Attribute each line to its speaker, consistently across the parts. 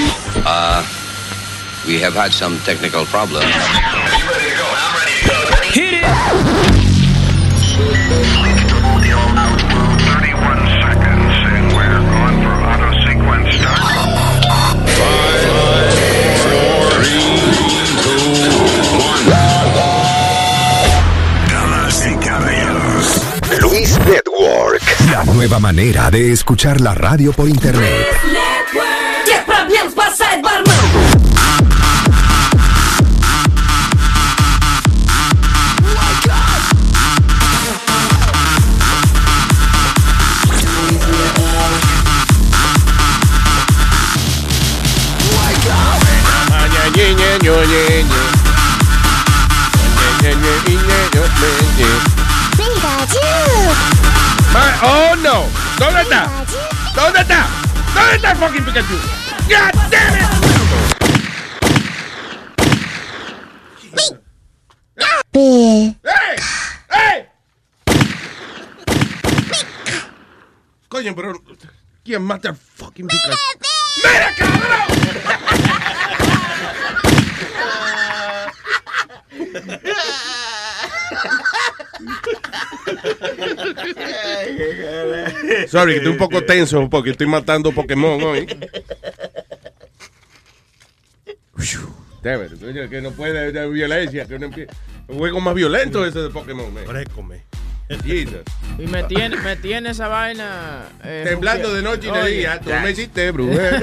Speaker 1: Uh, we have had some technical problems.
Speaker 2: Hit it!
Speaker 3: Damas y caballeros,
Speaker 4: Luis Network.
Speaker 5: La nueva manera de escuchar la radio por internet.
Speaker 6: Всех проблем спасает бармен.
Speaker 7: Ma- Oh no! ¿Dónde está? ¿Dónde está? ¿Dónde está el fucking Pikachu? God damn it! ¡Hey! ¡Hey! Coño, pero ¿quién mata al fucking Pikachu? ¡Mira, cabrón! Sorry, que estoy un poco tenso porque estoy matando Pokémon hoy. Damn it, coño, que no puede haber violencia, que no empiece. El juego más violento ese de Pokémon, man.
Speaker 8: Précome.
Speaker 7: Jesus.
Speaker 9: Y me tiene, me tiene esa vaina. eh,
Speaker 7: Temblando
Speaker 9: juque-
Speaker 7: de noche y de
Speaker 9: Oye,
Speaker 7: día, tú me hiciste bruja.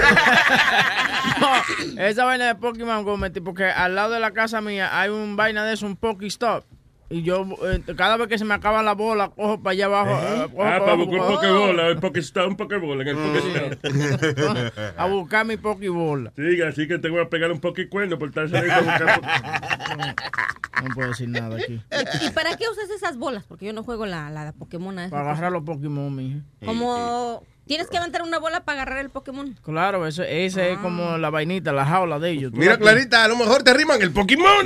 Speaker 9: no, esa vaina de Pokémon Go, me- porque al lado de la casa mía hay un vaina de eso, un Pokéstop. Y yo, eh, cada vez que se me acaba la bola, cojo para allá abajo. eh, cojo
Speaker 7: Ah,
Speaker 9: pa'
Speaker 7: para
Speaker 9: abajo,
Speaker 7: buscar
Speaker 9: cojo-
Speaker 7: Pokébola, el Pokestop, un Pokébola en el Pokestop.
Speaker 9: A buscar mi Pokébola.
Speaker 7: Sí, así que te voy a pegar un Pokécuerno por estar saliendo a buscar Poké-
Speaker 9: No puedo decir nada aquí.
Speaker 10: ¿Y para qué usas esas bolas? Porque yo no juego la, la Pokémon. a esa.
Speaker 9: Para agarrar los Pokémon, mija.
Speaker 10: Como tienes que levantar una bola para agarrar el Pokémon.
Speaker 9: Claro, eso, esa es como la vainita, la jaula de ellos. Tú
Speaker 7: Mira,
Speaker 9: la-
Speaker 7: Clarita, a lo mejor te riman el ¿eh? Pokémon.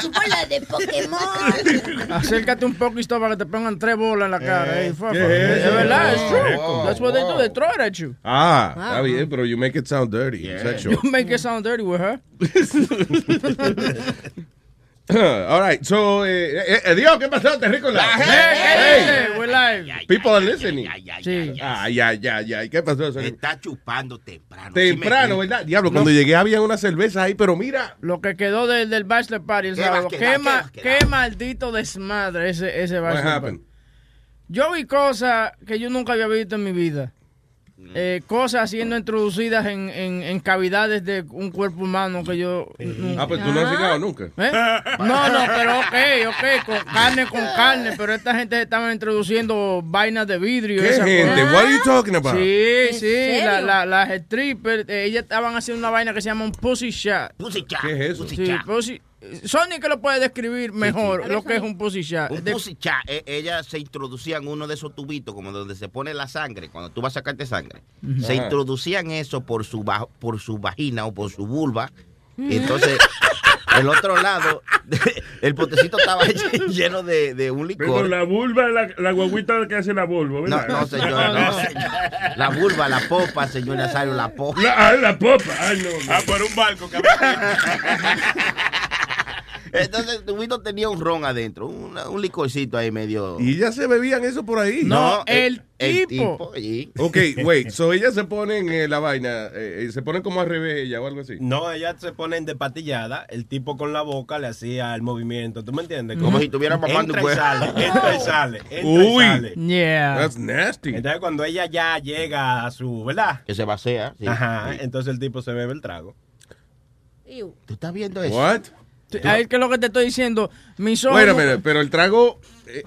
Speaker 10: su bola de Pokémon.
Speaker 9: Acércate un poco esto para que te pongan tres bolas en la cara. eh, fa, fa.
Speaker 7: ¿qué es
Speaker 9: es
Speaker 7: eso? Eh,
Speaker 9: verdad, es true.
Speaker 7: Wow,
Speaker 9: That's what they do, they throw it at you.
Speaker 7: Ah, está bien, pero you make it sound dirty, sexual.
Speaker 9: You make it sound dirty with her.
Speaker 7: All right, so, eh, eh, eh, Dios, ¿qué pasó? Te rico la. Hey,
Speaker 9: We're live.
Speaker 7: hey, people are listening.
Speaker 8: Ay, ay, ay,
Speaker 9: Sí.
Speaker 7: Ay,
Speaker 8: ay.
Speaker 7: ay, ay, ay, ¿qué pasó?
Speaker 8: Me Está chupando temprano.
Speaker 7: Temprano,
Speaker 8: Sí me-
Speaker 7: ¿verdad? Diablo, cuando llegué había una cerveza ahí, pero mira,
Speaker 9: Lo que quedó del- del Bachelor Party el
Speaker 8: Qué
Speaker 9: sábado.
Speaker 8: basquetbol,
Speaker 9: Qué,
Speaker 8: qué
Speaker 9: ma-
Speaker 8: basquetbol.
Speaker 9: qué maldito desmadre ese, ese
Speaker 7: what
Speaker 9: Bachelor Party.
Speaker 7: happened?
Speaker 9: pues. Yo vi cosas que yo nunca había visto en mi vida. Eh, cosas siendo introducidas en, en- en cavidades de un cuerpo humano que yo nunca...
Speaker 7: Ah, pues tú no has llegado nunca.
Speaker 9: ¿Eh? No, no, pero ok, ok, con carne, con carne, pero esta gente estaban introduciendo vainas de vidrio. y
Speaker 7: ¿Qué
Speaker 9: esas
Speaker 7: gente?
Speaker 9: cosas.
Speaker 7: What are you talking about?
Speaker 9: Sí, sí,
Speaker 10: serio?
Speaker 9: la- la- las strippers, eh, ellas estaban haciendo una vaina que se llama un pussy shot.
Speaker 8: Pussy chat.
Speaker 7: ¿Qué es eso?
Speaker 8: Pussy
Speaker 9: Sí,
Speaker 8: chat.
Speaker 9: pussy- Sony que lo puede describir mejor,
Speaker 10: sí.
Speaker 9: lo que es un pussy shot.
Speaker 8: Un
Speaker 9: De-
Speaker 8: pussy chat. Eh, ella se introducía en uno de esos tubitos, como donde se pone la sangre, cuando tú vas a sacarte sangre. Se
Speaker 7: Ajá.
Speaker 8: introducían eso por su, va- por su vagina o por su vulva. Entonces, el otro lado, el potecito estaba lleno de, de un licor.
Speaker 11: Pero la vulva, la, la guaguita que hace la vulva,
Speaker 8: No,
Speaker 11: ¿verdad?
Speaker 8: no, señora, no, señora. La vulva, la popa, señor Nazario, la popa.
Speaker 11: La, ah, la popa. Ay, no. no.
Speaker 7: Ah, por un barco,
Speaker 8: Entonces, Tubito tenía un ron adentro, una- un licorcito ahí medio.
Speaker 7: Y ya se bebían eso por ahí.
Speaker 9: No, el tipo.
Speaker 8: y-
Speaker 7: Ok, wait, so ellas se ponen eh, la vaina, eh, eh, se ponen como al revés ella o algo así.
Speaker 12: No, ellas se ponen de patillada, el tipo con la boca le hacía el movimiento, ¿tú me entiendes?
Speaker 8: Como si estuviera mamando
Speaker 12: entra
Speaker 8: un
Speaker 12: y
Speaker 8: huevo. Oh.
Speaker 12: sale, entra y sale, entra
Speaker 7: Uy.
Speaker 12: y sale.
Speaker 9: Yeah.
Speaker 7: That's nasty.
Speaker 12: Entonces cuando ella ya llega a su, ¿verdad?
Speaker 8: Que se vacía. sí.
Speaker 12: Ajá, entonces el tipo se bebe el trago.
Speaker 8: ¿Tú estás viendo eso?
Speaker 7: What?
Speaker 9: Ahí que es lo que te estoy diciendo. Mis ojos.
Speaker 7: Bueno,
Speaker 9: no-
Speaker 7: pero, pero el trago eh,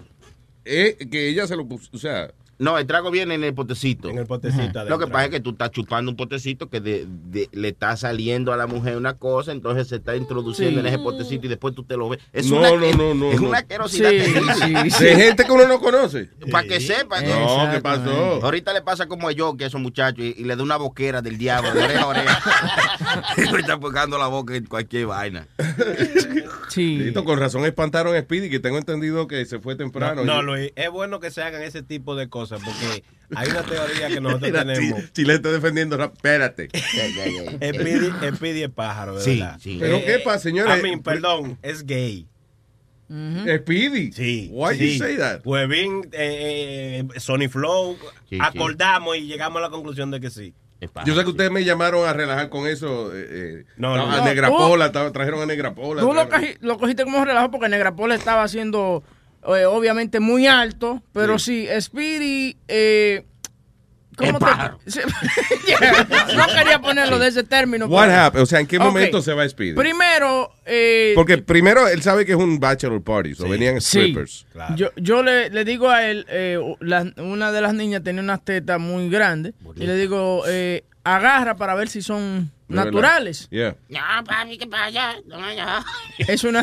Speaker 7: eh, que ella se lo puso, o sea,
Speaker 8: No, el trago viene en el potecito.
Speaker 12: En el potecito
Speaker 8: Lo que
Speaker 12: adentro.
Speaker 8: pasa es que tú estás chupando un potecito que de- de- le está saliendo a la mujer una cosa, entonces se está introduciendo en ese potecito y después tú te lo ves. Es
Speaker 7: No,
Speaker 8: una,
Speaker 7: no, no, no,
Speaker 8: Es
Speaker 7: no.
Speaker 8: una asquerosidad.
Speaker 9: Sí,
Speaker 8: terrible.
Speaker 9: sí, sí.
Speaker 7: de gente que uno no conoce.
Speaker 8: Para que sepan.
Speaker 9: Eh.
Speaker 7: No,
Speaker 9: Exactamente.
Speaker 7: ¿qué pasó?
Speaker 8: Ahorita le pasa como a yo, que a esos muchachos, y, y le da una boquera del diablo, de oreja a oreja. y me está pegando la boca en cualquier vaina.
Speaker 9: Sí.
Speaker 7: Listo, con razón espantaron a Speedy, que tengo entendido que se fue temprano.
Speaker 12: No, no, Luis, es bueno que se hagan ese tipo de cosas porque hay una teoría que nosotros
Speaker 7: Mira,
Speaker 12: tenemos.
Speaker 7: Chi- Chile está defendiendo. rap- Espérate.
Speaker 12: Espidi, Espidi es pájaro, de
Speaker 7: Sí,
Speaker 12: verdad. Eh,
Speaker 7: sí. Pero, ¿qué pasa, señores?
Speaker 12: I mean, perdón, es gay.
Speaker 7: Eh, Speedy.
Speaker 12: Sí.
Speaker 7: Why
Speaker 12: sí.
Speaker 7: you say that?
Speaker 12: Pues bien, eh, eh, Sony Flow,
Speaker 7: Sí,
Speaker 12: acordamos y llegamos a la conclusión de que sí.
Speaker 7: Yo sé que ustedes me llamaron a relajar con eso. eh, eh,
Speaker 12: No,
Speaker 7: a
Speaker 12: no.
Speaker 7: Negra
Speaker 9: No, tú-
Speaker 7: Pola, tra- trajeron a Negra Pola.
Speaker 9: Tú lo,
Speaker 7: trajeron-
Speaker 9: cogi- lo cogiste como un relajo porque Negra Pola estaba haciendo, eh, obviamente, muy alto. Pero sí, Speedy. Eh,
Speaker 7: El
Speaker 9: te-
Speaker 7: pájaro.
Speaker 9: Sí. no quería ponerlo de ese término.
Speaker 7: What
Speaker 9: pero-
Speaker 7: happened? O sea, ¿en qué
Speaker 9: Ok.
Speaker 7: momento se va Speedy?
Speaker 9: Primero. eh,
Speaker 7: Porque primero él sabe que es un bachelor party, so venían strippers.
Speaker 9: Yo, yo le, le digo a él, eh, la- una de las niñas tenía unas tetas muy grandes, y le digo, eh, agarra para ver si son
Speaker 7: De verdad.
Speaker 9: naturales.
Speaker 7: Yeah.
Speaker 8: No, papi, que vaya. No, no.
Speaker 9: Es una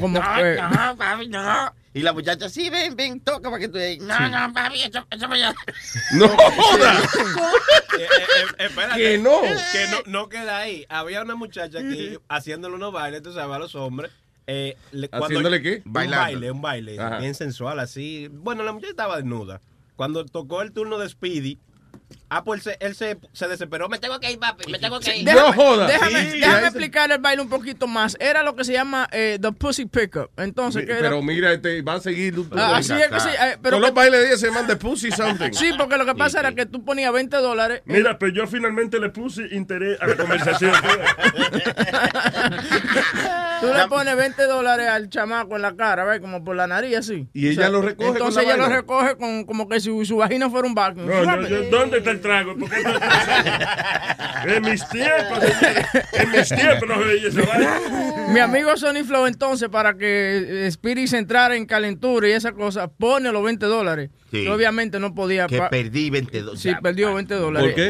Speaker 9: como...
Speaker 8: No,
Speaker 9: eh,
Speaker 8: Ah, no, papi, no.
Speaker 13: Y la muchacha, sí, ven, ven, toca para que tú...
Speaker 8: No, no, papi, eso, eso me
Speaker 7: ¡No
Speaker 12: joda! Eh,
Speaker 7: Que no.
Speaker 12: Que no, no queda ahí. Había una muchacha que haciéndole unos bailes, tú sabes, a los hombres. eh, le- cuando-
Speaker 7: ¿Haciéndole qué?
Speaker 12: Un
Speaker 7: Bailando.
Speaker 12: baile, un baile.
Speaker 7: Ajá.
Speaker 12: Bien sensual, así. Bueno, la muchacha estaba desnuda. Cuando tocó el turno de Speedy, ah, pues él se, él se, se desesperó. Me tengo que ir, papi, me tengo que ir.
Speaker 9: Déjame,
Speaker 12: jodas
Speaker 9: déjame, déjame explicar el baile un poquito más. Era lo que se llama eh, The Pussy Pickup. Entonces, ¿qué era?
Speaker 7: Pero mira, este, va a seguir. tú-
Speaker 9: Ah, así es que sí, eh, pero
Speaker 7: Todos los
Speaker 9: que-
Speaker 7: bailes de ella se llaman de pussy something.
Speaker 9: Sí, porque lo que pasa era que tú ponías 20 dólares.
Speaker 11: Mira, pero yo finalmente le puse interés a la conversación.
Speaker 9: Tú le pones 20 dólares al chamaco en la cara, ¿ves? Como por la nariz, así.
Speaker 11: Y ella lo recoge con
Speaker 9: Entonces
Speaker 11: la
Speaker 9: ella lo
Speaker 11: vaina.
Speaker 9: recoge con, como que si su vagina fuera un vacuum.
Speaker 11: No, no,
Speaker 9: Suave.
Speaker 11: yo- ¿Dónde está el trago? ¿Por qué no está el trago? En mis tiempos, señores, en mis tiempos no veía esa vaina.
Speaker 9: Mi amigo Sony Flow, entonces, para que eh, Spirit se entrara en calentura y esa cosa, pone los 20 dólares.
Speaker 13: Sí.
Speaker 9: Yo obviamente no podía.
Speaker 13: Que
Speaker 9: pa-
Speaker 13: perdí 22.
Speaker 9: Sí, perdió 20 dólares.
Speaker 13: qué?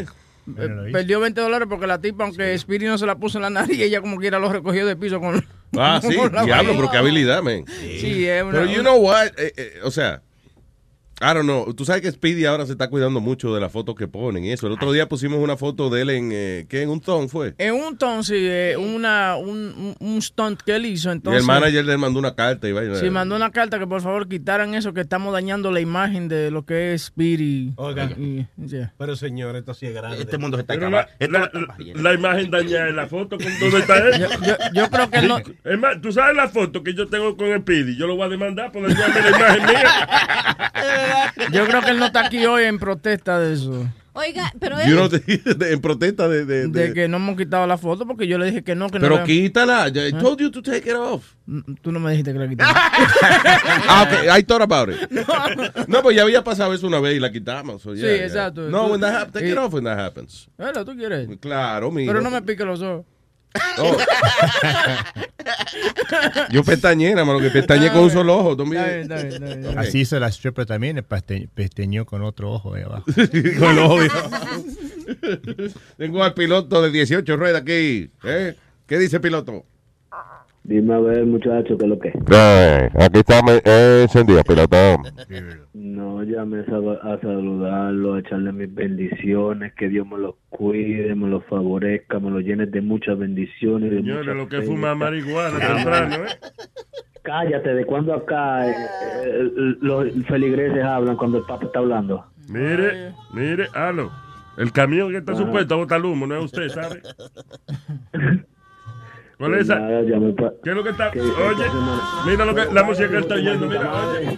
Speaker 9: Eh, Perdió 20 dólares porque la tipa, aunque Spiri no se la puso en la nariz, ella como quiera lo recogió del piso con.
Speaker 7: Ah, sí,
Speaker 9: con la
Speaker 7: diablo,
Speaker 9: vaina.
Speaker 7: pero qué habilidad, man.
Speaker 9: Sí, es una-
Speaker 7: Pero you know what, eh, eh, o sea, I don't know, tú sabes que Speedy ahora se está cuidando mucho de las fotos que ponen y eso. El otro día pusimos una foto de él en, eh, ¿qué? En un ton fue.
Speaker 9: En un ton, sí, eh, una, un, un- un stunt que él hizo.
Speaker 7: Y
Speaker 9: Entonces,
Speaker 7: el manager le mandó una carta y vaya.
Speaker 9: Sí, mandó una carta que por favor quitaran eso, que estamos dañando la imagen de lo que es Spiri.
Speaker 12: Oiga.
Speaker 9: Y- y- yeah.
Speaker 12: Pero este señor, esto sí es grande.
Speaker 13: Este mundo se está
Speaker 11: Pero la,
Speaker 13: acabando. Esto
Speaker 11: la-
Speaker 13: lo está barriendo.
Speaker 11: la imagen dañada en la foto con todo está él.
Speaker 9: Yo, creo que no.
Speaker 11: Es más, tú sabes la foto que yo tengo con el Pidi. Yo lo voy a demandar por dañarme la imagen mía.
Speaker 9: Yo creo que él no está aquí hoy en protesta de eso.
Speaker 10: Oiga, pero
Speaker 7: You
Speaker 10: él.
Speaker 7: know, de- de- en protesta de... de- de-
Speaker 9: De que no hemos quitado la foto porque yo le dije que no, que no.
Speaker 7: pero
Speaker 9: la-
Speaker 7: quítala, I told you to take it off.
Speaker 9: Mm, Tú no me dijiste que la quitara.
Speaker 7: Ah, ok, I thought about it. No, pues ya había pasado eso una vez y la quitamos. so
Speaker 9: Sí,
Speaker 7: yeah, yeah.
Speaker 9: exacto.
Speaker 7: No,
Speaker 9: Tú-
Speaker 7: when that happens, take
Speaker 9: y-
Speaker 7: it off when that happens.
Speaker 9: Bueno, tú quieres.
Speaker 7: Claro, Oh, mira.
Speaker 9: Pero no me pique los ojos.
Speaker 7: Yo pestañé, nada más lo que pestañé con un solo ojo. tú mira.
Speaker 9: Está bien, está bien, está bien.
Speaker 14: Así hizo la stripper también, peste- pesteñó con otro ojo de abajo.
Speaker 7: con los ojos. Tengo al piloto de 18 ruedas aquí. ¿eh? ¿Qué dice el piloto?
Speaker 2: Dime a ver, muchacho, ¿qué es lo que?
Speaker 4: aquí está eh, encendido, pelotón.
Speaker 2: No, llamé sal- a saludarlo, a echarle mis bendiciones, que Dios me los cuide, me los favorezca, me los llene de muchas bendiciones. De
Speaker 11: Señores,
Speaker 2: mucha
Speaker 11: lo que
Speaker 2: fe.
Speaker 11: fuma marihuana temprano, ¿eh?
Speaker 2: Cállate, ¿de cuándo acá eh, eh, los feligreses hablan cuando el Papa está hablando?
Speaker 11: Mire, mire, halo. El camión que está
Speaker 2: Ajá.
Speaker 11: supuesto a botar humo, no es usted, ¿sabe? ¿Cuál
Speaker 2: Pues
Speaker 11: es esa?
Speaker 2: nada, llamé pa-
Speaker 11: ¿Qué es lo que está?
Speaker 2: que-
Speaker 11: Oye, mira lo que, la música que
Speaker 2: pues,
Speaker 11: está oyendo, mira, oye.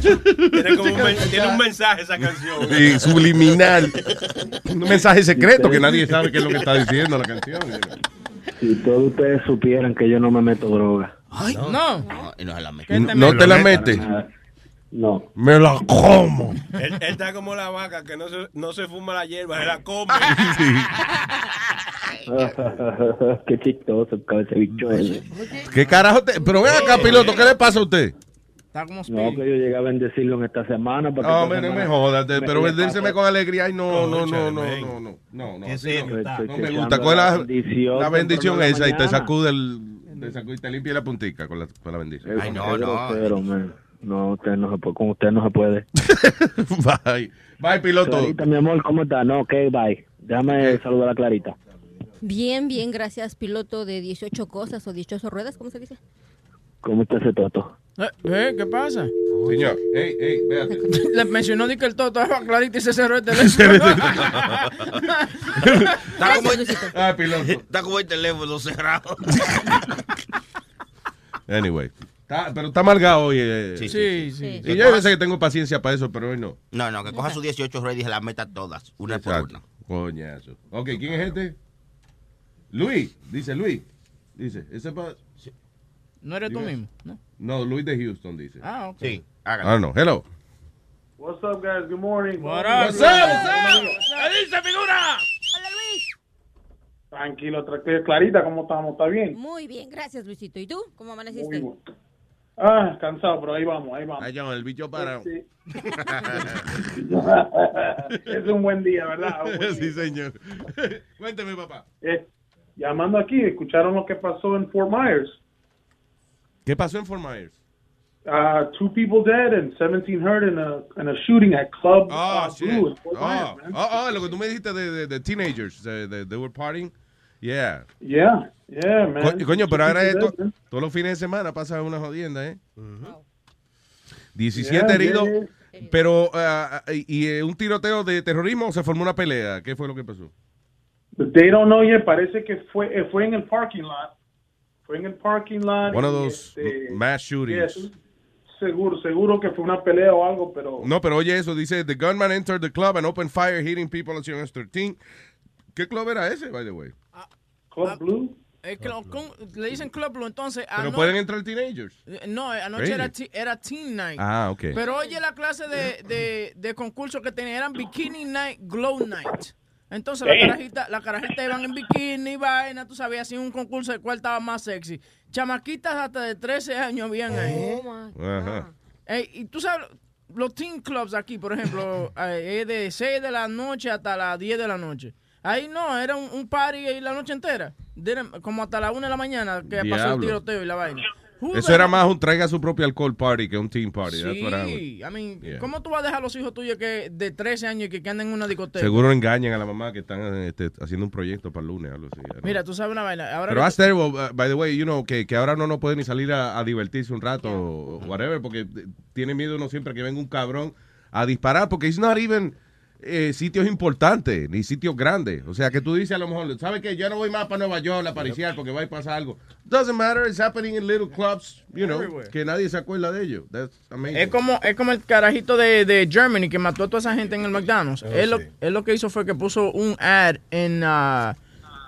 Speaker 12: Tiene, como un, men- tiene un mensaje esa canción.
Speaker 7: Sí, subliminal. Un mensaje secreto que nadie sabe qué es lo que está diciendo la canción.
Speaker 2: Si todos ustedes supieran que yo no me meto droga.
Speaker 9: no.
Speaker 7: ¿No te la metes?
Speaker 2: Ah, No.
Speaker 7: Me la como.
Speaker 12: Él, él está como la vaca que no se, no se fuma la hierba, se la come.
Speaker 2: Qué chistoso, cabeza de bichuelo.
Speaker 7: ¿Qué carajo te.? Pero ven acá, piloto, ¿qué le pasa a usted?
Speaker 9: Está como
Speaker 2: No, que yo llegué a bendecirlo en esta semana. Para que
Speaker 7: No,
Speaker 2: esta
Speaker 7: hombre, no
Speaker 2: semana
Speaker 7: me jodas, de- pero
Speaker 2: le
Speaker 7: bendíceme
Speaker 2: pase.
Speaker 7: con alegría. Ay, no, no, no, no, no, no, no, no. así no. No me gusta. Coge la, la bendición esa y te sacude el. Te sacude y te limpia la puntica con la, con la bendición.
Speaker 2: Ay, no, no. Pero, man.
Speaker 4: No, usted no se puede, con usted no se puede.
Speaker 7: bye. Bye, piloto.
Speaker 4: Clarita, mi amor, ¿cómo está? No, ok, bye. Déjame saludar a Clarita.
Speaker 10: Bien, bien, gracias, piloto de 18 cosas o 18 ruedas, ¿cómo se dice?
Speaker 4: ¿Cómo está ese toto?
Speaker 9: Eh, eh, ¿Qué pasa?
Speaker 7: Señor, hey, hey, véate.
Speaker 9: Le mencionó ni que el toto estaba clarito y se cerró el teléfono.
Speaker 8: Está como,
Speaker 7: Ah, piloto.
Speaker 8: está como el teléfono cerrado.
Speaker 7: Anyway. Está- pero está amargado hoy. eh.
Speaker 8: Sí, sí, sí. Sí.
Speaker 7: Y yo hay veces que tengo paciencia para eso, pero hoy no.
Speaker 8: No, no, que coja sus 18 ready y se las meta todas, una por
Speaker 7: Exacto.
Speaker 8: una.
Speaker 7: Coñazo. Ok, ¿quién es este? Luis, dice Luis. Dice, ese pa-
Speaker 9: ¿No eres tú
Speaker 7: Diga.
Speaker 9: mismo? ¿No?
Speaker 7: No, Luis de Houston dice.
Speaker 9: Ah, ok.
Speaker 8: Sí,
Speaker 7: Ah, no. Hello.
Speaker 3: What's up, guys? Good morning.
Speaker 9: What
Speaker 3: up?
Speaker 9: What's up?
Speaker 15: ¿Qué dice, figura?
Speaker 3: Tranquilo, tranquilo. Clarita, ¿cómo estamos? ¿Está bien?
Speaker 10: Muy bien, gracias, Luisito. ¿Y tú? ¿Cómo
Speaker 3: Muy
Speaker 10: amaneciste?
Speaker 3: bueno. Ah, cansado, pero ahí vamos, ahí vamos.
Speaker 7: Allá, el bicho parado.
Speaker 3: Sí. es un buen día, ¿verdad? Un buen
Speaker 7: sí, señor. Cuénteme, papá.
Speaker 3: Eh, llamando aquí, escucharon lo que pasó en Fort Myers.
Speaker 7: ¿Qué pasó en Fort Myers?
Speaker 3: Uh, two people dead and 17 hurt in a, in a shooting at Club
Speaker 7: Oh,
Speaker 3: uh,
Speaker 7: shit.
Speaker 3: Blue in Fort Myers,
Speaker 7: Oh,
Speaker 3: man.
Speaker 7: oh, oh, lo que tú me dijiste de, de, de teenagers. eh, de- de- they were partying. Yeah.
Speaker 3: Yeah, yeah, man.
Speaker 7: Co- coño,
Speaker 3: Two
Speaker 7: pero ahora
Speaker 3: people
Speaker 7: esto,
Speaker 3: dead, man.
Speaker 7: todos los fines de semana pasa una jodienda, ¿eh? 17
Speaker 3: Yeah,
Speaker 7: heridos.
Speaker 3: yeah,
Speaker 7: Pero, ah, ah, ¿y eh, un tiroteo de terrorismo o se formó una pelea? ¿Qué fue lo que pasó?
Speaker 3: They don't know yet, parece que fue, eh, fue en el parking lot. Fue en el parking lot.
Speaker 7: One of
Speaker 3: y,
Speaker 7: those
Speaker 3: este,
Speaker 7: mass shootings.
Speaker 3: yes, seguro, seguro que fue una pelea o algo, pero...
Speaker 7: No, pero oye eso, dice, the gunman entered the club and opened fire, hitting people at Children's 13. ¿Qué club era ese, by the way?
Speaker 3: Club Blue.
Speaker 9: Eh, cl- con- le dicen Club Blue, entonces.
Speaker 7: Pero
Speaker 9: ano-
Speaker 7: pueden entrar teenagers.
Speaker 9: eh, No, eh, anoche era,
Speaker 7: Really?
Speaker 9: ti- era Teen Night.
Speaker 7: Ah, ok.
Speaker 9: Pero oye la clase de, de, de concurso que tenían, eran Bikini Night, Glow Night. Entonces la
Speaker 15: Damn.
Speaker 9: carajita, la carajita iban en bikini, vaina, tú sabías, así un concurso de cuál estaba más sexy. Chamaquitas hasta de 13 años habían ahí.
Speaker 7: Ajá.
Speaker 9: Eh, y tú sabes, los teen clubs aquí, por ejemplo, eh, es de 6 de la noche hasta las 10 de la noche. Ahí no, era un, un party ahí la noche entera. Dieron- Como hasta la 1 de la mañana que pasó el
Speaker 7: Diablo.
Speaker 9: tiroteo y la vaina. Who
Speaker 7: Eso
Speaker 9: the
Speaker 7: era
Speaker 9: hell-
Speaker 7: más un traiga su propio alcohol party que un teen party. That's what I would-
Speaker 9: Sí, I mean,
Speaker 7: Yeah.
Speaker 9: ¿cómo tú vas a dejar a los hijos tuyos que de 13 años y que, que anden en una discoteca?
Speaker 7: Seguro engañan a la mamá que están este, haciendo un proyecto para el lunes. Algo así, ¿no?
Speaker 9: Mira, tú sabes una vaina. Ahora
Speaker 7: Pero
Speaker 9: que-
Speaker 7: that's terrible, uh, by the way, you know, que, que ahora uno no puede ni salir a, a divertirse un rato o whatever, porque de- tiene miedo uno siempre que venga un cabrón a disparar, porque it's not even eh, sitios importantes, ni sitios grandes. O sea, que tú dices a lo mejor, ¿sabes qué? Yo no voy más para Nueva York a pariciar porque va a pasar algo. Doesn't matter, it's happening in little clubs, you know,
Speaker 9: Everywhere.
Speaker 7: que nadie se acuerda de ello. That's amazing.
Speaker 9: es como, es como el carajito de, de Germany que mató a toda esa gente en el McDonald's.
Speaker 7: Oh,
Speaker 9: él, lo,
Speaker 7: sí.
Speaker 9: él lo que hizo fue que puso un ad en, ah,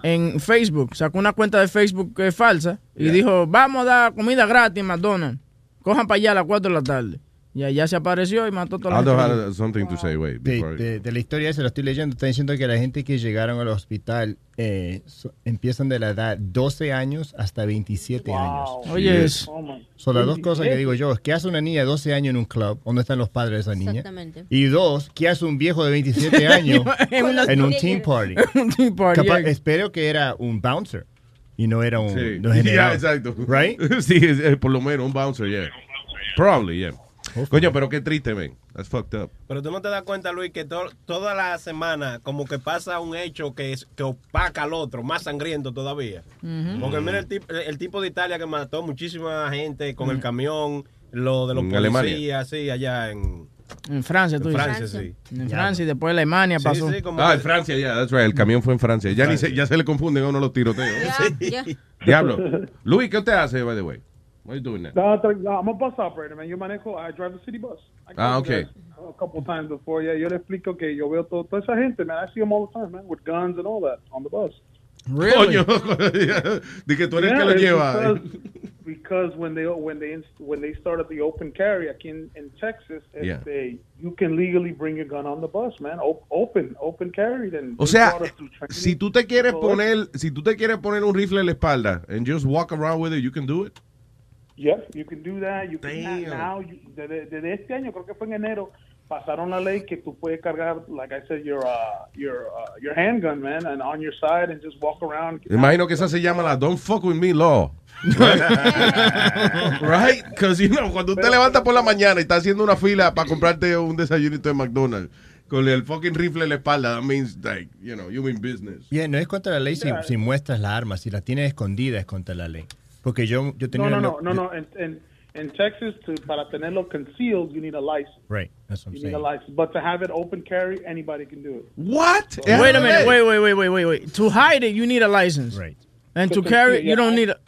Speaker 9: en Facebook. Sacó una cuenta de Facebook que es falsa y dijo, vamos a dar comida gratis en McDonald's. Cojan para allá a las 4 de la tarde. Y allá se apareció y mató
Speaker 12: Ah,
Speaker 9: a toda la
Speaker 7: Aldo
Speaker 9: gente.
Speaker 7: had something to say, wait.
Speaker 14: De,
Speaker 7: before-
Speaker 14: de- de la historia esa, lo estoy leyendo, está diciendo que la gente que llegaron al hospital eh, so- empiezan de la edad 12 años hasta 27 años.
Speaker 9: Oye, es-
Speaker 3: Oh, my. Eh.
Speaker 14: Son las dos cosas que digo yo. es, ¿Qué hace una niña de 12 años en un club? ¿Dónde están los padres de esa niña?
Speaker 10: Exactamente.
Speaker 14: Y dos, ¿qué hace un viejo de 27 años
Speaker 9: En una-
Speaker 14: en un team party?
Speaker 9: Un teen party,
Speaker 14: Capaz-
Speaker 9: eh.
Speaker 14: espero que era un bouncer y no era un
Speaker 7: Sí.
Speaker 14: no general.
Speaker 7: Yeah, exacto.
Speaker 14: Right?
Speaker 7: sí, es- es por lo menos un bouncer, yeah. Probably, yeah. Coño, pero qué triste, man. That's fucked up.
Speaker 12: Pero tú no te das cuenta, Luis, que to- toda la semana como que pasa un hecho que, es, que opaca al otro, más sangriento todavía.
Speaker 15: Ujú.
Speaker 12: Porque mira el,
Speaker 7: Mm.
Speaker 12: tip- el tipo de Italia que mató muchísima gente con el camión, lo de los
Speaker 7: En Alemania.
Speaker 12: policías, sí, allá en...
Speaker 9: En Francia, tú
Speaker 12: En
Speaker 9: dices.
Speaker 12: Francia, sí.
Speaker 9: En Francia y después Alemania pasó.
Speaker 12: sí, como
Speaker 7: Ah,
Speaker 12: que-
Speaker 7: en Francia, ya, that's right. El camión fue en Francia. Ya, ni se, ya se le confunden a uno los tiroteos.
Speaker 10: Ya.
Speaker 7: Diablo. Luis, ¿qué usted hace, by the way? What you doing now?
Speaker 3: No, tra- no, I'm a bus operator, man. Yo manejo, I drive the city bus. I go
Speaker 7: Ah,
Speaker 3: over
Speaker 7: okay.
Speaker 3: there A couple times before, yeah. Yo le explico que yo veo todo, toda esa gente, man. I see them all the time, man, with guns and all that on the bus.
Speaker 7: Coño. Di que tú eres el que lo
Speaker 3: it's
Speaker 7: lleva.
Speaker 3: Because, because when they when they inst- when they started the open carry aquí in, in Texas,
Speaker 7: Yeah.
Speaker 3: it's a- you can legally bring your gun on the bus, man. Op- open, open carry. Then
Speaker 7: O
Speaker 3: they
Speaker 7: sea,
Speaker 3: brought us through training.
Speaker 7: Si tú te quieres
Speaker 3: Todo
Speaker 7: poner, si tú te quieres poner un rifle en la espalda and just walk around with it, you can do it.
Speaker 3: Yep, you can do that. You can
Speaker 7: Damn.
Speaker 3: now. You, desde, desde este año, creo que fue en enero, pasaron la ley que tú puedes cargar, like I said, your uh, your uh, your handgun, man, and on your side and just walk around.
Speaker 7: Imagino que esa se llama la Don't Fuck With Me Law. right? Because, you know, cuando usted levanta por la mañana y está haciendo una fila para comprarte un desayunito de McDonald's con el fucking rifle en la espalda, that means, like, you know, you mean business.
Speaker 14: Yeah, no es contra la ley si, si muestras la arma, si la tienes escondida es contra la ley. Porque yo, yo tenía
Speaker 3: No, no, no,
Speaker 14: una-
Speaker 3: no, no. In, in, in Texas, to, para tenerlo concealed, you need a license.
Speaker 14: Right, that's what I'm
Speaker 3: You need a
Speaker 14: saying.
Speaker 3: license. But to have it open carry, anybody can do it.
Speaker 7: What?
Speaker 9: Wait a minute. Wait, wait, wait, wait, wait, wait. To hide it, you need a license. Right. And to carry it, you don't need a.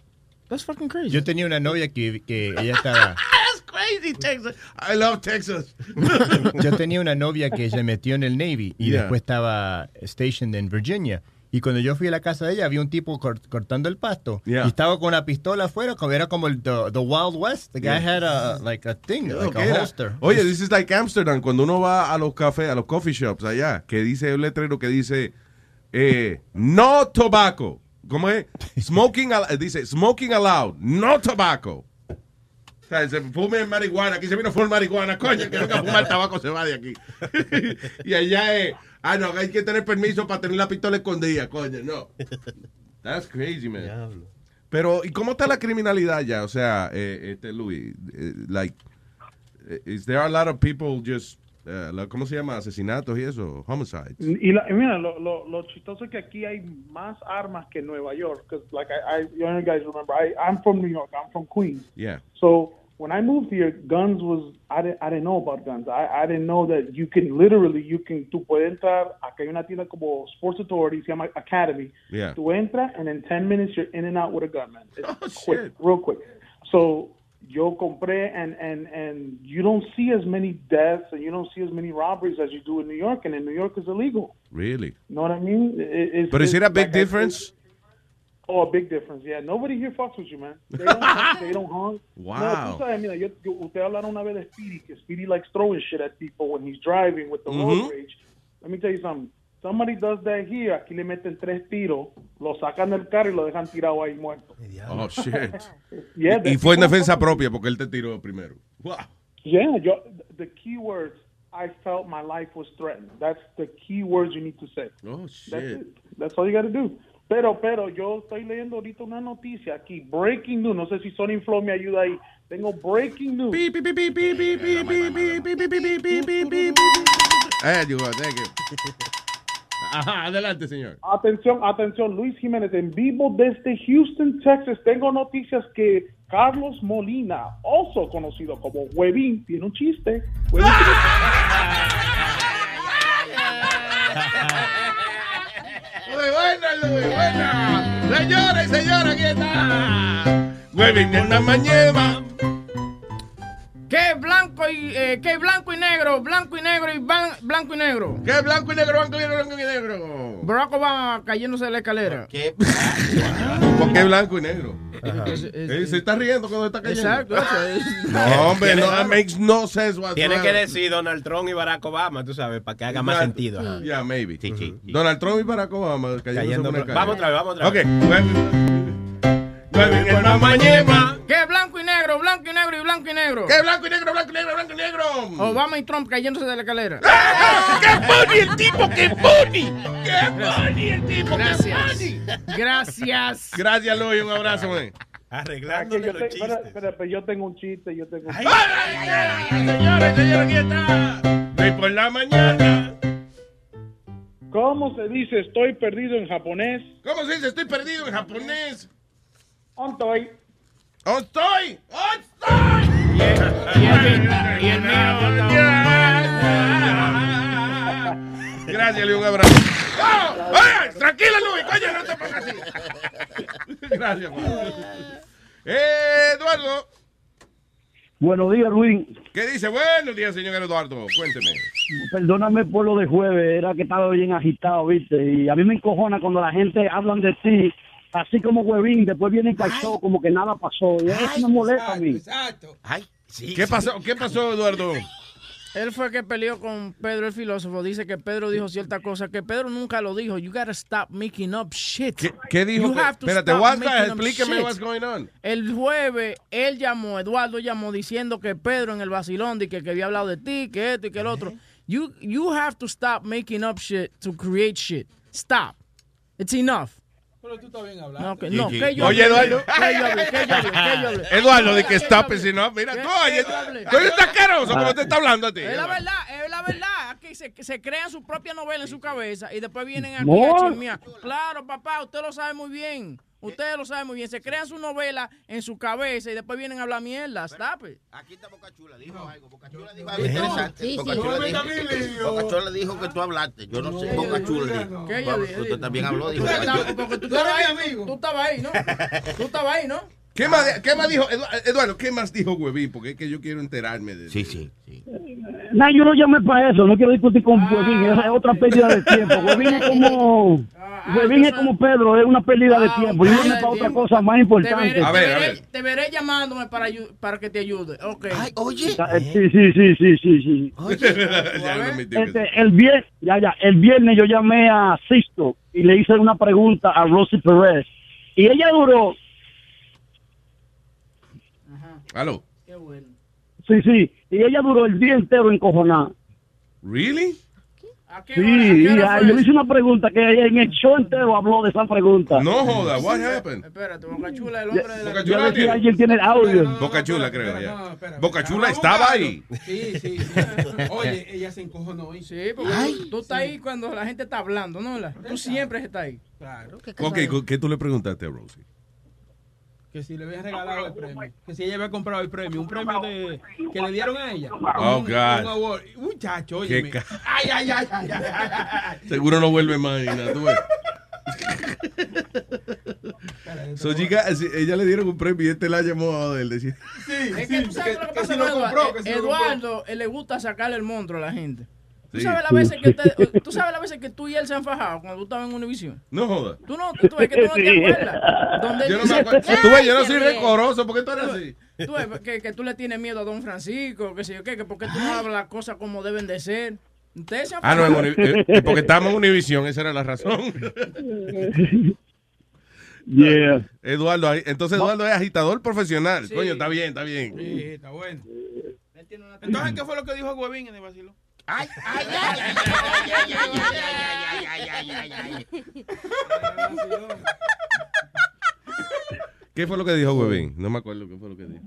Speaker 9: That's fucking crazy.
Speaker 14: Yo tenía una novia que, que ella estaba...
Speaker 7: That's crazy, Texas. I love Texas.
Speaker 14: Yo tenía una novia que se metió en el Navy y
Speaker 7: Yeah.
Speaker 14: después estaba stationed en Virginia. Y cuando yo fui a la casa de ella, había un tipo cort- cortando el pasto.
Speaker 7: Yeah.
Speaker 14: Y estaba con una pistola afuera, como era como el the, the Wild West. The guy
Speaker 7: Yeah.
Speaker 14: had a, like a thing, like
Speaker 7: Lo que
Speaker 14: a
Speaker 7: era.
Speaker 14: holster.
Speaker 7: Oye, this is like Amsterdam, cuando uno va a los cafés, a los coffee shops allá, que dice el letrero que dice eh, no tobacco. ¿Cómo es? Smoking al- dice smoking allowed, no tobacco. O sea, se fume marihuana, aquí se vino a fumar marihuana, coño, el que venga a fumar tabaco se va de aquí. y allá es, ah, no, hay que tener permiso para tener la pistola escondida, coño, no. That's crazy, man. Pero, ¿y cómo está la criminalidad ya? O sea, eh, este Luis, eh, like, eh, is there a lot of people just, eh, la- ¿cómo se llama? Asesinatos y eso, homicides.
Speaker 3: Y, la- y mira, lo, lo, lo chistoso es que aquí hay más armas que en Nueva York. Because, like, I, I, you know, you guys remember, I, I'm from New York, I'm from Queens.
Speaker 7: Yeah.
Speaker 3: So when I moved here, guns was I didn't I didn't know about guns. I, I didn't know that you can literally you can tú puedes entrar acá hay una tienda como Sports Authority se llama Academy.
Speaker 7: Yeah. Oh,
Speaker 3: Tú entras and in 10 minutes you're in and out with a gun, man. It's quick, real quick. So yo compré and and and you don't see as many deaths and you don't see as many robberies as you do in New York and in New York is illegal.
Speaker 7: Really?
Speaker 3: You know what I mean? It- it- it's-
Speaker 7: But is it a
Speaker 3: it's
Speaker 7: big
Speaker 3: like I-
Speaker 7: difference?
Speaker 3: Oh, a big difference, yeah. Nobody here fucks with you, man. They don't, they don't honk. No,
Speaker 7: Wow.
Speaker 3: tú sabes, mira, yo, yo, usted hablaron una vez de Speedy, que Speedy likes throwing shit at people when he's driving with the
Speaker 7: Mhm.
Speaker 3: road rage. Let me tell you something. Somebody does that here, aquí le meten tres tiros, lo sacan del carro y lo dejan tirado ahí muerto.
Speaker 7: Oh, shit.
Speaker 3: Yeah,
Speaker 7: y, y
Speaker 3: that's-
Speaker 7: fue en defensa propia porque él te tiró primero.
Speaker 3: Yeah, yo, the key words, I felt my life was threatened. That's the key words you need to say.
Speaker 7: Oh,
Speaker 3: That's
Speaker 7: shit.
Speaker 3: it. That's all you gotta do. Pero, pero, yo estoy leyendo ahorita una noticia aquí, breaking news. No sé si Sony Flow me ayuda ahí. Tengo breaking news.
Speaker 7: Eh, you go, thank you. Ajá, adelante, señor.
Speaker 3: Atención, atención, Luis Jiménez, en vivo desde Houston, Texas. Tengo noticias que Carlos Molina, also conocido como Huevín, tiene un chiste. Huevín tiene-
Speaker 16: Muy buena, muy buena. Señores, señores, aquí está.
Speaker 7: Huevín en la mañana.
Speaker 9: ¿Qué blanco y eh, qué blanco y negro, blanco y negro y ban- blanco y negro?
Speaker 7: ¿Qué blanco y negro, blanco y negro, blanco y negro?
Speaker 9: Barack Obama cayéndose de la escalera.
Speaker 1: ¿Qué?
Speaker 7: ¿Por qué blanco y negro?
Speaker 9: Es- es-
Speaker 7: Eh, se está riendo cuando está cayendo.
Speaker 9: Exacto.
Speaker 7: No, hombre, no, that makes no sense whatsoever.
Speaker 12: Tiene que decir Donald Trump y Barack Obama, tú sabes, para que haga más
Speaker 7: Exacto.
Speaker 12: sentido. ajá.
Speaker 7: Yeah, maybe. Donald Trump y Barack Obama cayendo
Speaker 12: Cayendo
Speaker 7: en una
Speaker 12: bra-
Speaker 7: calle.
Speaker 12: Vamos otra vez, vamos otra
Speaker 7: Ok. Huevín en la mañana.
Speaker 9: ¿Qué blanco y negro, blanco y negro y blanco y negro?
Speaker 7: ¿Qué blanco y negro, blanco y negro, blanco y negro? ¡Ah!
Speaker 9: Obama y Trump cayéndose de la escalera.
Speaker 16: ¡Qué funny el tipo, qué funny! ¡Qué funny el tipo,
Speaker 9: Gracias.
Speaker 16: qué funny!
Speaker 9: Gracias.
Speaker 7: Gracias, Luis. Un abrazo, eh. man.
Speaker 3: Aquí yo te- espera, espera, pero yo tengo un chiste, yo tengo un chiste.
Speaker 7: Señores, señores, aquí está. Luis por la mañana.
Speaker 3: ¿Cómo se dice estoy perdido en japonés?
Speaker 7: ¿Cómo se dice? Estoy perdido en japonés.
Speaker 3: Ontoy.
Speaker 7: ¡Ontoy!
Speaker 9: Y el
Speaker 7: Gracias, Luis. Un abrazo. ¡Oh! ¡Ay! ¡Tranquilo, Luis! ¡Coño, no te pongas así! Gracias, man. Eh, Eduardo.
Speaker 17: Buenos días, Luis.
Speaker 7: ¿Qué dice? Buenos días, señor Eduardo. Cuénteme.
Speaker 17: Perdóname por lo de jueves, era que estaba bien agitado, ¿viste? Y a mí me encojona cuando la gente hablan de ti, así como huevín, después viene y cachó, como que nada pasó. Y eso me molesta a mí.
Speaker 7: ¿Qué pasó? ¿Qué pasó, Eduardo?
Speaker 9: Él fue que peleó con Pedro el filósofo. Dice que Pedro dijo cierta cosa que Pedro nunca lo dijo. You gotta stop making up shit. ¿Qué,
Speaker 7: qué dijo que- espérate, what's that? Explíqueme what's going on.
Speaker 9: El jueves él llamó, Eduardo llamó diciendo que Pedro en el vacilón de que, que había hablado de ti, que esto y que el otro. You, you have to stop making up shit to create shit. Stop. It's enough.
Speaker 4: Pero tú estás bien hablando.
Speaker 9: No, que, no, que yo
Speaker 7: Oye,
Speaker 9: hablé,
Speaker 7: Eduardo.
Speaker 9: que yo hablé, que yo hablé, que yo hablé.
Speaker 7: Eduardo, de que
Speaker 9: yo
Speaker 7: stop
Speaker 9: hablé.
Speaker 7: si no. Mira,
Speaker 9: Que-
Speaker 7: tú,
Speaker 9: que
Speaker 7: oye,
Speaker 9: yo hablé.
Speaker 7: tú eres tacaroso como te está hablando a ti.
Speaker 9: Es la verdad, es la verdad. Aquí se, se crean su propia novela en su cabeza y después vienen aquí
Speaker 7: No.
Speaker 9: a chismear. Claro, papá, usted lo sabe muy bien. Usted lo sabe muy bien. Se crean su novela en su cabeza y después vienen a hablar mierda. Stop it.
Speaker 8: Algo interesante.
Speaker 9: Sí, sí.
Speaker 8: Boca Chula dijo- Boca Chula dijo que tú hablaste. Yo no sé. Boca Chula dijo.
Speaker 9: ¿Qué ella
Speaker 8: Boca-
Speaker 9: dijo?
Speaker 8: Usted también habló. Dijo.
Speaker 9: Porque
Speaker 8: Boca
Speaker 9: estaba-
Speaker 8: Chula.
Speaker 9: porque tú estabas ahí, tú estabas ahí, ¿no? Tú estabas ahí, ¿no?
Speaker 7: ¿Qué más, ¿Qué más dijo, Edu- Eduardo, qué más dijo Huevín? Porque es que yo quiero enterarme de Sí,
Speaker 8: sí.
Speaker 2: Nah, yo no llamé para eso, no quiero discutir
Speaker 9: Ah.
Speaker 2: con Huevín, esa es otra pérdida de tiempo. Huevín es como, Huevín es como Pedro, es una ah. pérdida de tiempo. Yo llamé para otra cosa más importante.
Speaker 9: Te veré- Te veré llamándome para, ayu- para que te ayude. Ok.
Speaker 8: oye.
Speaker 2: eh, Sí, sí, sí, sí, sí, sí. Este, el viernes, ya, ya, el viernes yo llamé a Sisto y le hice una pregunta a Rosy Pérez. Y ella duró,
Speaker 7: ¿Aló?
Speaker 2: sí, sí, y ella duró el día entero encojonada.
Speaker 7: ¿Really?
Speaker 2: Sí, y, ah, yo le hice una pregunta que ella en el show entero habló de esa pregunta.
Speaker 7: No joda, what happened?
Speaker 9: Espérate, Boca Chula, el hombre de la...
Speaker 7: Boca
Speaker 2: Yo
Speaker 7: Chula
Speaker 2: le
Speaker 7: tiene-
Speaker 2: alguien tiene el audio.
Speaker 7: Boca Chula, creo, ya.
Speaker 9: Ah,
Speaker 7: Boca Chula estaba ahí.
Speaker 4: Sí, sí, sí. Oye, ella se encojonó hoy.
Speaker 9: Sí, porque tú, tú estás ahí cuando la gente está hablando, ¿no? La- tú siempre estás ahí.
Speaker 4: Claro.
Speaker 7: Ok, ¿qué tú le preguntaste a Rosie?
Speaker 4: Que si le habían regalado el premio. Que si ella había comprado el premio. Un premio de, que le dieron a ella.
Speaker 7: Oh,
Speaker 4: Un-
Speaker 7: God.
Speaker 4: Un award. Muchacho,
Speaker 7: Qué
Speaker 4: oye.
Speaker 7: ca-
Speaker 4: Ay, ay, ay, ay, ay, ay, ay.
Speaker 7: Seguro no vuelve más, nada, tú ves. So, chica, si- ella le dieron un premio y este la llamó a él. Decía,
Speaker 9: es que tú sabes lo que
Speaker 4: que
Speaker 9: pasa
Speaker 4: si
Speaker 9: con
Speaker 4: lo
Speaker 9: Eduardo.
Speaker 4: compró, que si lo
Speaker 9: Eduardo eh, le gusta sacarle el monstruo a la gente. ¿Tú
Speaker 7: Sí.
Speaker 9: sabes, las veces que usted- tú sabes las veces que tú y él se han fajado cuando tú estabas en Univision?
Speaker 7: no joda.
Speaker 9: Tú no, tú, es que tú no te
Speaker 7: Sí.
Speaker 9: acuerdas. Donde él
Speaker 7: Yo no
Speaker 9: dice-
Speaker 7: me acuerdo.
Speaker 9: Ay,
Speaker 7: Tú ves, yo no
Speaker 9: qué
Speaker 7: soy
Speaker 9: bien.
Speaker 7: recoroso, ¿por qué tú eres así?
Speaker 9: Tú ves que, que tú le tienes miedo a Don Francisco, que sé yo qué, que porque tú no hablas las cosas como deben de ser. Ustedes se han
Speaker 7: Ah, no, en
Speaker 9: fajado.
Speaker 7: Uni- eh, eh, porque estábamos en Univision, esa era la razón.
Speaker 2: Yeah.
Speaker 7: Eduardo, ahí- entonces Eduardo es agitador profesional.
Speaker 4: Sí.
Speaker 7: Coño, está bien, está bien.
Speaker 4: Sí, está bueno. Entonces, ¿qué fue lo que dijo Huevín en el vacilo? Ay, ay, ay, ay, ay, ay, ay, ay, ay, ay, ay, ay.
Speaker 7: ¿Qué fue lo que dijo Huevín? No me acuerdo qué fue lo que dijo.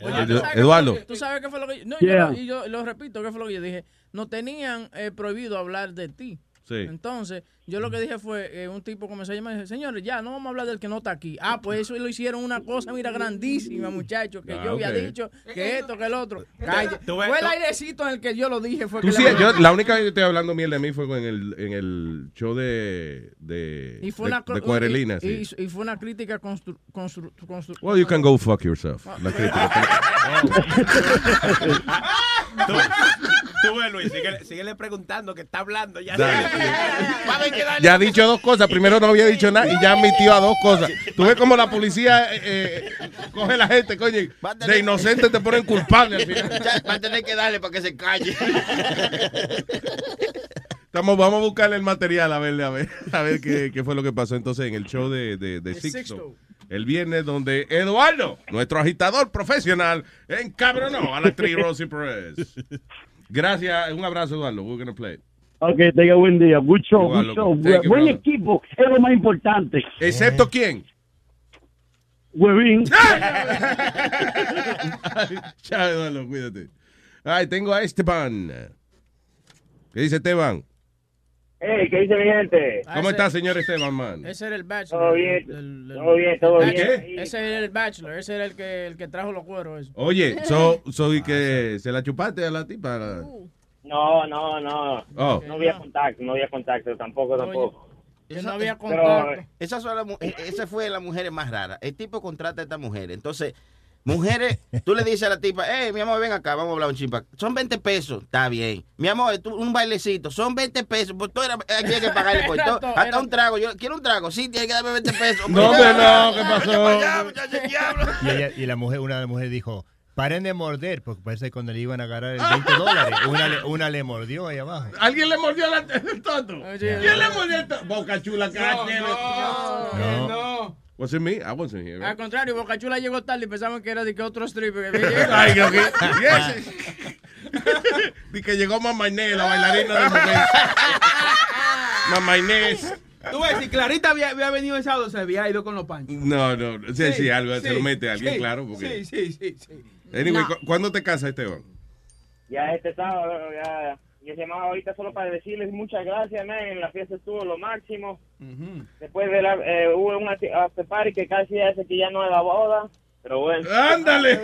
Speaker 9: Oye, ¿tú sabes qué
Speaker 7: Eduardo.
Speaker 9: fue lo que- ¿Tú sabes qué fue lo que yo, no,
Speaker 7: Yeah.
Speaker 9: yo, y yo lo repito, qué fue lo que yo dije? No tenían eh, prohibido hablar de ti.
Speaker 7: Sí.
Speaker 9: Entonces, yo lo que dije fue, eh, un tipo comenzó a llamar y dije, señores, ya, no vamos a hablar del que no está aquí. Ah, pues eso lo hicieron una cosa, mira, grandísima, muchachos, que
Speaker 7: Ah,
Speaker 9: yo
Speaker 7: ok.
Speaker 9: había dicho,
Speaker 4: Eh,
Speaker 9: que esto, que el otro. Calle.
Speaker 4: Tú ves,
Speaker 9: Fue el
Speaker 4: tú-
Speaker 9: airecito en el que yo lo dije. Fue
Speaker 7: Tú
Speaker 9: que
Speaker 7: sí,
Speaker 9: la-
Speaker 7: yo, la única vez que estoy hablando miel de mí fue en el, en el show de, de,
Speaker 9: y fue
Speaker 7: de,
Speaker 9: una cro-
Speaker 7: de Cuadrelina.
Speaker 9: y-
Speaker 7: sí.
Speaker 9: y, y fue una crítica constru, constru- constru- Ah.
Speaker 7: Well, you can go fuck yourself. La crítica.
Speaker 12: Tú ves, Luis, síguele, síguele preguntando que está hablando ya.
Speaker 7: Dale.
Speaker 12: Va a ver que dale.
Speaker 7: ya ha dicho dos cosas. Primero no había dicho nada y ya admitió a dos cosas. Tú ves como la policía eh, eh, coge a la gente, coño, y de inocente te ponen culpable al final.
Speaker 8: Ya, Va a tener que darle para que se calle.
Speaker 7: Estamos, vamos a buscarle el material a ver, a ver, a ver qué, qué fue lo que pasó entonces en el show de, de, de
Speaker 9: De Sixto.
Speaker 7: Sixto. El viernes donde Eduardo, nuestro agitador profesional, encabronó a la actriz Rosie Perez. Gracias, un abrazo Eduardo. We're gonna play.
Speaker 2: Ok, tenga buen día. Good show,
Speaker 7: Igual, loco.
Speaker 2: good show.
Speaker 7: Thank you,
Speaker 2: Buen
Speaker 7: brother.
Speaker 2: equipo, es lo más importante.
Speaker 7: ¿Excepto quién?
Speaker 2: Huevín.
Speaker 7: Chao Eduardo, cuídate. Ay, tengo a Esteban. ¿Qué dice Esteban?
Speaker 18: Hey, ¿qué dice mi gente?
Speaker 7: ¿Cómo está, señor Esteban, man?
Speaker 9: Ese era el bachelor.
Speaker 18: Todo
Speaker 9: el-
Speaker 18: bien,
Speaker 9: el- el-
Speaker 18: todo bien, todo
Speaker 9: el
Speaker 18: bien.
Speaker 9: bachelor. Ese era el bachelor, ese era el que, el que trajo los cueros. ese.
Speaker 7: Oye, so, soy que se la chupaste a la tipa.
Speaker 18: No, no, no.
Speaker 7: Oh.
Speaker 18: No había contacto, no había contacto, tampoco, tampoco.
Speaker 9: Que no había
Speaker 18: Pero-
Speaker 9: contacto.
Speaker 8: Esa, fue la mu- eh, esa fue la mujer más rara. El tipo contrata a esta mujer. Entonces, mujeres, tú le dices a la tipa, hey, mi amor, ven acá, vamos a hablar un chimpa. Son 20 pesos, está bien. Mi amor, tú- un bailecito, son 20 pesos. Pues tú eras- eh, tienes que pagarle por
Speaker 9: Era
Speaker 8: todo.
Speaker 9: todo,
Speaker 8: Hasta
Speaker 9: era-
Speaker 8: un trago, yo quiero un trago, sí, tienes que darme 20 pesos. pues.
Speaker 7: No, hombre, no, ¿qué pasó?
Speaker 8: Ya, muchacho, diablo.
Speaker 14: Y, ella- y la mujer, una de las mujeres dijo, Paren de morder, porque parece que cuando le iban a agarrar el 20 dólares, una le, una le mordió ahí abajo.
Speaker 16: ¿Alguien le mordió la- el tonto?
Speaker 14: yeah.
Speaker 16: ¿Quién le mordió el tonto? Boca chula,
Speaker 9: No, no,
Speaker 7: No.
Speaker 9: no.
Speaker 7: Was it me? I wasn't here.
Speaker 9: Al contrario, Boca Chula llegó tarde y pensaban que era de que Ah, otro stripper.
Speaker 7: Ay, yo que- Yes. Di que llegó Mamá Inés, la bailarina de Mamá Mamá Inés.
Speaker 4: Tú ves, si Clarita había, había venido el sábado, se había ido con los panchos.
Speaker 7: No, no, sí, sí, algo, se lo mete a alguien,
Speaker 4: sí,
Speaker 7: claro. Porque...
Speaker 4: Sí, sí, sí. sí.
Speaker 7: Anyway,
Speaker 4: No.
Speaker 7: ¿cu- ¿cuándo te casas, Esteban?
Speaker 19: Ya este sábado, ya. Yo llamaba ahorita solo para decirles muchas gracias, man. En la fiesta estuvo lo máximo. Después de la, eh, hubo un ati- after party que casi hace que ya no es la boda. Pero bueno.
Speaker 16: ¡Ándale!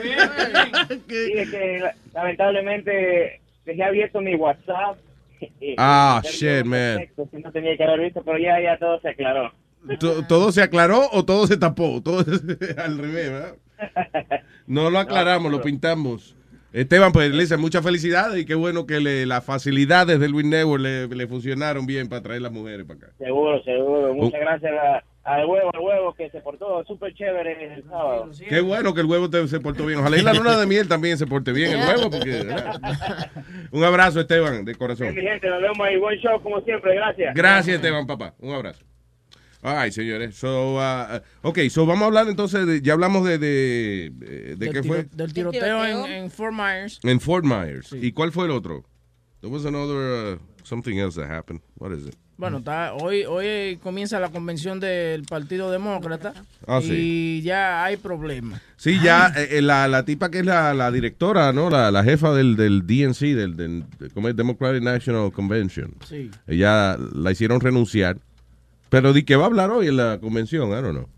Speaker 19: Dije que la- lamentablemente dejé abierto mi WhatsApp.
Speaker 7: Ah,
Speaker 19: Ya
Speaker 7: shit, man.
Speaker 19: perfecto, que No tenía que haber visto, pero ya, ya todo se aclaró.
Speaker 7: To- ¿Todo se aclaró o todo se tapó? Todo al revés, ¿verdad? No lo aclaramos, lo pintamos. Esteban, pues Lisa, muchas felicidades y qué bueno que le- las facilidades de Luis Network le, le funcionaron bien para traer las mujeres para acá.
Speaker 19: Seguro, seguro. Muchas
Speaker 7: Oh.
Speaker 19: gracias a- al huevo, al huevo que se portó súper chévere el sábado.
Speaker 7: Qué bueno que el huevo te- se portó bien. Ojalá y la luna de miel también se porte bien, el huevo, porque... ¿verdad? Un abrazo, Esteban, de corazón.
Speaker 19: Mi gente, nos vemos ahí. Buen show, como siempre. Gracias.
Speaker 7: Gracias, Esteban, papá. Un abrazo. Ay, señores. So, ah, ok, so vamos a hablar entonces, de- ya hablamos de... ¿De, eh, de qué fue?
Speaker 9: Del tiroteo en, en Fort Myers.
Speaker 7: En Fort Myers. ¿Y cuál fue el otro? There was another uh, something else that happened. What is it?
Speaker 9: Bueno, está, hoy, hoy comienza la convención del Partido Demócrata
Speaker 7: Ah,
Speaker 9: y
Speaker 7: sí.
Speaker 9: ya hay problemas.
Speaker 7: Sí, ya eh, eh, la, la tipa que es la, la directora, ¿no? La, la jefa del, del DNC, del, del ¿cómo es? Democratic National Convention.
Speaker 9: Sí.
Speaker 7: Ella la hicieron renunciar. Pero di que va a hablar hoy en la convención, I don't know.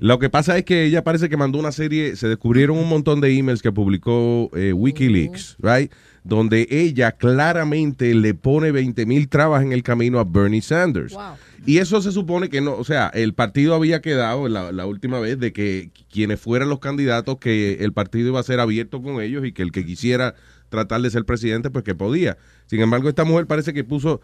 Speaker 7: Lo que pasa es que ella parece que mandó una serie, se descubrieron un montón de emails que publicó eh, Wikileaks, right? Donde ella claramente le pone 20 mil trabas en el camino a Bernie Sanders. Y eso se supone que no, o sea, el partido había quedado la, la última vez de que quienes fueran los candidatos, que el partido iba a ser abierto con ellos y que el que quisiera tratar de ser presidente, pues que podía. Sin embargo, esta mujer parece que puso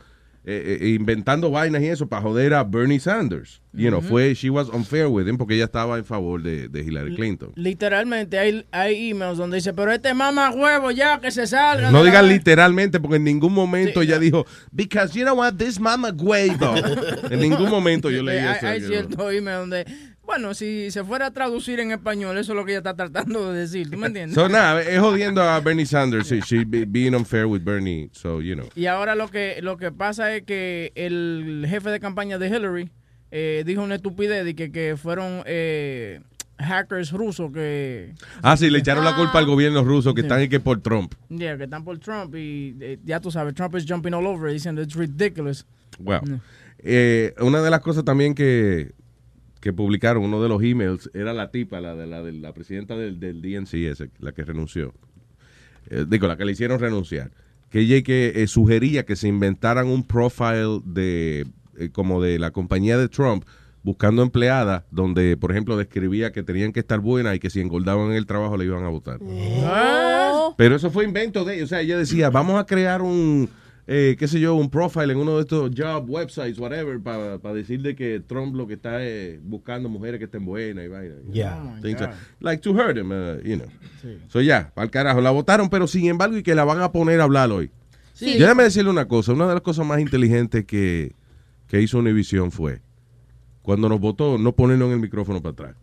Speaker 7: eh, eh, inventando vainas y eso para joder a Bernie Sanders. You know, fue, she was unfair with him porque ella estaba en favor de, de Hillary Clinton.
Speaker 9: Literalmente hay, hay emails donde dice, pero este mamá huevo ya que se salga.
Speaker 7: No
Speaker 9: de la-
Speaker 7: digan literalmente porque en ningún momento ella dijo, because you know what, this mama huevo. en ningún momento yo leí
Speaker 9: Eh, hay,
Speaker 7: eso.
Speaker 9: hay
Speaker 7: you know.
Speaker 9: cierto email donde, bueno, si se fuera a traducir en español, eso es lo que ella está tratando de decir, ¿tú me entiendes? Ah,
Speaker 7: So, nada, es jodiendo a Bernie Sanders. She, she be- being unfair with Bernie, so, you know.
Speaker 9: Y ahora lo que lo que pasa es que el jefe de campaña de Hillary eh, dijo una estupidez de que, que fueron eh, hackers rusos que,
Speaker 7: Ah, sí, le echaron la culpa al gobierno ruso que están y que por Trump.
Speaker 9: yeah, que están por Trump y eh, ya tú sabes, Trump is jumping all over diciendo it's ridiculous. Mm.
Speaker 7: Wow. Eh, una de las cosas también que, que publicaron, uno de los emails, era la tipa, la de la, de la presidenta del, del DNC, ese, la que renunció. Eh, digo, la que le hicieron renunciar. Que ella y que eh, sugería que se inventaran un profile de eh, como de la compañía de Trump buscando empleadas donde, por ejemplo, describía que tenían que estar buenas y que si engordaban en el trabajo le iban a votar. Pero eso fue invento de ellos. O sea, ella decía, vamos a crear un, eh, qué sé yo, un profile en uno de estos job websites, whatever, para decir de que Trump lo que está es buscando mujeres que estén buenas y vaina.
Speaker 16: Yeah. Oh, my
Speaker 7: Things
Speaker 16: God.
Speaker 7: like- like to hurt him, uh, you know.
Speaker 16: Sí.
Speaker 7: So, ya, al carajo. La votaron, pero sin embargo, y que la van a poner a hablar hoy.
Speaker 16: Sí.
Speaker 7: Y Déjame decirle una cosa. Una de las cosas más inteligentes que, que hizo Univision fue, cuando nos votó, no ponernos en el micrófono para atrás.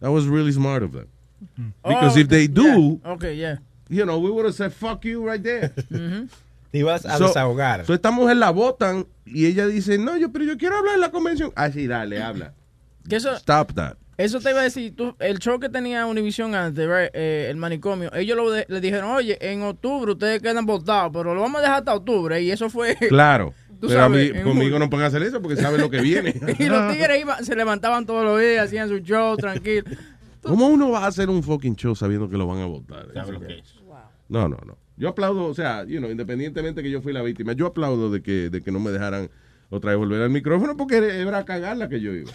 Speaker 7: That was really smart of them. Because
Speaker 9: Oh,
Speaker 7: if they do,
Speaker 9: Okay, yeah.
Speaker 7: you know, we would have said fuck you right there.
Speaker 12: Te ibas a
Speaker 7: So-
Speaker 12: desahogar.
Speaker 7: so esta mujer la votan y ella dice, no, yo, pero yo quiero hablar en la convención. Ah, sí, dale, habla.
Speaker 9: Que eso
Speaker 7: Stop that.
Speaker 9: Eso te iba a decir, tú, el show que tenía Univision antes, right, eh, el manicomio, ellos lo de- le dijeron, oye, en octubre ustedes quedan votados, pero lo vamos a dejar hasta octubre, y eso fue...
Speaker 7: Claro.
Speaker 9: Eh, Tú
Speaker 7: Pero
Speaker 9: sabes,
Speaker 7: a mí,
Speaker 9: en
Speaker 7: conmigo
Speaker 9: julio.
Speaker 7: no pueden hacer eso porque saben lo que viene.
Speaker 9: y los tigres iban, se levantaban todos los días, hacían su show, tranquilo.
Speaker 7: ¿Cómo uno va a hacer un fucking show sabiendo que lo van a votar? No, no, no. Yo aplaudo, o sea, you know, independientemente que yo fui la víctima, yo aplaudo de que, de que no me dejaran otra vez volver al micrófono porque era- era a cagarla que yo iba.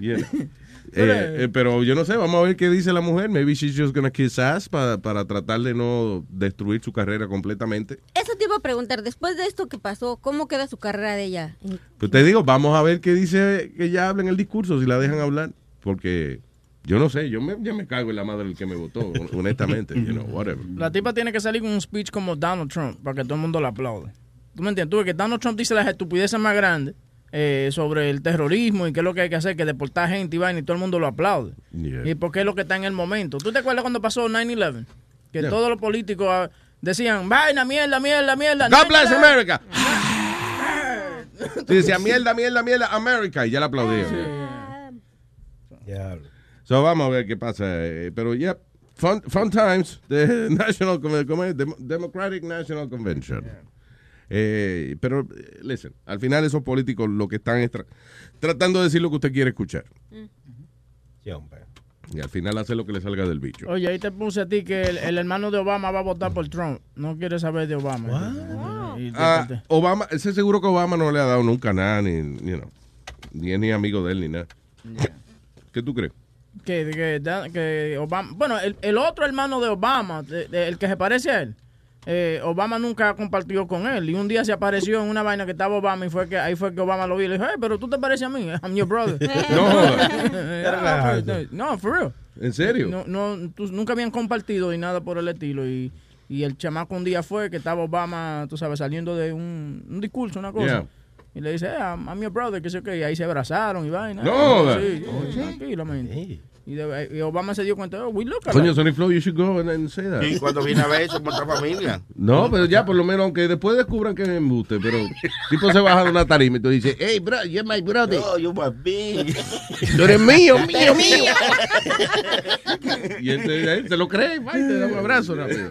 Speaker 7: You know. Eh, eh, pero yo no sé, vamos a ver qué dice la mujer. Maybe she's just gonna kiss ass pa- para tratar de no destruir su carrera completamente.
Speaker 10: Eso te iba a preguntar, después de esto que pasó, ¿cómo queda su carrera de ella?
Speaker 7: Pues te digo, vamos a ver qué dice que ya habla en el discurso, si la dejan hablar. Porque Yo no sé, yo me, yo me cago en la madre del que me votó, honestamente, you know, whatever.
Speaker 9: La tipa tiene que salir con un speech como Donald Trump para que todo el mundo la aplaude. ¿Tú me entiendes? Tú ves que Donald Trump dice las estupideces más grandes eh, sobre el terrorismo y qué es lo que hay que hacer, que deportar gente y vaina y todo el mundo lo aplaude.
Speaker 7: Yeah.
Speaker 9: Y porque es lo que está en el momento. ¿Tú te acuerdas cuando pasó 9-11? Que
Speaker 7: Yeah.
Speaker 9: todos los políticos ah, decían, vaina, mierda, mierda, mierda.
Speaker 7: God
Speaker 9: 9/11.
Speaker 7: bless America. Y decía, mierda, mierda, mierda, America. Y ya la aplaudían. So, vamos a ver qué pasa. eh, Pero, yep, fun, fun times. The National, Conve- ¿cómo es? Dem- Democratic National Convention. Eh, pero, eh, listen, al final esos políticos lo que están es tra- tratando de decir lo que usted quiere escuchar. Y al final hace lo que le salga del bicho.
Speaker 9: Oye, ahí te puse a ti que el, el hermano de Obama va a votar por Trump. No quiere saber de Obama. Y- y-
Speaker 7: Ah, Obama, ese seguro que Obama no le ha dado nunca nada, ni, you know, ni es ni amigo de él, ni nada. ¿Qué tú crees?
Speaker 9: que, que, da- que Obama. Bueno, el, el otro hermano de Obama, de- de- el que se parece a él, eh, Obama nunca compartió con él. Y un día se apareció en una vaina que estaba Obama y fue que ahí fue que Obama lo vio y le dijo, hey, pero tú te pareces a mí, I'm your brother.
Speaker 7: No jodas.
Speaker 9: Ah, pues, no, no, for real.
Speaker 7: ¿En serio?
Speaker 9: No, no, tú- nunca habían compartido y nada por el estilo. Y, y el chamaco un día fue que estaba Obama, tú sabes, saliendo de un, un discurso, una cosa.
Speaker 7: Yeah.
Speaker 9: Y le dice, hey, I'm, I'm your brother, que sé yo qué. Y ahí se abrazaron y vaina.
Speaker 7: No jodas.
Speaker 9: Sí, sí, tranquilamente. Y, de- y Obama se dio cuenta, oh, we look alike.
Speaker 7: Coño, Sonny Flow, you should go and, and say that.
Speaker 1: Y cuando viene a ver, somos otra familia.
Speaker 7: No, pero ya por lo menos, aunque después descubran que es embuste, pero tipo se baja de una tarima y tú dices, hey, bro, you're my brother.
Speaker 1: Oh, you my big.
Speaker 7: tú eres mío, mío, mío. Y él te, él te lo cree, va, y te da un abrazo rápido.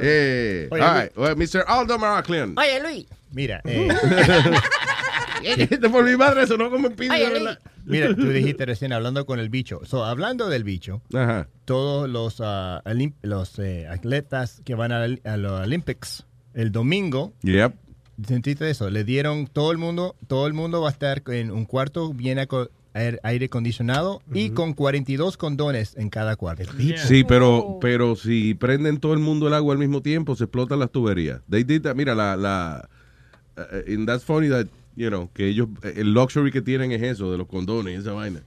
Speaker 7: Eh,
Speaker 14: Oye,
Speaker 7: all right, well, Mr. Aldo Maraclian.
Speaker 14: Oye, Luis. Mira, eh,
Speaker 7: por mi madre eso no como pizza,
Speaker 14: Oye,
Speaker 7: ¿verdad?
Speaker 14: Mira, tú dijiste recién hablando con el bicho. So, hablando del bicho,
Speaker 7: Ajá.
Speaker 14: todos los, ah, olim- los eh, atletas que van a, a los Olympics el domingo,
Speaker 7: Yep.
Speaker 14: ¿sentiste eso? Le dieron todo el mundo, todo el mundo va a estar en un cuarto bien aco- aire aire acondicionado y con 42 condones en cada cuarto.
Speaker 7: Sí, pero, pero si prenden todo el mundo el agua al mismo tiempo, se explotan las tuberías. They did that. Mira, la, la eh, and that's funny that, you know, que ellos, eh, el luxury que tienen es eso, de los condones y esa vaina.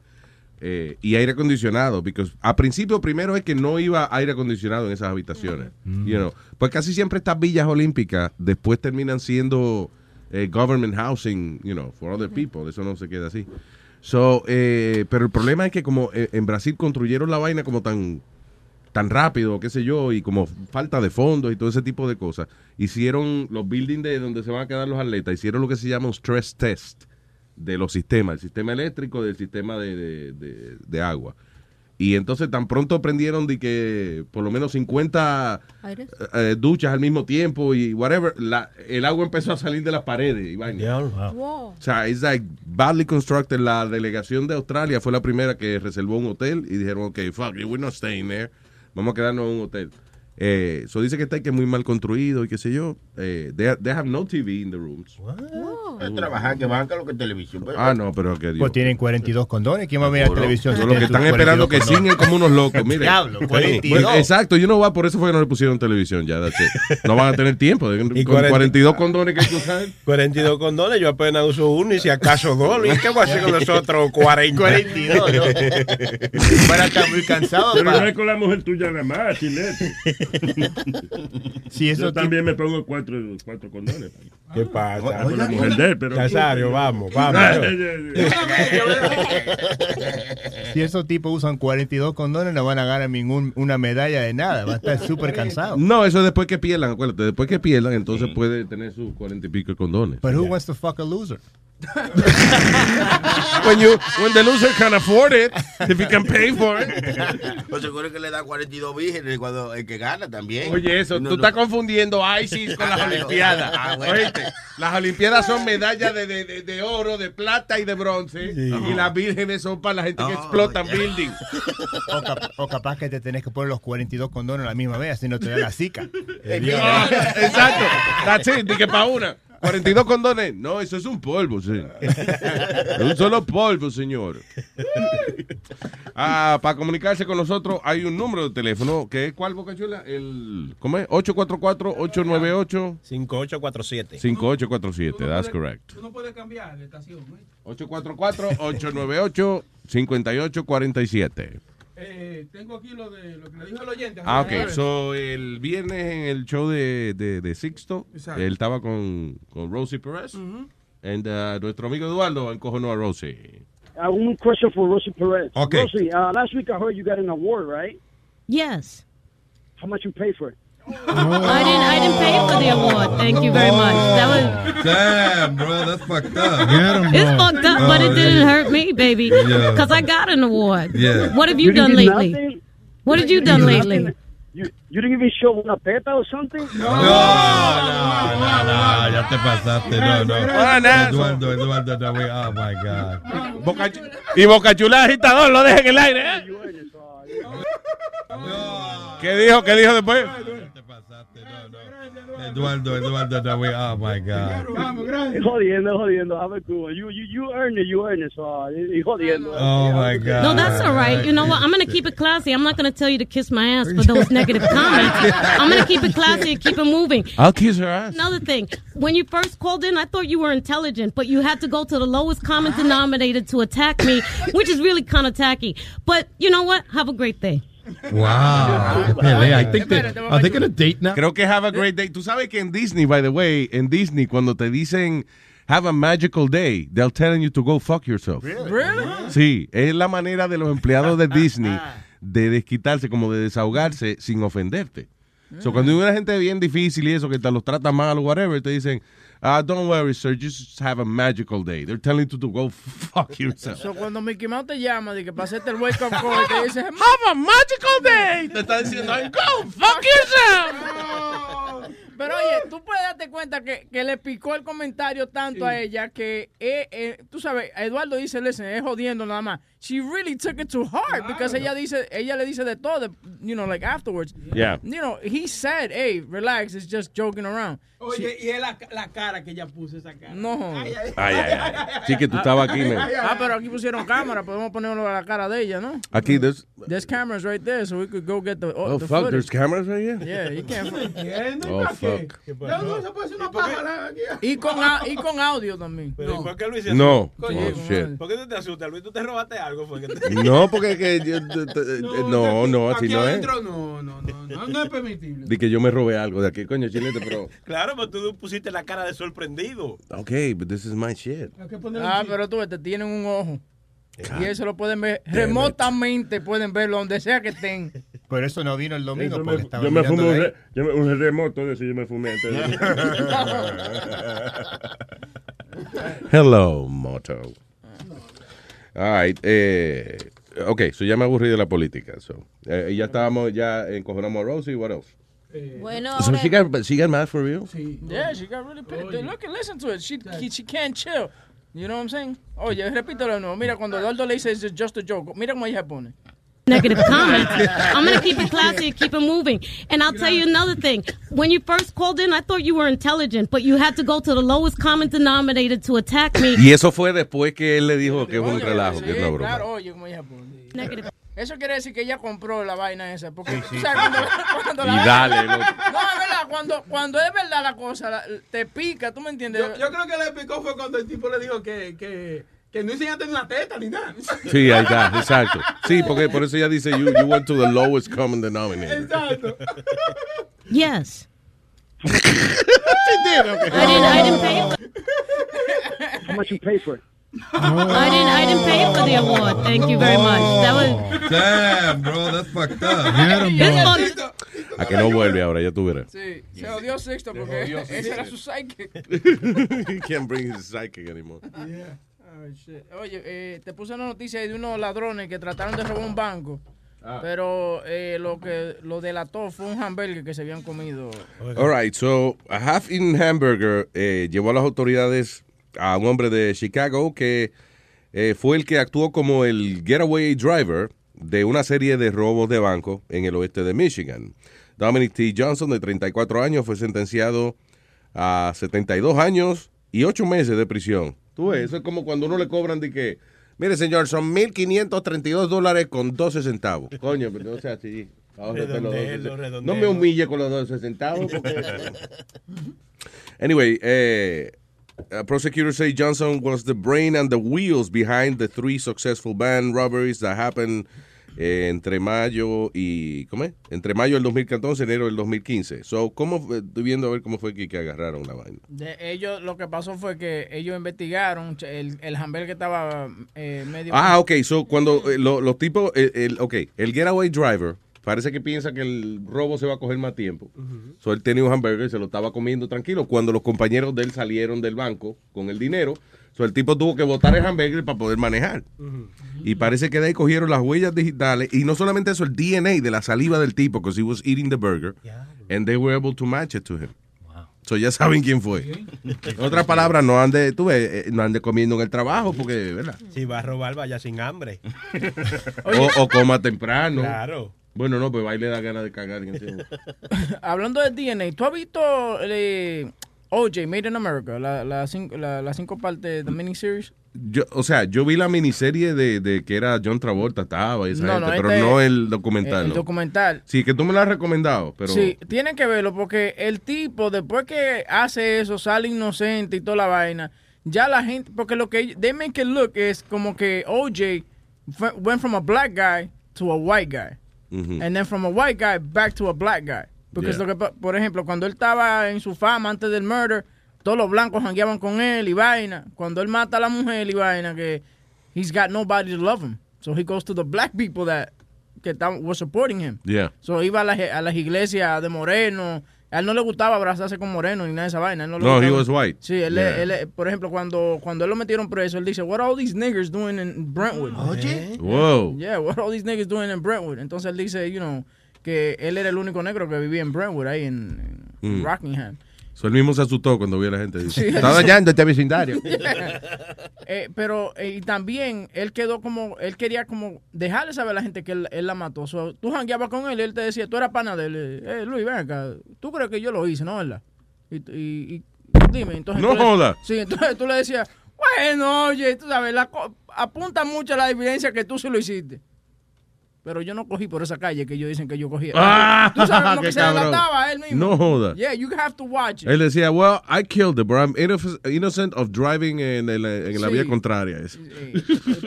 Speaker 7: Eh, y aire acondicionado, because a principio primero es que no iba aire acondicionado en esas habitaciones. You know, pues casi siempre estas villas olímpicas después terminan siendo eh, government housing, you know, for other people. Eso no se queda así. So, eh, pero el problema es que como eh, en Brasil construyeron la vaina como tan tan rápido, qué sé yo, y como falta de fondos y todo ese tipo de cosas, hicieron los buildings de donde se van a quedar los atletas, hicieron lo que se llama un stress test de los sistemas, el sistema eléctrico del sistema de, de- de- de agua. Y entonces tan pronto prendieron de que por lo menos 50
Speaker 10: Aires.
Speaker 7: eh, duchas al mismo tiempo y whatever, la- el agua empezó a salir de las paredes. y vaina.
Speaker 10: Wow.
Speaker 7: O sea, it's like badly constructed. La delegación de Australia fue la primera que reservó un hotel y dijeron, ok, fuck it, we're not staying there. Vamos a quedarnos en un hotel. Eso dice que está que es muy mal construido y qué sé yo. Eh, they, they have no TV in the rooms.
Speaker 1: Es trabajar, que banca lo que es televisión. pero-
Speaker 7: Ah, no, pero que Dios.
Speaker 14: Pues tienen 42 condones. ¿Quién va a ver la
Speaker 7: Seguro.
Speaker 14: televisión? si
Speaker 7: Seguro que
Speaker 14: tiene sus
Speaker 7: están esperando que
Speaker 14: 42
Speaker 7: singen como unos locos. Mire.
Speaker 14: Diablo,
Speaker 7: Sí.
Speaker 14: 42.
Speaker 7: Pues, exacto, yo no va, por eso fue que no le pusieron televisión ya. that's it. No van a tener tiempo. de- Con
Speaker 12: 40
Speaker 7: 42 condones que hay que usar.
Speaker 12: 42 condones, yo apenas uso uno y si acaso dos. ¿Y qué voy a hacer con los otros 40?
Speaker 14: 42, ¿no? Para estar muy cansado.
Speaker 20: Pero
Speaker 14: pa.
Speaker 20: no es con la mujer tuya nada más, chilete.
Speaker 14: Si eso
Speaker 20: Yo también me pongo cuatro, cuatro condones.
Speaker 12: ¿Qué pasa?
Speaker 20: Ah, con la mujer de él, pero...
Speaker 12: Nazario, vamos,
Speaker 20: Ah,
Speaker 12: vamos.
Speaker 20: ya,
Speaker 14: Si esos tipos usan 42 condones, no van a ganar ninguna medalla de nada. Van a estar súper cansados.
Speaker 7: No, eso es después que pierdan, acuérdate. Después que pierdan, entonces puede tener sus cuarenta y pico de condones.
Speaker 14: But who wants to fuck a loser?
Speaker 7: when you when the loser can afford it, if he can pay for it.
Speaker 1: Pues seguro que le da 42 vírgenes cuando
Speaker 8: eh,
Speaker 1: el que gana también.
Speaker 7: Oye, eso,
Speaker 1: No,
Speaker 7: tú
Speaker 1: no.
Speaker 7: estás confundiendo ISIS con las
Speaker 1: Ah,
Speaker 7: Olimpiadas.
Speaker 1: ah, bueno.
Speaker 7: Oíste, las Olimpiadas son medallas de, de- de- de oro, de plata y de bronce. Y las vírgenes son para la gente que explotan buildings.
Speaker 14: O, cap- o capaz que te tenés que poner los 42 condones a la misma vez, así no te da la zika.
Speaker 7: Ah, Exacto. That's it, di que para una. 42 condones. No, eso es un polvo, sí. Es un solo polvo, señor. Ah, para comunicarse con nosotros hay un número de teléfono que es cuál, Boca Chula? El, ¿Cómo es? 844-898.
Speaker 12: 5847.
Speaker 7: 5847, that's correct.
Speaker 21: Tú no puedes cambiar de estación, ¿no?
Speaker 7: 844-898-5847.
Speaker 21: Eh, tengo aquí lo de lo que le dijo el oyente.
Speaker 7: Ah,
Speaker 21: Javier.
Speaker 7: ok. So, el viernes en el show de, de, de Sixto,
Speaker 21: Exacto.
Speaker 7: él estaba con, con Rosie Perez. And, uh, nuestro amigo Eduardo encojonó a Rosie.
Speaker 2: Uh, one question for Rosie Perez.
Speaker 7: Okay.
Speaker 2: Rosie, uh, last week I heard you got an award, right?
Speaker 22: Yes.
Speaker 2: How much you pay for it?
Speaker 22: I didn't. I didn't pay for the award. Thank you very much. That was
Speaker 4: Damn, bro, that's fucked up.
Speaker 22: it's fucked up, but it
Speaker 4: Oh,
Speaker 22: didn't
Speaker 4: yeah.
Speaker 22: hurt me, baby,
Speaker 4: Yeah.
Speaker 22: because I got an award.
Speaker 4: Yeah.
Speaker 22: What have you,
Speaker 2: You
Speaker 22: done
Speaker 2: didn't get
Speaker 22: lately?
Speaker 2: nothing?
Speaker 22: What have you done
Speaker 2: Nothing.
Speaker 22: lately?
Speaker 2: You, you didn't even show una peta or something?
Speaker 4: No, no, no, ya te pasaste, Ah, no, no. Eduardo, Eduardo, no, we- oh my God.
Speaker 7: Y Boca Chula agitador, lo dejen en el aire, ¿eh? ¿Qué dijo? ¿Qué dijo después?
Speaker 4: Eduardo, Eduardo, no, we- oh my God.
Speaker 2: Jodiendo, jodiendo. Have a good one. You, you, you earned it, you earned it. So, uh, y jodiendo.
Speaker 4: Oh my God.
Speaker 22: No, that's all right. You know what? I'm gonna keep it classy. I'm not gonna tell you to kiss my ass for those negative comments. I'm gonna keep it classy and keep it moving.
Speaker 7: I'll kiss her ass.
Speaker 22: Another thing, when you first called in, I thought you were intelligent, but you had to go to the lowest common denominator to attack me, which is really kind of tacky. But you know what? Have a great day.
Speaker 4: Wow. qué pelea. I think they, are they gonna date now?
Speaker 7: Creo que have a great day. Tú sabes que en Disney, by the way, en Disney, cuando te dicen have a magical day, they're telling you to go fuck yourself. Sí, es la manera de los empleados de Disney de desquitarse, como de desahogarse sin ofenderte. So, cuando hay una gente bien difícil y eso, que te los trata mal o whatever, te dicen, ah, don't worry, sir, just have a magical day. They're telling you to go fuck yourself.
Speaker 9: So, cuando Mickey Mouse te llama, de que pasete el wake up call, te dice, Have a magical day.
Speaker 7: Te está diciendo, Go
Speaker 9: fuck yourself. Pero oye, tú puedes darte cuenta que, que le picó el comentario tanto a ella que, eh, eh, tú sabes, Eduardo dice, listen, es jodiendo nada más. She really took it to heart because ella dice, ella le dice de todo, you know, like afterwards.
Speaker 7: Yeah.
Speaker 9: You know, he said, hey, relax, it's just joking around.
Speaker 21: Oye, y es la, la cara que ella puso, esa cara.
Speaker 9: No.
Speaker 7: Ay, ay, ay. Sí, que tú estabas aquí, men.
Speaker 9: Ah, pero aquí pusieron cámara, podemos ponerlo a la cara de ella, ¿no?
Speaker 7: Aquí, there's-
Speaker 9: There's cameras right there, so we could go get the.
Speaker 7: Oh,
Speaker 9: the
Speaker 7: fuck,
Speaker 9: footage.
Speaker 7: there's cameras right here?
Speaker 9: Yeah, you can't.
Speaker 7: Oh, fuck.
Speaker 21: No, no, se puede hacer una paja aquí.
Speaker 9: Y con, au- y con audio también. No.
Speaker 12: ¿Por qué Luis?
Speaker 7: No.
Speaker 12: Coño,
Speaker 7: Oh, shit.
Speaker 12: ¿Por qué tú te asustas, Luis? ¿Tú te robaste algo? Fue que te-
Speaker 7: No, porque que yo, te- te- no, no, así
Speaker 21: Aquí
Speaker 7: no es.
Speaker 21: adentro no, no, no, no, no es permitible.
Speaker 7: De que yo me robé algo de aquí, coño, chilete, pero.
Speaker 12: Claro, pero tú pusiste la cara de sorprendido.
Speaker 7: Ok, but this is my shit.
Speaker 9: Ah, pero tú, ves, te tienen un ojo. Y eso lo pueden ver remotamente, pueden verlo donde sea que estén.
Speaker 14: Por eso no vino el domingo,
Speaker 9: yo me-
Speaker 14: porque estaba
Speaker 9: yo me
Speaker 14: mirando
Speaker 9: fumo
Speaker 14: ahí.
Speaker 9: un
Speaker 23: Yo me, un remoto de eso yo me fumé. entonces.
Speaker 7: Hello, Moto. All right, eh, ok, so ya me aburrí de la política. So. Eh, y ya estábamos, ya encojonamos a Rosie, what else?
Speaker 10: Bueno,
Speaker 7: So
Speaker 10: ahora-
Speaker 7: she got, she got mad for real?
Speaker 9: Yeah, she got really pissed. Look and listen to it. She, she can't chill. You know what I'm saying? Oye, repítelo de nuevo. Mira, cuando Eduardo le dice, it's just a joke. Mira cómo ella pone.
Speaker 22: Negative comments. I'm gonna keep it classy and keep it moving. And I'll tell you another thing. When you first called in, I thought you were intelligent, but you had to go to the lowest common denominator to attack me.
Speaker 7: Y eso fue después que él le dijo que es un relajo, que es una
Speaker 9: Sí,
Speaker 7: broma.
Speaker 9: claro, oye, como ella pone. Eso quiere decir que ella compró la vaina esa. Porque, tú sabes, cuando, cuando la
Speaker 7: Y dale, loco.
Speaker 9: No, es verdad, cuando, cuando es verdad la cosa, la- te pica, ¿tú me entiendes?
Speaker 21: Yo, yo creo que le picó fue cuando el tipo le dijo que, que, que no enseñaste ni una teta ni nada.
Speaker 7: Sí, ahí está, exacto. Sí, porque por eso ella dice, you, you went to the lowest common denominator.
Speaker 21: Exacto.
Speaker 22: Yes.
Speaker 2: I
Speaker 22: didn't- I didn't pay
Speaker 2: How much you pay for it?
Speaker 22: I didn't. I didn't pay for the award. Thank you very much. That was.
Speaker 7: Oh.
Speaker 4: Damn, bro, that's fucked up.
Speaker 22: It's fucked
Speaker 7: A que no vuelve ahora, ya tú verás.
Speaker 9: Sí, se odió Sixto porque
Speaker 7: odió
Speaker 9: ese
Speaker 7: Sixto.
Speaker 9: era su psychic.
Speaker 7: He can't bring his psychic anymore.
Speaker 9: Yeah. Oh, shit. Oye, eh, te puse una noticia ahí de unos ladrones que trataron de robar un banco.
Speaker 7: Ah.
Speaker 9: Pero eh, lo que lo delató fue un hamburger que se habían comido.
Speaker 7: All right, so a half-eaten hamburger eh, llevó a las autoridades a un hombre de Chicago que eh, fue el que actuó como el getaway driver de una serie de robos de banco en el oeste de Michigan. Dominic T. Johnson, de 34 años, fue sentenciado a 72 años y 8 meses de prisión. Tú ves, eso es como cuando uno le cobran de que, Mire, señor, son 1.532 dólares con 12 centavos. Coño, pero no sea así. Ahora te lo doy.
Speaker 16: Redondelo, redondelo.
Speaker 7: No me humille con los 12 centavos. porque- Anyway, eh, uh, prosecutors say Johnson was the brain and the wheels behind the three successful bank robberies that happened eh, entre mayo y ¿cómo es? Entre mayo del 2014 y enero del 2015. So, ¿cómo fue- estoy viendo a ver cómo fue que, que agarraron la vaina?
Speaker 9: De ellos, lo que pasó fue que ellos investigaron el, el jambel que estaba eh, medio.
Speaker 7: Ah, ok, so cuando eh, lo- los tipos el, el- ok, el getaway driver parece que piensa que el robo se va a coger más tiempo. So él tenía un hamburger y se lo estaba comiendo tranquilo. Cuando los compañeros de él salieron del banco con el dinero, so el tipo tuvo que botar el hamburger para poder manejar. Y parece que de ahí cogieron las huellas digitales y no solamente eso, el DNA de la saliva del tipo, because he was eating the burger, and they were able to match it to him. So ya saben quién fue. En otras palabras, no ande, tú ves, eh, no ande comiendo en el trabajo, porque, ¿verdad?
Speaker 12: Si va a robar, vaya sin hambre.
Speaker 7: O, o coma temprano.
Speaker 12: Claro.
Speaker 7: Bueno, no, pues baile da ganas de cagar. en ese-
Speaker 9: Hablando de DNA, ¿tú has visto eh, OJ, Made in America, la, la, cinco, la, la cinco partes de miniseries?
Speaker 7: Yo, o sea, yo vi la miniserie de, de que era John Travolta, estaba y esa
Speaker 9: No,
Speaker 7: gente,
Speaker 9: no,
Speaker 7: pero
Speaker 9: este-
Speaker 7: no el documental.
Speaker 9: el
Speaker 7: ¿no?
Speaker 9: documental.
Speaker 7: Sí, que tú me lo has recomendado, pero
Speaker 9: Sí, tienen que verlo porque el tipo, después que hace eso, sale inocente y toda la vaina. Ya la gente, porque lo que they make it look es como que OJ fue- went from a black guy to a white guy.
Speaker 16: Ujú.
Speaker 9: And then from a white guy back to a black guy. Porque es
Speaker 16: Yeah.
Speaker 9: lo que, pa- por ejemplo, cuando él estaba en su fama antes del murder, todos los blancos jangueaban con él y vaina. Cuando él mata a la mujer y vaina, que he's got nobody to love him. So he goes to the black people that, que estaban- were supporting him.
Speaker 7: Yeah.
Speaker 9: So iba a las, e, a las iglesias de moreno. A él no le gustaba abrazarse con moreno ni nada de esa vaina. Él no, le
Speaker 7: No,
Speaker 9: gustaba.
Speaker 7: he was white.
Speaker 9: Sí, él,
Speaker 7: Yeah.
Speaker 9: él- por ejemplo, cuando, cuando él lo metieron preso, él dice, what are all these niggas doing in Brentwood? Oye.
Speaker 7: Wow.
Speaker 9: Yeah, what are all these niggas doing in Brentwood? Entonces él dice, you know, que él era el único negro que vivía en Brentwood, ahí en, en
Speaker 7: Mm.
Speaker 9: Rockingham.
Speaker 7: so, él mismo se asustó cuando vio a la gente.
Speaker 9: Sí.
Speaker 7: Está dañando este vecindario.
Speaker 9: Eh, pero eh, y también él quedó como él quería como dejarle saber a la gente que él, él la mató. So, tú jangueabas con él y él te decía, tú eras pana de él. Eh, Luis, ven acá. ¿Tú crees que yo lo hice, no, verdad? Y, y- y- dime, entonces.
Speaker 7: No
Speaker 9: tú le-
Speaker 7: joda.
Speaker 9: Sí, entonces tú le decías, bueno, oye, tú sabes, la co- apunta mucho a la evidencia que tú sí lo hiciste. Pero yo no cogí por esa calle que ellos dicen que yo cogí.
Speaker 7: Ah,
Speaker 9: tú sabes como
Speaker 7: qué
Speaker 9: que se
Speaker 7: cabrón.
Speaker 9: adelantaba a él mismo.
Speaker 7: No joda.
Speaker 9: Yeah, you have to watch it.
Speaker 7: Él decía, well, I killed it, but I'm innof- innocent of driving en, el- en la
Speaker 9: Sí.
Speaker 7: vía contraria. Eso.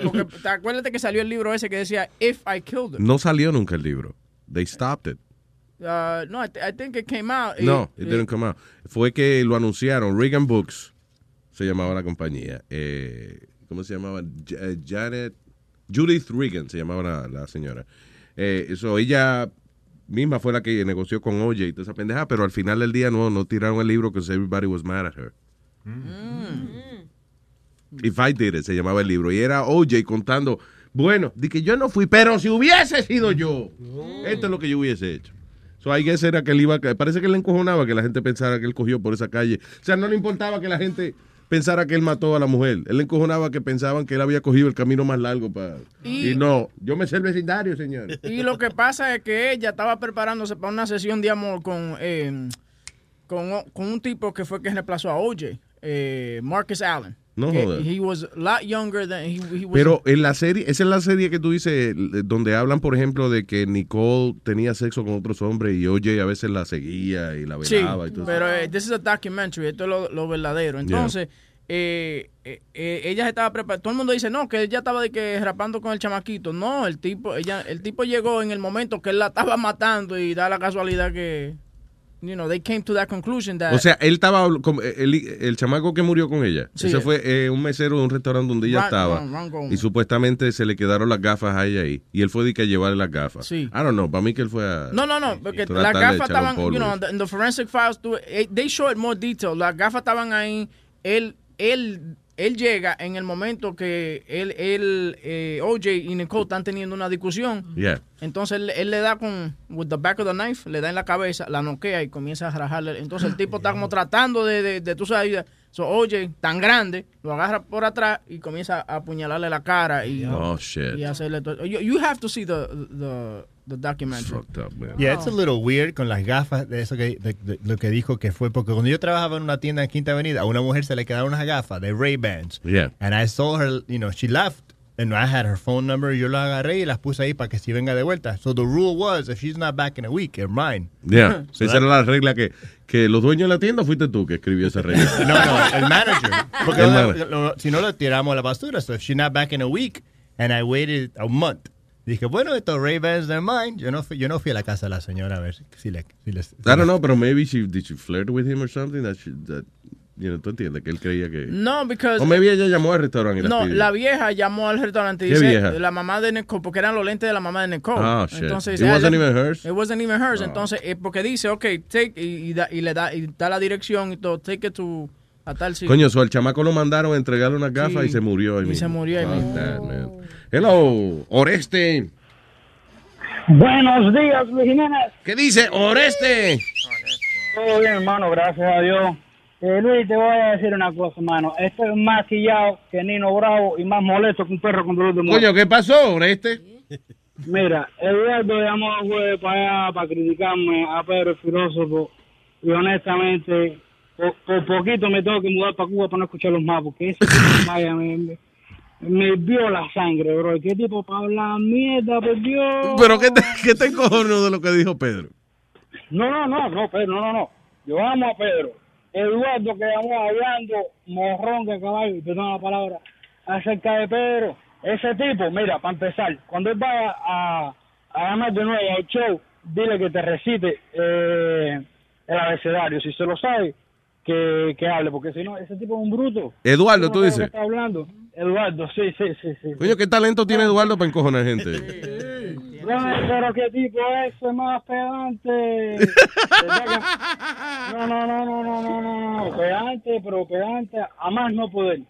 Speaker 9: Porque te acuérdate que salió el libro ese que decía If I Killed Her.
Speaker 7: No salió nunca el libro. They stopped it.
Speaker 9: Uh, no, I, th- I think it came out.
Speaker 7: No,
Speaker 9: Eh,
Speaker 7: it
Speaker 9: eh,
Speaker 7: didn't come out. Fue que lo anunciaron. Reagan Books se llamaba la compañía. Eh, ¿Cómo se llamaba? Ja- eh, Janet. Judith Reagan se llamaba la, la señora. Eh, so ella misma fue la que negoció con OJ y toda esa pendeja, pero al final del día no, no tiraron el libro because everybody was mad at her.
Speaker 21: Mm.
Speaker 7: If I Did It se llamaba el libro. Y era OJ contando, bueno, di que yo no fui, pero si hubiese sido yo,
Speaker 9: Mm.
Speaker 7: esto es lo que yo hubiese hecho. So, I guess era que él iba, a- parece que le encojonaba que la gente pensara que él cogió por esa calle. O sea, no le importaba que la gente pensara que él mató a la mujer. Él le encojonaba que pensaban que él había cogido el camino más largo para...
Speaker 9: Y-
Speaker 7: Y, no, yo me sé el vecindario, señor.
Speaker 9: eh, Y lo que pasa es que ella estaba preparándose para una sesión de amor con, eh, con, o- con un tipo que fue que reemplazó a OJ, eh, Marcus Allen.
Speaker 7: No
Speaker 9: Que
Speaker 7: joda.
Speaker 9: He was a lot younger than he, he was.
Speaker 7: Pero en la serie, esa es la serie que tú dices, eh, donde hablan, por ejemplo, de que Nicole tenía sexo con otros hombres y OJ a veces la seguía y la
Speaker 9: Sí,
Speaker 7: velaba y todo eso.
Speaker 9: pero eh, this is a documentary, esto es lo, lo verdadero. Entonces, eh, eh, eh, ella se estaba preparando. Todo el mundo dice, no, que ella estaba de que rapando con el chamaquito. No, el tipo, ella, el tipo llegó en el momento que él la estaba matando y da la casualidad que, you know, they came to that conclusion that
Speaker 7: O sea, él estaba, como- eh, el, el chamaco que murió con ella,
Speaker 9: Sí.
Speaker 7: ese fue eh, un mesero de un restaurante donde ella
Speaker 9: Ron-
Speaker 7: estaba.
Speaker 9: Ron- Ron Goldman.
Speaker 7: y supuestamente se le quedaron las gafas a ella ahí. Y él fue de que a llevarle las gafas.
Speaker 9: Sí.
Speaker 7: I don't know, para mí que él fue a...
Speaker 9: No, no, no, porque
Speaker 7: Toda
Speaker 9: las
Speaker 7: tarde
Speaker 9: gafas
Speaker 7: echaron
Speaker 9: estaban,
Speaker 7: polvo.
Speaker 9: you know, in the, in the forensic files, tú- eh, they show it more detail. Las gafas estaban ahí, él, él, él llega en el momento que él, él, eh, OJ y Nicole están teniendo una discusión.
Speaker 7: Yeah.
Speaker 9: Entonces él, él le da con with the back of the knife, le da en la cabeza, la noquea y comienza a rajarle. Entonces el tipo está como tratando de, de, de tú sabes, so, oye, tan grande, lo agarra por atrás y comienza a apuñalarle la cara y,
Speaker 7: Oh, shit.
Speaker 9: y hacerle todo. You, you have to see the, the, the documentary.
Speaker 14: Yeah, it's a little weird con las gafas de eso que de- de- lo que dijo que fue porque cuando yo trabajaba en una tienda en Quinta Avenida a una mujer se le quedaron unas gafas de Ray Bans
Speaker 7: Yeah.
Speaker 14: and I saw her, you know, she laughed And I had her phone number. Yo la agarré y las puse ahí para que si venga de vuelta. So the rule was, if she's not back in a week, it's mine.
Speaker 7: Yeah.
Speaker 14: So
Speaker 7: esa
Speaker 14: that-
Speaker 7: era la regla que, que los dueños de la tienda fuiste tú que escribió esa regla.
Speaker 14: No, no, el manager. Porque
Speaker 7: El
Speaker 14: lo-
Speaker 7: manager.
Speaker 14: lo- si no lo tiramos a la basura. So if she's not back in a week, and I waited a month. Dije, bueno, estos Ray-Bans they're mine. Yo no, fui, yo no fui a la casa de la señora a ver si- si le... Si les,
Speaker 7: I don't know, pero maybe she did she flirt with him or something that she, that you know, tú entiendes que él creía que
Speaker 9: No, because-
Speaker 7: o maybe ella llamó al restaurante y las
Speaker 9: No,
Speaker 7: pidió.
Speaker 9: la vieja llamó al restaurante y
Speaker 7: ¿Qué
Speaker 9: dice
Speaker 7: vieja?
Speaker 9: la mamá de Nicole, porque eran los lentes de la mamá de Nicole.
Speaker 7: Oh, shit.
Speaker 9: Entonces,
Speaker 7: It
Speaker 9: ah,
Speaker 7: wasn't
Speaker 9: le-
Speaker 7: even hers?
Speaker 9: It wasn't even hers. Entonces, eh, porque dice, ok, take, y, y da- y le da, y da la dirección y todo, take it to, a tal sitio.
Speaker 7: Coño, so al chamaco lo mandaron a entregarle unas gafas
Speaker 9: Sí.
Speaker 7: y se murió ahí
Speaker 9: Y
Speaker 7: mismo.
Speaker 9: se murió ahí
Speaker 7: Fuck
Speaker 9: mismo.
Speaker 7: that, man. Hello, Oreste.
Speaker 2: Buenos días, Luis Jiménez.
Speaker 7: ¿Qué dice Oreste?
Speaker 2: Todo bien, hermano, gracias a Dios. Eh, Luis, te voy a decir una cosa, hermano. Esto es más quillado que Nino Bravo y más molesto que un perro con dolor de muerte.
Speaker 7: Coño, ¿qué pasó, Oreste?
Speaker 2: Mira, Eduardo llamó a juez para allá para criticarme a Pedro el filósofo y honestamente por, por poquito me tengo que mudar para Cuba para no escucharlos más porque ese tipo de Maya me, me, me vio la sangre, bro. ¿Qué tipo para hablar mierda, por Dios?
Speaker 7: Pero qué te, qué te encojonó de lo que dijo Pedro.
Speaker 2: No, no, no, no, Pedro, no, no, no. Yo amo a Pedro. Eduardo que llamó hablando, morrón de caballo, perdón la palabra, acerca de Pedro. Ese tipo, mira, para empezar, cuando él vaya a, a llamar de nuevo al show, dile que te recite eh, el abecedario. Si se lo sabe, que, que hable, porque si no, ese tipo es un bruto.
Speaker 7: Eduardo, tú
Speaker 2: No sabe lo
Speaker 7: dices.
Speaker 2: que está hablando. Eduardo, sí, sí, sí, sí.
Speaker 7: Coño, qué talento tiene Eduardo para encojonar gente.
Speaker 2: Ay, pero qué tipo eso es más pedante. No, no, no, no, no, no, no, no, pedante, pero pedante, a más no poder.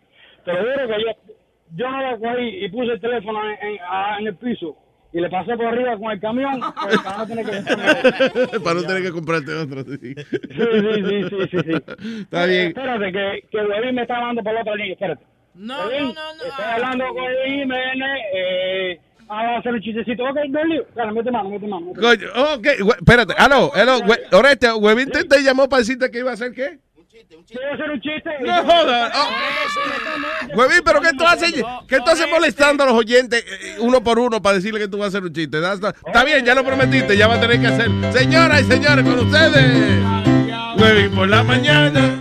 Speaker 2: Te lo juro que yo, yo no lo cogí y puse el teléfono en, en- a- en el piso y le pasé por arriba con el camión pues, para no tener que meterme ahí.
Speaker 7: para no tener que comprarte otro. Sí,
Speaker 2: sí, sí, sí,
Speaker 7: Está bien.
Speaker 2: Espérate, que, que Webin me está hablando por la otra línea, espérate. No, no, no, no. Estoy hablando con Webin Jiménez, eh, a hacer un chistecito. Ok, Dolly, claro, mete mano, mete mano. mete mano.
Speaker 7: Coño, oh, ok, hue- espérate, aló, hello, hue- Oreste, Huevín te, te llamó para decirte que iba a hacer qué?
Speaker 2: Quiero hacer un chiste.
Speaker 7: No Oh, jodas. Huevín, pero ¿qué tú haces? ¿Qué tú haces molestando a los oyentes eh, uno por uno para decirle que tú vas a hacer un chiste? That's not- Está bien, ya lo prometiste, ya va a tener que hacer. Señoras y señores, con ustedes. Huevín por la mañana.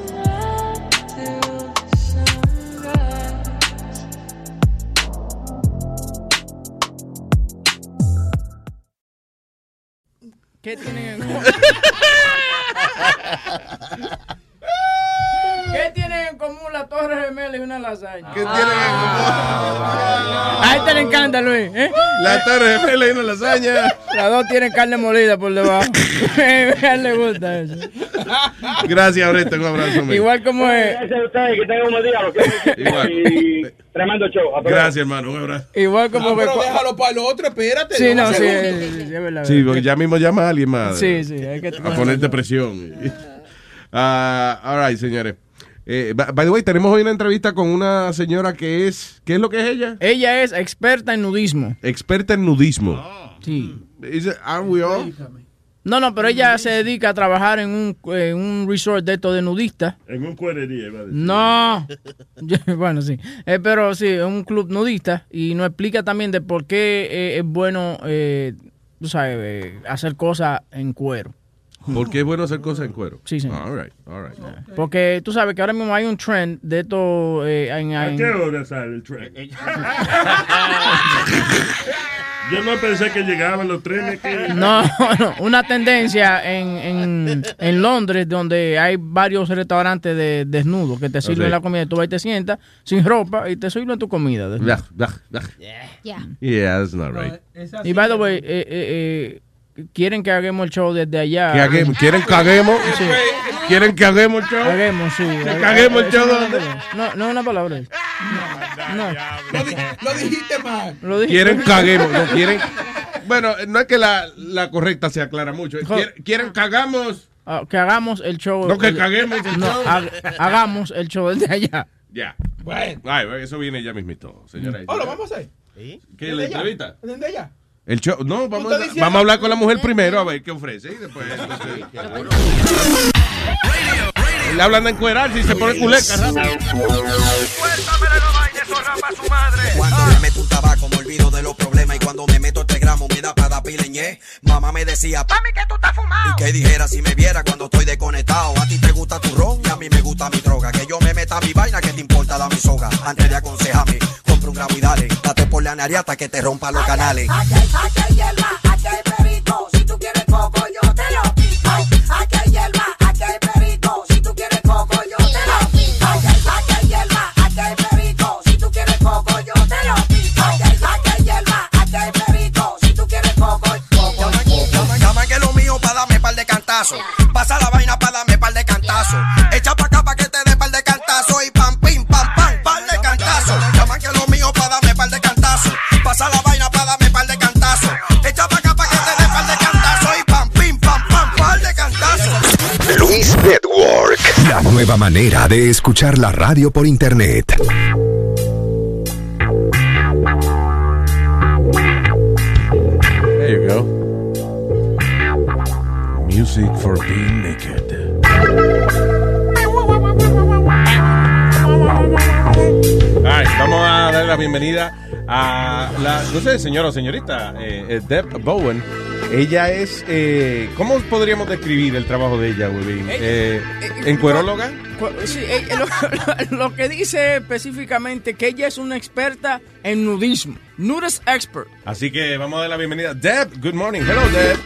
Speaker 9: ¿Qué tienen en ¿Qué tienen en común la Torre Gemela y una lasaña? ¿Qué
Speaker 16: tienen en
Speaker 9: común? A este le encanta, Luis. ¿eh?
Speaker 16: La Torre Gemela y una lasaña.
Speaker 9: Las dos tienen carne molida por debajo. A él le gusta eso.
Speaker 7: Gracias, Oreste. Un abrazo. man.
Speaker 9: Igual como es.
Speaker 2: Gracias a ustedes, que tengan un buen día.
Speaker 7: Igual.
Speaker 2: Y tremendo show. Hasta
Speaker 7: Gracias, hermano. Un abrazo.
Speaker 9: Igual como
Speaker 4: no,
Speaker 9: que-
Speaker 4: pero déjalo para el otro, espérate.
Speaker 9: Sí, no,
Speaker 4: dame
Speaker 9: sí,
Speaker 4: un
Speaker 9: es,
Speaker 4: segundo.
Speaker 9: es verdad.
Speaker 7: Sí, porque ya mismo llama a alguien más.
Speaker 9: Sí, sí, hay que-
Speaker 7: A ponerte presión. Ah, all right, señores. Eh, by by the way, tenemos hoy una entrevista con una señora que es. ¿Qué es lo que es ella?
Speaker 9: Ella es experta en nudismo.
Speaker 7: Experta en nudismo.
Speaker 9: Sí.
Speaker 7: Is it- are we all?
Speaker 9: No, no, pero ella se dedica a trabajar en un, en un resort de estos de nudistas.
Speaker 11: En un cuerería, iba a
Speaker 7: Pues
Speaker 11: decir.
Speaker 9: No. Yo- bueno, sí. Eh, pero sí, es un club nudista y nos explica también de por qué eh, es bueno, eh, tú sabes, eh, hacer cosas en cuero.
Speaker 7: Porque es bueno hacer cosas en cuero.
Speaker 9: Sí, señor.
Speaker 7: All right, all right.
Speaker 9: Porque tú sabes que ahora mismo hay un trend de esto eh, en,
Speaker 11: ¿A
Speaker 9: en-
Speaker 11: qué hora sale el tren? Yo no pensé que llegaban los trenes. Que...
Speaker 9: No, no, una tendencia en, en, en Londres donde hay varios restaurantes de desnudos que te sirven
Speaker 7: Ok.
Speaker 9: la comida. Tú vas y te sientas sin ropa y te sirven tu comida. desnudo.
Speaker 7: Blah, blah, blah.
Speaker 10: Yeah.
Speaker 7: Yeah, that's not right.
Speaker 9: Y by the way, eh, eh, eh, quieren que hagamos el show desde allá.
Speaker 7: Que haguemos- ¿Quieren que haguemos? ¿Quieren que haguemos el show?
Speaker 9: Haguemos, sí.
Speaker 7: Que haguemos el
Speaker 9: Eso
Speaker 7: show.
Speaker 9: no es una- No, no es una palabra. No.
Speaker 4: Lo dijiste mal.
Speaker 9: Lo dije.
Speaker 7: Quieren que haguemos, no quieren. Bueno, no es que la, la correcta se aclara mucho. Quieren, quieren cagamos.
Speaker 9: Ah, que hagamos el show.
Speaker 7: No, que caguemos el
Speaker 9: No,
Speaker 7: show.
Speaker 9: ha- hagamos el show desde allá.
Speaker 7: Ya. Ay, eso viene ya mismito, señora.
Speaker 4: Oh, lo vamos a hacer.
Speaker 24: eh.
Speaker 7: ¿Qué, la
Speaker 4: ¿Desde ya?
Speaker 7: entrevista? Ah,
Speaker 4: ¿Desde ella?
Speaker 7: El show. No, vamos a,
Speaker 4: estás diciendo-
Speaker 7: vamos a hablar con la mujer primero a ver qué ofrece y después. entonces- Le hablan de encuerarse y se pone culeca.
Speaker 24: Cuando le meto un tabaco me olvido de los problemas y cuando me meto este gramo me da para dar pila en ñe. Mamá me decía, mami que tú estás fumado. Y que dijera si me viera cuando estoy desconectado. A ti te gusta tu ron y a mí me gusta mi droga. Que yo me meta mi vaina que te importa la mi soga. Antes de aconsejarme, compra un gramo y dale. Date por la nariata que te rompa los canales.
Speaker 18: Aquí hay hierba, aquí hay perico. Si tú quieres coco, yo te lo pico. Aquí hay hierba, aquí hay perico. Si tú quieres coco, yo te lo pico. Aquí hay- Aquí hay hierba, aquí hay perico. Si tú quieres coco, yo te lo pico. Aquí hay- Aquí hay hierba, aquí hay perico. Si tú quieres coco, coco, coco.
Speaker 24: Llaman que lo mío para darme par de cantazos. Pasa la vaina para darme par de cantazos. Echa pa' acá pa' que te dé par de cantazos. Y pam, pim, pam, pam, par de cantazos. Llaman que lo mío para darme par de cantazos. Pasa la vaina para darme par de cantazos. Echa pa' acá pa' que te dé par de cantazos. Y pam, pim, pam, pam, par de cantazos.
Speaker 25: Luis Network, la nueva manera de escuchar la radio por internet.
Speaker 7: There you go. Music for being naked. Ay, vamos a darle la bienvenida a la, no sé, señora o señorita, eh, eh, Deb Bowen. Ella es, eh, ¿cómo podríamos describir el trabajo de ella, Webin? Eh, ¿Encueróloga?
Speaker 9: Cu- Sí, eh, lo, lo- lo que dice específicamente que ella es una experta en nudismo. Nudist expert.
Speaker 7: Así que vamos a dar la bienvenida. Deb, good morning. Hello, Deb.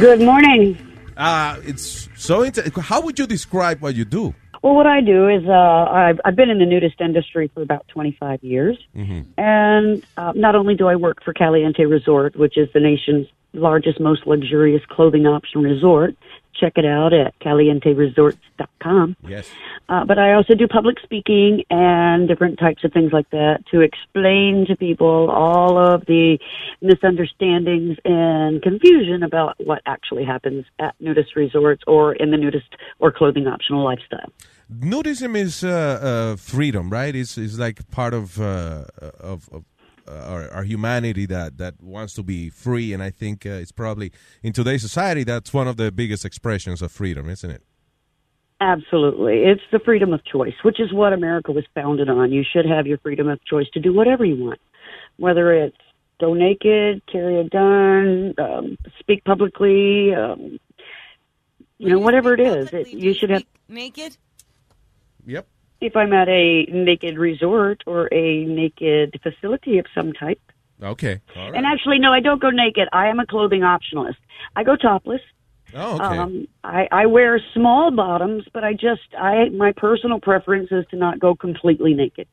Speaker 26: Good morning.
Speaker 7: Uh, it's so, inter- how would you describe what you do?
Speaker 26: Well, what I do is uh, I've, I've been in the nudist industry for about 25 years. And uh, not only do I work for Caliente Resort, which is the nation's largest, most luxurious clothing option resort, check it out at calienteresorts.com.
Speaker 7: Yes.
Speaker 26: Uh, but I also do public speaking and different types of things like that to explain to people all of the misunderstandings and confusion about what actually happens at nudist resorts or in the nudist or clothing optional lifestyle.
Speaker 7: Nudism is uh, uh, freedom, right? It's, it's like part of uh, of, of uh, our, our humanity that, that wants to be free, and I think uh, it's probably in today's society that's one of the biggest expressions of freedom, isn't it?
Speaker 26: Absolutely. It's the freedom of choice, which is what America was founded on. You should have your freedom of choice to do whatever you want, whether it's go naked, carry a gun, um, speak publicly, um, you know, whatever it is. It, you should have.
Speaker 3: Naked?
Speaker 7: Yep.
Speaker 26: If I'm at a naked resort or a naked facility of some type,
Speaker 7: Okay. All right.
Speaker 26: and actually, no, I don't go naked. I am a clothing optionalist. I go topless.
Speaker 7: Oh, okay.
Speaker 26: Um, I, I wear small bottoms, but I just I my personal preference is to not go completely naked.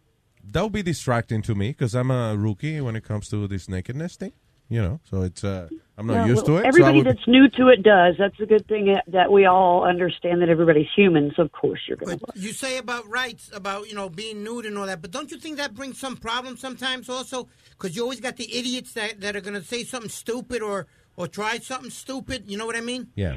Speaker 7: that would be distracting to me because I'm a rookie when it comes to this nakedness thing. You know, so it's uh, I'm not
Speaker 26: Well,
Speaker 7: used to
Speaker 26: well,
Speaker 7: it. so I
Speaker 26: Everybody
Speaker 7: would-
Speaker 26: that's new to it does. That's a good thing that we all understand that everybody's human. So of course you're going to.
Speaker 1: You say about rights, about you know being nude and all that, but don't you think that brings some problems sometimes also? Because you always got the idiots that, that are going to say something stupid or or try something stupid. You know what I mean?
Speaker 7: Yeah.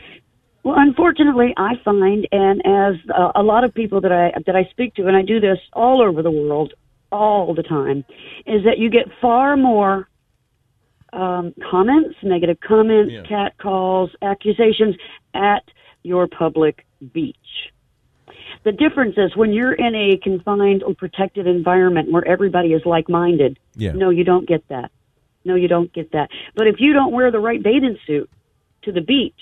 Speaker 26: Well, unfortunately, I find, and as uh, a lot of people that I that I speak to, and I do this all over the world all the time, is that you get far more um, comments, negative comments,
Speaker 20: Yeah.
Speaker 26: cat calls, accusations at your public beach. The difference is when you're in a confined or protected environment where everybody is like-minded.
Speaker 18: Yeah.
Speaker 26: No, you don't get that. No, you don't get that. But if you don't wear the right bathing suit to the beach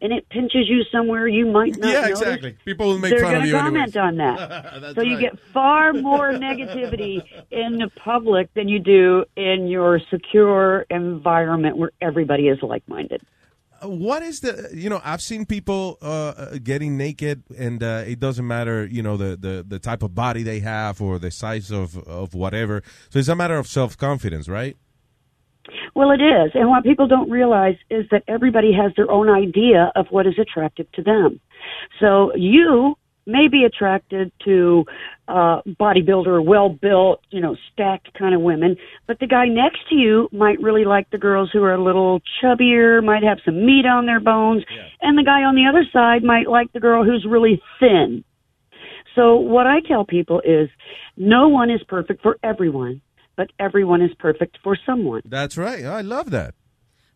Speaker 26: and it pinches you somewhere you might not
Speaker 7: yeah,
Speaker 26: notice,
Speaker 7: exactly. People will make
Speaker 26: they're
Speaker 7: fun of
Speaker 26: gonna
Speaker 7: you. anyways.
Speaker 26: comment on that.
Speaker 7: That's
Speaker 26: so you
Speaker 7: right.
Speaker 26: get far more negativity in the public than you do in your secure environment where everybody is like-minded.
Speaker 7: what is the you know i've seen people uh, uh getting naked and uh it doesn't matter you know the the the type of body they have or the size of of whatever so it's a matter of self-confidence right
Speaker 26: Well, it is. And what people don't realize is that everybody has their own idea of what is attractive to them. So you may be attracted to uh, bodybuilder, well built, you know, stacked kind of women, but the guy next to you might really like the girls who are a little chubbier, might have some meat on their bones, and the guy on the other side might like the girl who's really thin. So what I tell people is no one is perfect for everyone, but everyone is perfect for someone.
Speaker 7: that's right i love that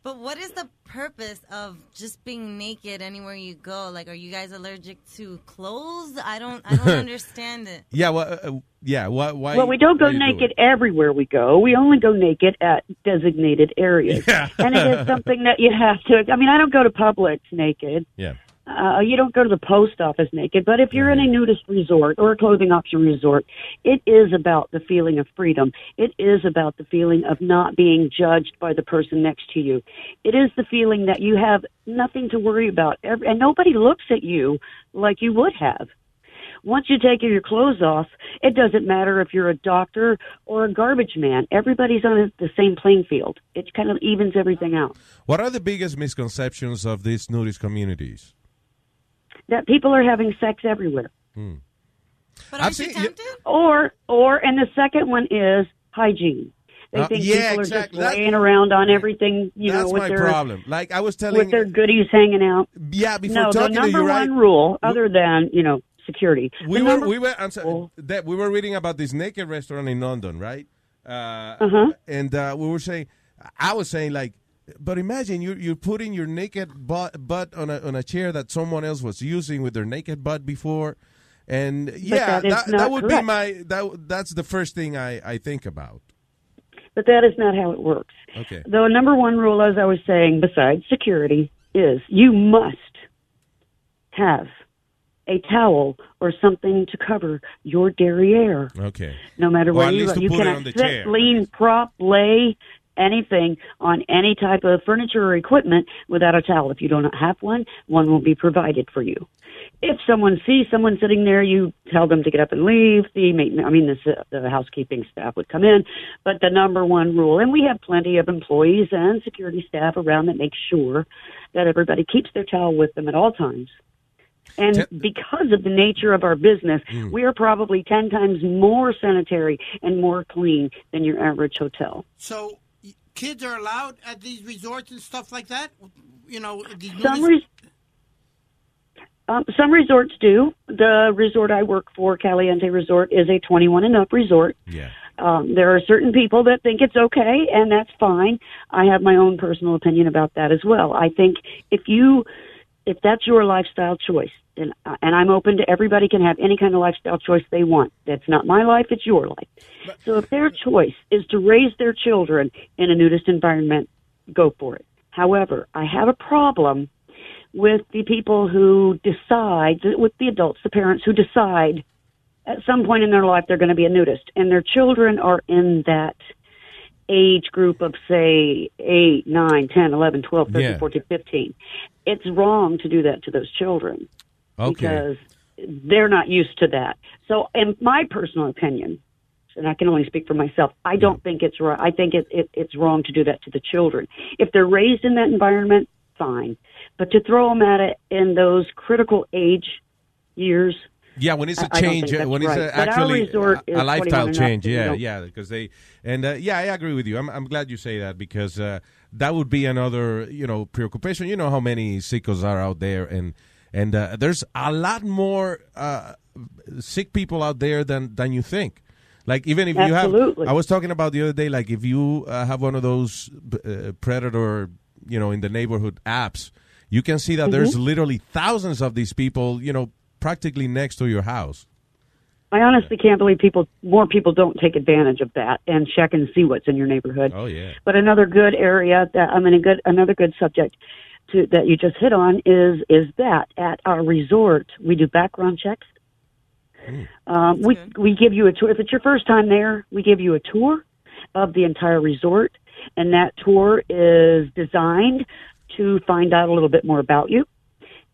Speaker 3: But what is the purpose of just being naked anywhere you go? Like, are you guys allergic to clothes? I don't, I don't understand it.
Speaker 7: yeah well uh, yeah why, why
Speaker 26: well, we don't go
Speaker 7: why you do
Speaker 26: naked
Speaker 7: it?
Speaker 26: everywhere we go. We only go naked at designated areas. and it is something that you have to. I mean, I don't go to Publix naked.
Speaker 7: Yeah.
Speaker 26: Uh, you don't go to the post office naked. But if you're in a nudist resort or a clothing option resort, it is about the feeling of freedom. It is about the feeling of not being judged by the person next to you. It is the feeling that you have nothing to worry about, Every- and nobody looks at you like you would have once you take your clothes off, it doesn't matter if you're a doctor or a garbage man. Everybody's on the same playing field. It kind of evens everything out.
Speaker 7: what are the biggest misconceptions of these nudist communities
Speaker 26: That people are having sex everywhere.
Speaker 7: Hmm.
Speaker 26: I've seen, or or and the second one is hygiene. They
Speaker 7: Uh,
Speaker 26: think
Speaker 7: yeah,
Speaker 26: people are
Speaker 7: exactly.
Speaker 26: just
Speaker 7: That's-
Speaker 26: laying around on everything, you know,
Speaker 7: that's
Speaker 26: with
Speaker 7: my
Speaker 26: their
Speaker 7: problem like i was telling
Speaker 26: with their goodies hanging out.
Speaker 7: Yeah, before
Speaker 26: no,
Speaker 7: talking
Speaker 26: the
Speaker 7: to you,
Speaker 26: number
Speaker 7: right?
Speaker 26: one rule, other than you know security,
Speaker 7: we
Speaker 26: The
Speaker 7: were
Speaker 26: number-
Speaker 7: we were I'm sorry, that we were reading about this naked restaurant in London, right? Uh,
Speaker 26: Mm-hmm.
Speaker 7: And uh, we were saying, I was saying like, but imagine you you're putting your naked butt, butt on a on a chair that someone else was using with their naked butt before, and yeah,
Speaker 26: that is
Speaker 7: that,
Speaker 26: not
Speaker 7: that would
Speaker 26: correct.
Speaker 7: be my that that's the first thing I I think about.
Speaker 26: but that is not how it works.
Speaker 7: Okay.
Speaker 26: The number one rule, as I was saying, besides security, is you must have a towel or something to cover your derriere.
Speaker 7: Okay.
Speaker 26: No matter
Speaker 7: Or
Speaker 26: where
Speaker 7: at
Speaker 26: you
Speaker 7: least
Speaker 26: go,
Speaker 7: to
Speaker 26: you
Speaker 7: put it
Speaker 26: cannot
Speaker 7: on the
Speaker 26: sit,
Speaker 7: chair.
Speaker 26: lean, prop, lay anything on any type of furniture or equipment without a towel. If you do not have one, one will be provided for you. If someone sees someone sitting there, you tell them to get up and leave. The maintenance, I mean, the, the housekeeping staff would come in. But the number one rule, and we have plenty of employees and security staff around that make sure that everybody keeps their towel with them at all times. And because of the nature of our business,
Speaker 18: Mm.
Speaker 26: we are probably 10 times more sanitary and more clean than your average hotel.
Speaker 1: So y- kids are allowed at these resorts and stuff like that. You know, these
Speaker 26: Some,
Speaker 1: movies-
Speaker 26: res- um, some resorts do. The resort I work for, Caliente Resort, is a 21 and up resort.
Speaker 7: Yeah.
Speaker 26: Um, there are certain people that think it's okay, and that's fine. I have my own personal opinion about that as well. I think if you, if that's your lifestyle choice, and and I'm open to everybody can have any kind of lifestyle choice they want. That's not my life; it's your life. So if their choice is to raise their children in a nudist environment, go for it. However, I have a problem with the people who decide, with the adults, the parents who decide at some point in their life they're going to be a nudist, and their children are in that age group of, say, 8, 9, 10, 11, 12, 13,
Speaker 7: Yeah.
Speaker 26: 14, 15. It's wrong to do that to those children
Speaker 7: Okay.
Speaker 26: because they're not used to that. So, in my personal opinion, and I can only speak for myself, I don't think it's right. I think it, it, it's wrong to do that to the children. If they're raised in that environment, fine. But to throw them at it in those critical age years,
Speaker 7: Yeah, when it's
Speaker 26: I-
Speaker 7: a
Speaker 26: I don't
Speaker 7: change,
Speaker 26: think that's
Speaker 7: when it's
Speaker 26: right.
Speaker 7: a,
Speaker 26: But our
Speaker 7: actually
Speaker 26: resort
Speaker 7: a-
Speaker 26: is
Speaker 7: a lifestyle
Speaker 26: 21 and up,
Speaker 7: change,
Speaker 26: so we
Speaker 7: yeah,
Speaker 26: don't-
Speaker 7: yeah, because they and uh, yeah, I agree with you. I'm I'm glad you say that because uh, that would be another you know preoccupation. You know how many sickos are out there, and and uh, there's a lot more uh, sick people out there than than you think. Like even if you
Speaker 26: Absolutely.
Speaker 7: have, I was talking about the other day, like if you uh, have one of those uh, predator, you know, in the neighborhood apps, you can see that there's
Speaker 26: Mhm.
Speaker 7: literally thousands of these people, you know, practically next to your house.
Speaker 26: I honestly can't believe people more people don't take advantage of that and check and see what's in your neighborhood.
Speaker 7: Oh yeah.
Speaker 26: But another good area that I mean a good another good subject to that you just hit on is is that at our resort we do background checks.
Speaker 7: Hmm.
Speaker 26: Um, we we give you a tour if it's your first time there. We give you a tour of the entire resort, and that tour is designed to find out a little bit more about you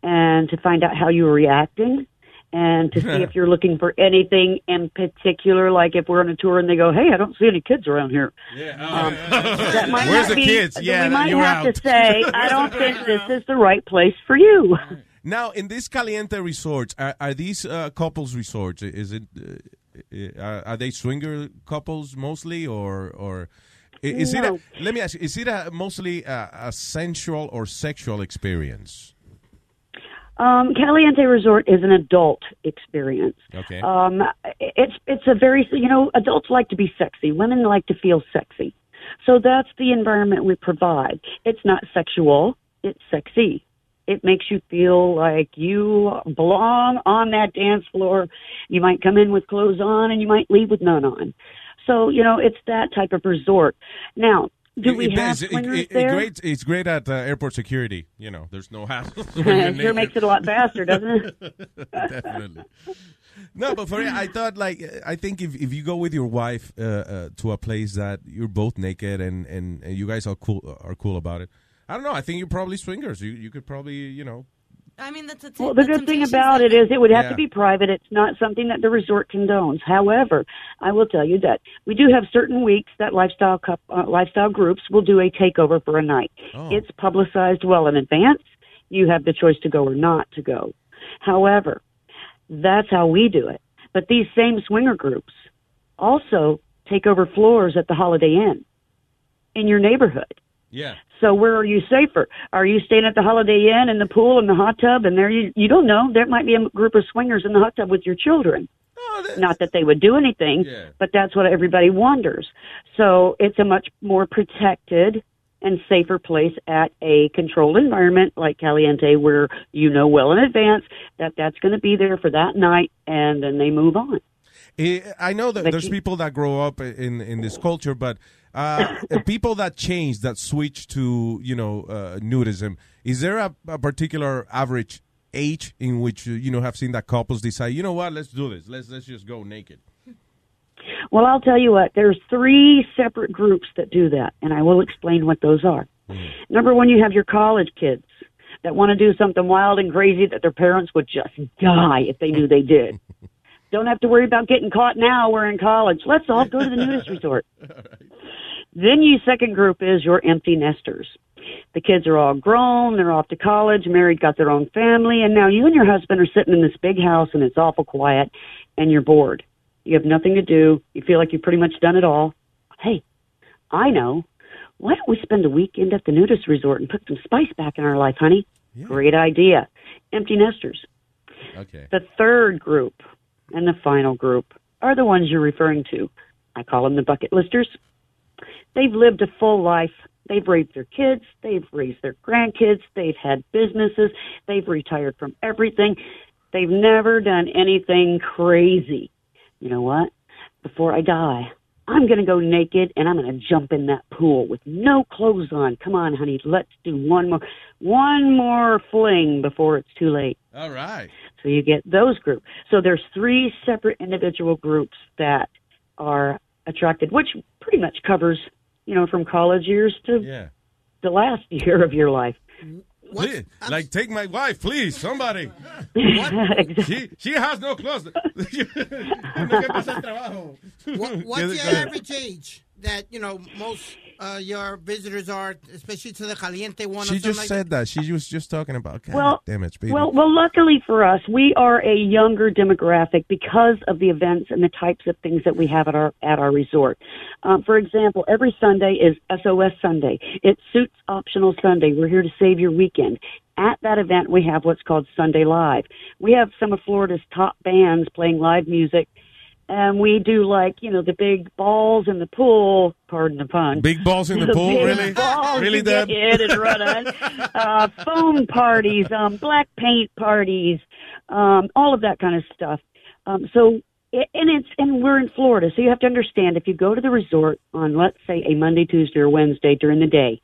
Speaker 26: and to find out how you're reacting and to see if you're looking for anything in particular. Like if we're on a tour and they go, "Hey, I don't see any kids around here."
Speaker 22: Um, That might
Speaker 7: oh, Where's
Speaker 22: not
Speaker 7: the
Speaker 22: be-
Speaker 7: kids? Yeah,
Speaker 26: we
Speaker 7: that-
Speaker 26: might
Speaker 7: you're
Speaker 26: have
Speaker 7: out.
Speaker 26: to say, "I don't think this is the right place for you."
Speaker 7: Now, in these Caliente resorts, are, are these uh, couples resorts? Is it uh, are, are they swinger couples mostly, or or i- is
Speaker 26: No.
Speaker 7: it? A, let me ask you: Is it a, mostly a, a sensual or sexual experience?
Speaker 26: Um, Caliente Resort is an adult experience.
Speaker 7: Okay.
Speaker 26: Um, it's it's a very you know adults like to be sexy, women like to feel sexy, so that's the environment we provide. It's not sexual, it's sexy. It makes you feel like you belong on that dance floor. You might come in with clothes on, and you might leave with none on. So you know it's that type of resort. Now, do we
Speaker 7: It- it-
Speaker 26: have
Speaker 7: it-
Speaker 26: swingers
Speaker 7: it- it
Speaker 26: there?
Speaker 7: great, it's great at uh, airport security. You know, there's no hassle.
Speaker 26: It sure makes it a lot faster, doesn't it?
Speaker 7: Definitely. No, but for real, I thought like I think if, if you go with your wife uh, uh, to a place that you're both naked and, and, and you guys are cool are cool about it, I don't know. I think you're probably swingers. You you could probably you know.
Speaker 27: I mean, that's a t-
Speaker 26: Well, the good thing about it is it would have
Speaker 7: Yeah.
Speaker 26: to be private. It's not something that the resort condones. However, I will tell you that we do have certain weeks that lifestyle cup, uh, lifestyle groups will do a takeover for a night.
Speaker 22: Oh.
Speaker 26: It's publicized well in advance. You have the choice to go or not to go. However, that's how we do it. But these same swinger groups also take over floors at the Holiday Inn in your neighborhood.
Speaker 7: Yeah.
Speaker 26: So where are you safer? Are you staying at the Holiday Inn in the pool and the hot tub? And there you you don't know. There might be a group of swingers in the hot tub with your children. Not that they would do anything, but that's what everybody wonders. So it's a much more protected and safer place at a controlled environment like Caliente, where you know well in advance that that's going to be there for that night, and then they move on.
Speaker 7: Eh, I know that there's people that grow up in in this culture, but uh, people that change that switch to you know uh, nudism. Is there a, a particular average age in which uh, you you know have seen that couples decide you know what let's do this let's let's just go naked.
Speaker 26: Well, I'll tell you what, there's three separate groups that do that, and I will explain what those are. Number one, you have your college kids that want to do something wild and crazy that their parents would just die if they knew they did. Don't have to worry about getting caught now. We're in college. Let's all go to the nudist resort. Then you second group is your empty nesters. The kids are all grown, they're off to college, married, got their own family, and now you and your husband are sitting in this big house and it's awful quiet and you're bored. You have nothing to do. You feel like you've pretty much done it all. Hey, I know. Why don't we spend a weekend at the nudist resort and put some spice back in our life, honey? Great idea. Empty nesters.
Speaker 7: Okay.
Speaker 26: The third group and the final group are the ones you're referring to. I call them the bucket listers. They've lived a full life. They've raised their kids. They've raised their grandkids. They've had businesses. They've retired from everything. They've never done anything crazy. You know what? Before I die, I'm going to go naked and I'm going to jump in that pool with no clothes on. Come on, honey. Let's do one more, one more fling before it's too late.
Speaker 7: All right.
Speaker 26: So you get those groups. So there's three separate individual groups that are attracted, which pretty much covers you know, from college years to
Speaker 7: Yeah.
Speaker 26: the last year of your life.
Speaker 7: Please, like, take my wife, please, somebody. she, she has no clothes.
Speaker 28: What,
Speaker 7: Go
Speaker 28: what's your
Speaker 7: ahead.
Speaker 28: average age that you know most uh, your visitors are, especially to the caliente one? or
Speaker 7: She
Speaker 28: something
Speaker 7: just
Speaker 28: like
Speaker 7: said that. She was just talking about. God
Speaker 26: Well-
Speaker 7: damn it, Speedy.
Speaker 26: Well, well, luckily for us, we are a younger demographic because of the events and the types of things that we have at our at our resort. Um, for example, every Sunday is SOS Sunday. It's Suits Optional Sunday. We're here to save your weekend. At that event, we have what's called Sunday Live. We have some of Florida's top bands playing live music, and we do like you know the big balls in the pool. Pardon the pun.
Speaker 7: Big balls in the
Speaker 26: The
Speaker 7: pool,
Speaker 26: big
Speaker 7: really?
Speaker 26: balls
Speaker 7: really,
Speaker 26: you get
Speaker 7: Deb?
Speaker 26: in and run on. uh, foam parties, um, black paint parties, um, all of that kind of stuff. Um, so, i- and it's and we're in Florida, so you have to understand if you go to the resort on let's say a Monday, Tuesday, or Wednesday during the day,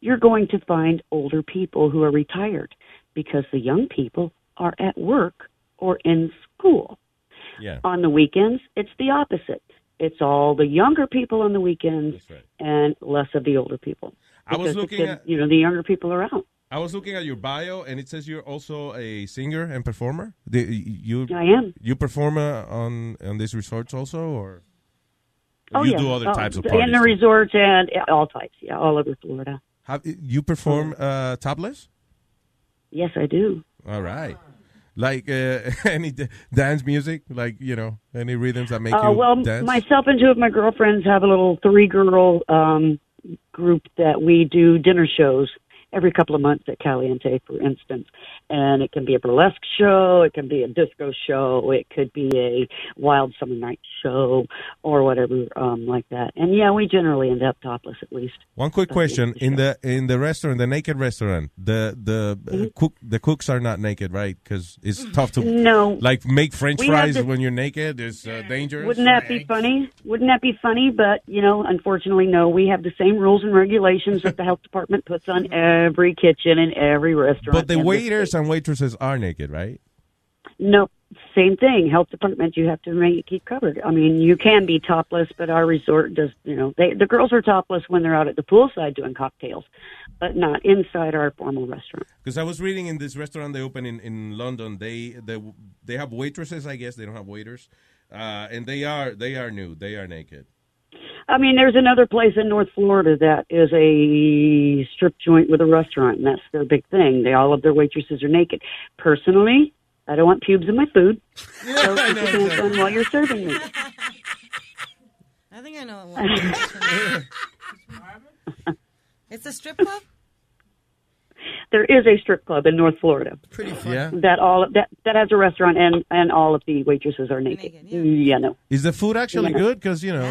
Speaker 26: you're going to find older people who are retired because the young people are at work or in school.
Speaker 29: Yeah.
Speaker 26: On the weekends, it's the opposite. It's all the younger people on the weekends and less of the older people.
Speaker 7: I was
Speaker 26: Because the
Speaker 7: looking
Speaker 26: kid-
Speaker 7: at-
Speaker 26: you know, the younger people are out.
Speaker 7: I was looking at your bio, and it says you're also a singer and performer. The, you,
Speaker 26: I am.
Speaker 7: You perform uh, on on these resorts also, or
Speaker 26: Oh,
Speaker 7: you
Speaker 26: yeah.
Speaker 7: do other
Speaker 26: Oh,
Speaker 7: types of
Speaker 26: in
Speaker 7: parties.
Speaker 26: the resorts and yeah, all types, yeah, all over Florida.
Speaker 7: Have- you perform uh, topless?
Speaker 26: Yes, I do.
Speaker 7: All right. Like uh, any d- dance music, like you know, any rhythms that make
Speaker 26: Uh,
Speaker 7: you
Speaker 26: well,
Speaker 7: dance.
Speaker 26: myself and two of my girlfriends have a little three-girl um, group that we do dinner shows every couple of months at Caliente, for instance. And it can be a burlesque show, it can be a disco show, it could be a wild summer night show, or whatever um, like that. And yeah, we generally end up topless at least.
Speaker 7: One quick question in the in the restaurant, the naked restaurant, the the uh,
Speaker 26: Mm-hmm.
Speaker 7: cook the cooks are not naked, right? Because it's tough to
Speaker 26: No.
Speaker 7: like make French
Speaker 26: We have
Speaker 7: fries
Speaker 26: this-
Speaker 7: when you're naked. It's uh, dangerous.
Speaker 26: Wouldn't that be funny? Wouldn't that be funny? But you know, unfortunately, no. We have the same rules and regulations that the health department puts on every kitchen and every restaurant.
Speaker 7: But the
Speaker 26: in this
Speaker 7: waiters and waitresses are naked, right?
Speaker 26: No, same thing. Health department, you have to make keep covered. I mean, you can be topless, but our resort does. You know, they, the girls are topless when they're out at the poolside doing cocktails, but not inside our formal restaurant.
Speaker 7: Because I was reading in this restaurant they open in, in London, they they they have waitresses, I guess they don't have waiters, uh, and they are they are nude, they are naked.
Speaker 26: I mean, there's another place in North Florida that is a strip joint with a restaurant, and that's their big thing. They all of their waitresses are naked. Personally, I don't want pubes in my food. So keep your pants on while you're serving me.
Speaker 22: I think I know what it was. It's a strip club?
Speaker 26: There is a strip club in North Florida. Pretty
Speaker 7: funny. Yeah.
Speaker 26: That all that that has a restaurant, and and all of the waitresses are naked. Mm, yeah. no.
Speaker 7: Is the food actually
Speaker 26: Yeah.
Speaker 7: good? Because you know,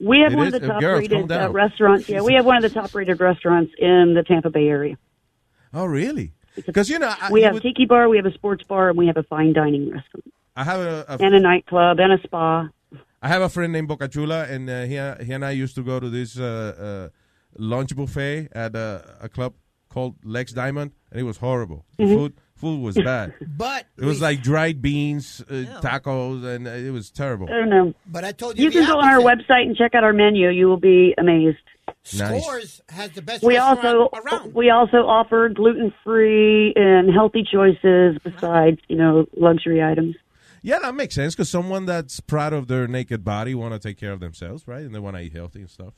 Speaker 26: We have
Speaker 7: It
Speaker 26: one
Speaker 7: is-
Speaker 26: of the
Speaker 7: uh,
Speaker 26: top
Speaker 7: girls, calm
Speaker 26: rated uh,
Speaker 7: down.
Speaker 26: restaurants. Yeah, we have one of the top rated restaurants in the Tampa Bay area.
Speaker 7: oh really? Because you know, I,
Speaker 26: we
Speaker 7: you
Speaker 26: have
Speaker 7: would-
Speaker 26: tiki bar, we have a sports bar, and we have a fine dining restaurant.
Speaker 7: I have a, a
Speaker 26: and a nightclub and a spa.
Speaker 7: I have a friend named Bocachula, and uh, he, he and I used to go to this uh, uh, lunch buffet at a, a club called Lex Diamond, and it was horrible. The
Speaker 26: Mm-hmm.
Speaker 28: Mhm.
Speaker 7: Food food was bad.
Speaker 28: But
Speaker 7: it was like dried beans, uh, tacos, and uh, it was terrible.
Speaker 26: I don't know.
Speaker 28: But I told
Speaker 26: you, you can go on our website and check out our menu. You will be amazed.
Speaker 28: that. Scores has the best.
Speaker 26: We
Speaker 28: restaurant
Speaker 26: also
Speaker 28: around.
Speaker 26: we also offer gluten free and healthy choices besides you know luxury items.
Speaker 7: Yeah, that makes sense because someone that's proud of their naked body want to take care of themselves, right? And they want to eat healthy and stuff.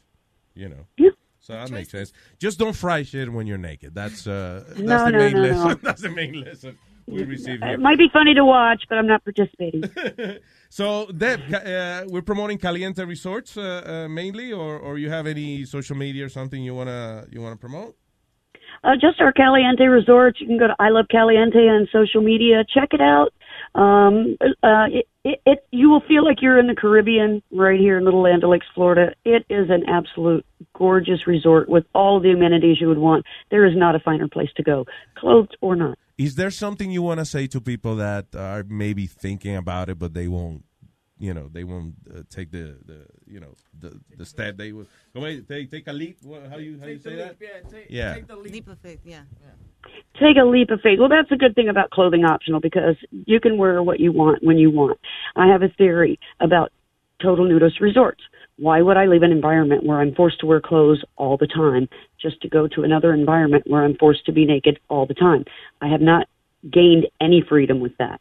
Speaker 7: You know.
Speaker 26: Yeah.
Speaker 7: So that makes sense. Just don't fry shit when you're naked. That's uh, that's
Speaker 26: No,
Speaker 7: the
Speaker 26: no,
Speaker 7: main
Speaker 26: no,
Speaker 7: lesson.
Speaker 26: no.
Speaker 7: That's the main lesson we receive. here.
Speaker 26: Uh, It might be funny to watch, but I'm not participating.
Speaker 7: So, Deb, ca- uh, we're promoting Caliente Resorts uh, uh, mainly, or, or you have any social media or something you wanna you wanna promote?
Speaker 26: Uh, just our Caliente Resort. You can go to I Love Caliente on social media. Check it out. Um, uh, it, it, it you will feel like you're in the Caribbean right here in Little Land Lakes, Florida. It is an absolute gorgeous resort with all the amenities you would want. There is not a finer place to go, clothed or not.
Speaker 7: Is there something you wanna say to people that are maybe thinking about it, but they won't, you know, they won't uh, take the, the you know the the step they would. Come on, take take a leap. What, how you how you say that? Yeah.
Speaker 22: Leap of faith, yeah.
Speaker 26: Take a leap of faith. Well, that's a good thing about clothing optional because you can wear what you want when you want. I have a theory about total nudist resorts. Why would I leave an environment where I'm forced to wear clothes all the time just to go to another environment where I'm forced to be naked all the time? I have not gained any freedom with that.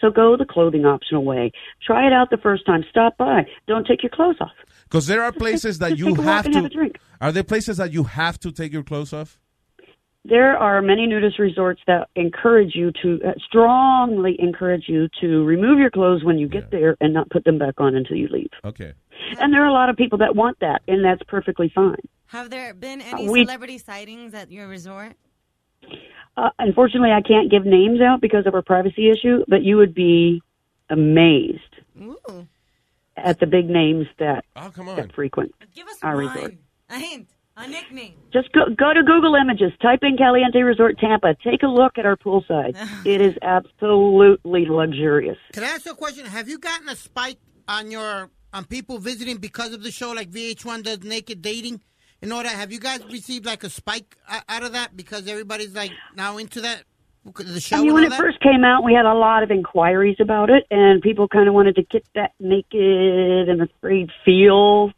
Speaker 26: So go the clothing optional way. Try it out the first time. Stop by. Don't take your clothes off.
Speaker 5: Because there are places that
Speaker 26: just
Speaker 5: you
Speaker 26: take a walk
Speaker 5: have
Speaker 26: and have
Speaker 5: to.
Speaker 26: a drink.
Speaker 5: Are there places that you have to take your clothes off?
Speaker 26: There are many nudist resorts that encourage you to uh, strongly encourage you to remove your clothes when you get there and not put them back on until you leave.
Speaker 5: Okay.
Speaker 26: And there are a lot of people that want that, and that's perfectly fine.
Speaker 3: Have there been any
Speaker 26: We-
Speaker 3: celebrity sightings at your resort?
Speaker 26: Uh, unfortunately, I can't give names out because of a privacy issue, but you would be amazed
Speaker 3: Ooh.
Speaker 26: at the big names that,
Speaker 5: come
Speaker 26: that frequent
Speaker 3: Give us
Speaker 26: our
Speaker 3: one.
Speaker 26: resort.
Speaker 3: A hint. A nickname.
Speaker 26: Just go, go to Google Images, type in Caliente Resort Tampa, take a look at our poolside. it is absolutely luxurious.
Speaker 1: Can I ask you a question? Have you gotten a spike on your on people visiting because of the show, like VH1 does Naked Dating and all that? Have you guys received like a spike uh, out of that because everybody's like now into that because of the show?
Speaker 26: I mean,
Speaker 1: and
Speaker 26: when
Speaker 1: all
Speaker 26: it
Speaker 1: that?
Speaker 26: first came out, we had a lot of inquiries about it, and people kind of wanted to get that naked and afraid feel.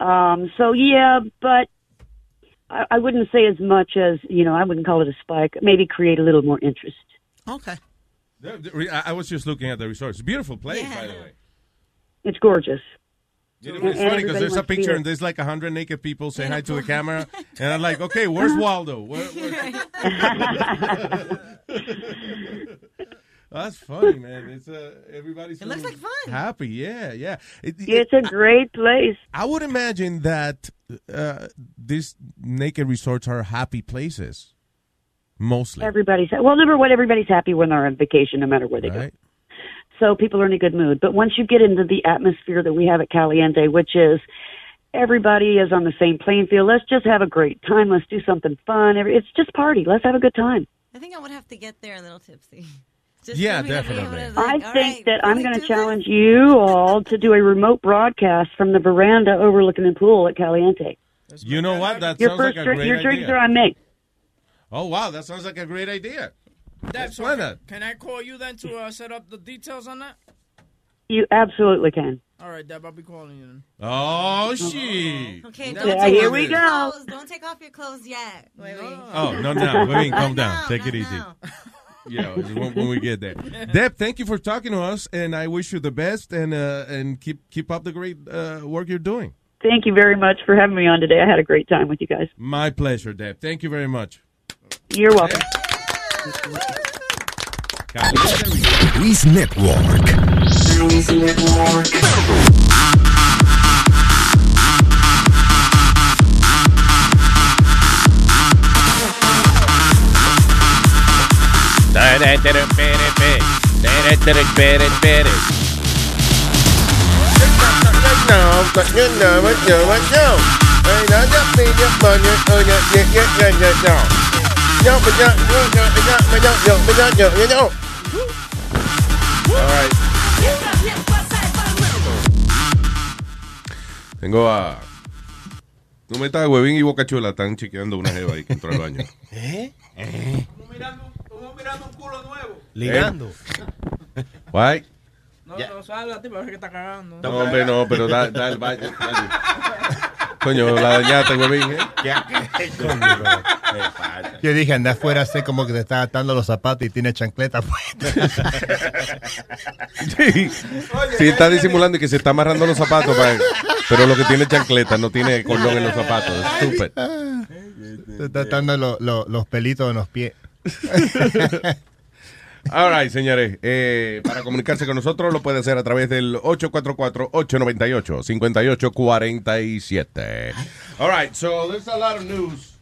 Speaker 26: Um, so yeah, but I, I wouldn't say as much as you know. I wouldn't call it a spike. Maybe create a little more interest.
Speaker 1: Okay.
Speaker 5: I I was just looking at the resorts. Beautiful place, by the way.
Speaker 26: It's gorgeous.
Speaker 5: You know, it's
Speaker 26: And
Speaker 5: funny because
Speaker 26: everybody
Speaker 5: there's a
Speaker 26: wants to
Speaker 5: picture
Speaker 26: do it.
Speaker 5: and there's like a hundred naked people saying hi to the camera, and I'm like, okay, where's Waldo? Where- That's funny, man. It's uh, everybody's. It looks like
Speaker 3: fun.
Speaker 5: Happy, yeah, yeah. It- it-
Speaker 26: It's a great place.
Speaker 5: I would imagine that uh, these naked resorts are happy places, mostly.
Speaker 26: Everybody's well, number one, everybody's happy when they're on vacation, no matter where they
Speaker 5: go.
Speaker 26: So people are in a good mood. But once you get into the atmosphere that we have at Caliente, which is everybody is on the same playing field. Let's just have a great time. Let's do something fun. Every- It's just party. Let's have a good time.
Speaker 3: I think I would have to get there a little tipsy.
Speaker 5: yeah,
Speaker 3: definitely.
Speaker 26: I think that I'm going to challenge you all to do a remote broadcast from the veranda overlooking the pool at Caliente.
Speaker 5: You know what? That
Speaker 26: Your
Speaker 5: sounds
Speaker 26: first
Speaker 5: like a
Speaker 26: drink,
Speaker 5: great
Speaker 26: your
Speaker 5: idea.
Speaker 26: drinks are on me.
Speaker 5: Oh wow, that sounds like a great idea. That's
Speaker 9: So can, can I call you then to uh, set up the details on that?
Speaker 26: You absolutely can.
Speaker 9: All right, Deb, I'll be calling you then.
Speaker 5: Oh shit.
Speaker 3: Okay,
Speaker 9: Yeah,
Speaker 3: don't
Speaker 9: here
Speaker 3: take off
Speaker 9: we
Speaker 3: your
Speaker 9: go.
Speaker 3: Clothes. Don't take off your clothes yet.
Speaker 5: Oh no, no, Wait, calm down. Take it easy. Yeah, when, when we get there. Deb, thank you for talking to us, and I wish you the best, and uh, and keep keep up the great uh, work you're doing.
Speaker 26: Thank you very much for having me on today. I had a great time with you guys.
Speaker 5: My pleasure, Deb. Thank you very much.
Speaker 26: You're welcome.
Speaker 25: Luis Network.
Speaker 7: Tengo a. No me está huevín y boca chula, están chequeando una jeva ahí que entró al baño.
Speaker 12: ¿Eh?
Speaker 7: Ligando.
Speaker 5: ¿Eh?
Speaker 7: Why?
Speaker 9: No, no, salga, tío, parece que está cagando.
Speaker 7: No, hombre, no, pero da, da el baño. dale. Coño, la dañaste, huevín, ¿eh?
Speaker 12: Ya,
Speaker 14: Coño, bro. Yo dije, anda afuera, sé como que te está atando los zapatos y tiene chancleta puesta.
Speaker 7: Sí, Sí, está disimulando y que se está amarrando los zapatos, para- pero lo que tiene es chancleta, no tiene cordón en los zapatos. Estúpido.
Speaker 14: Te está atando lo- lo- los pelitos en los pies.
Speaker 7: All right, señores. eh, para comunicarse con nosotros lo puede hacer a través del 844-898-5847. All right, so there's a lot of news.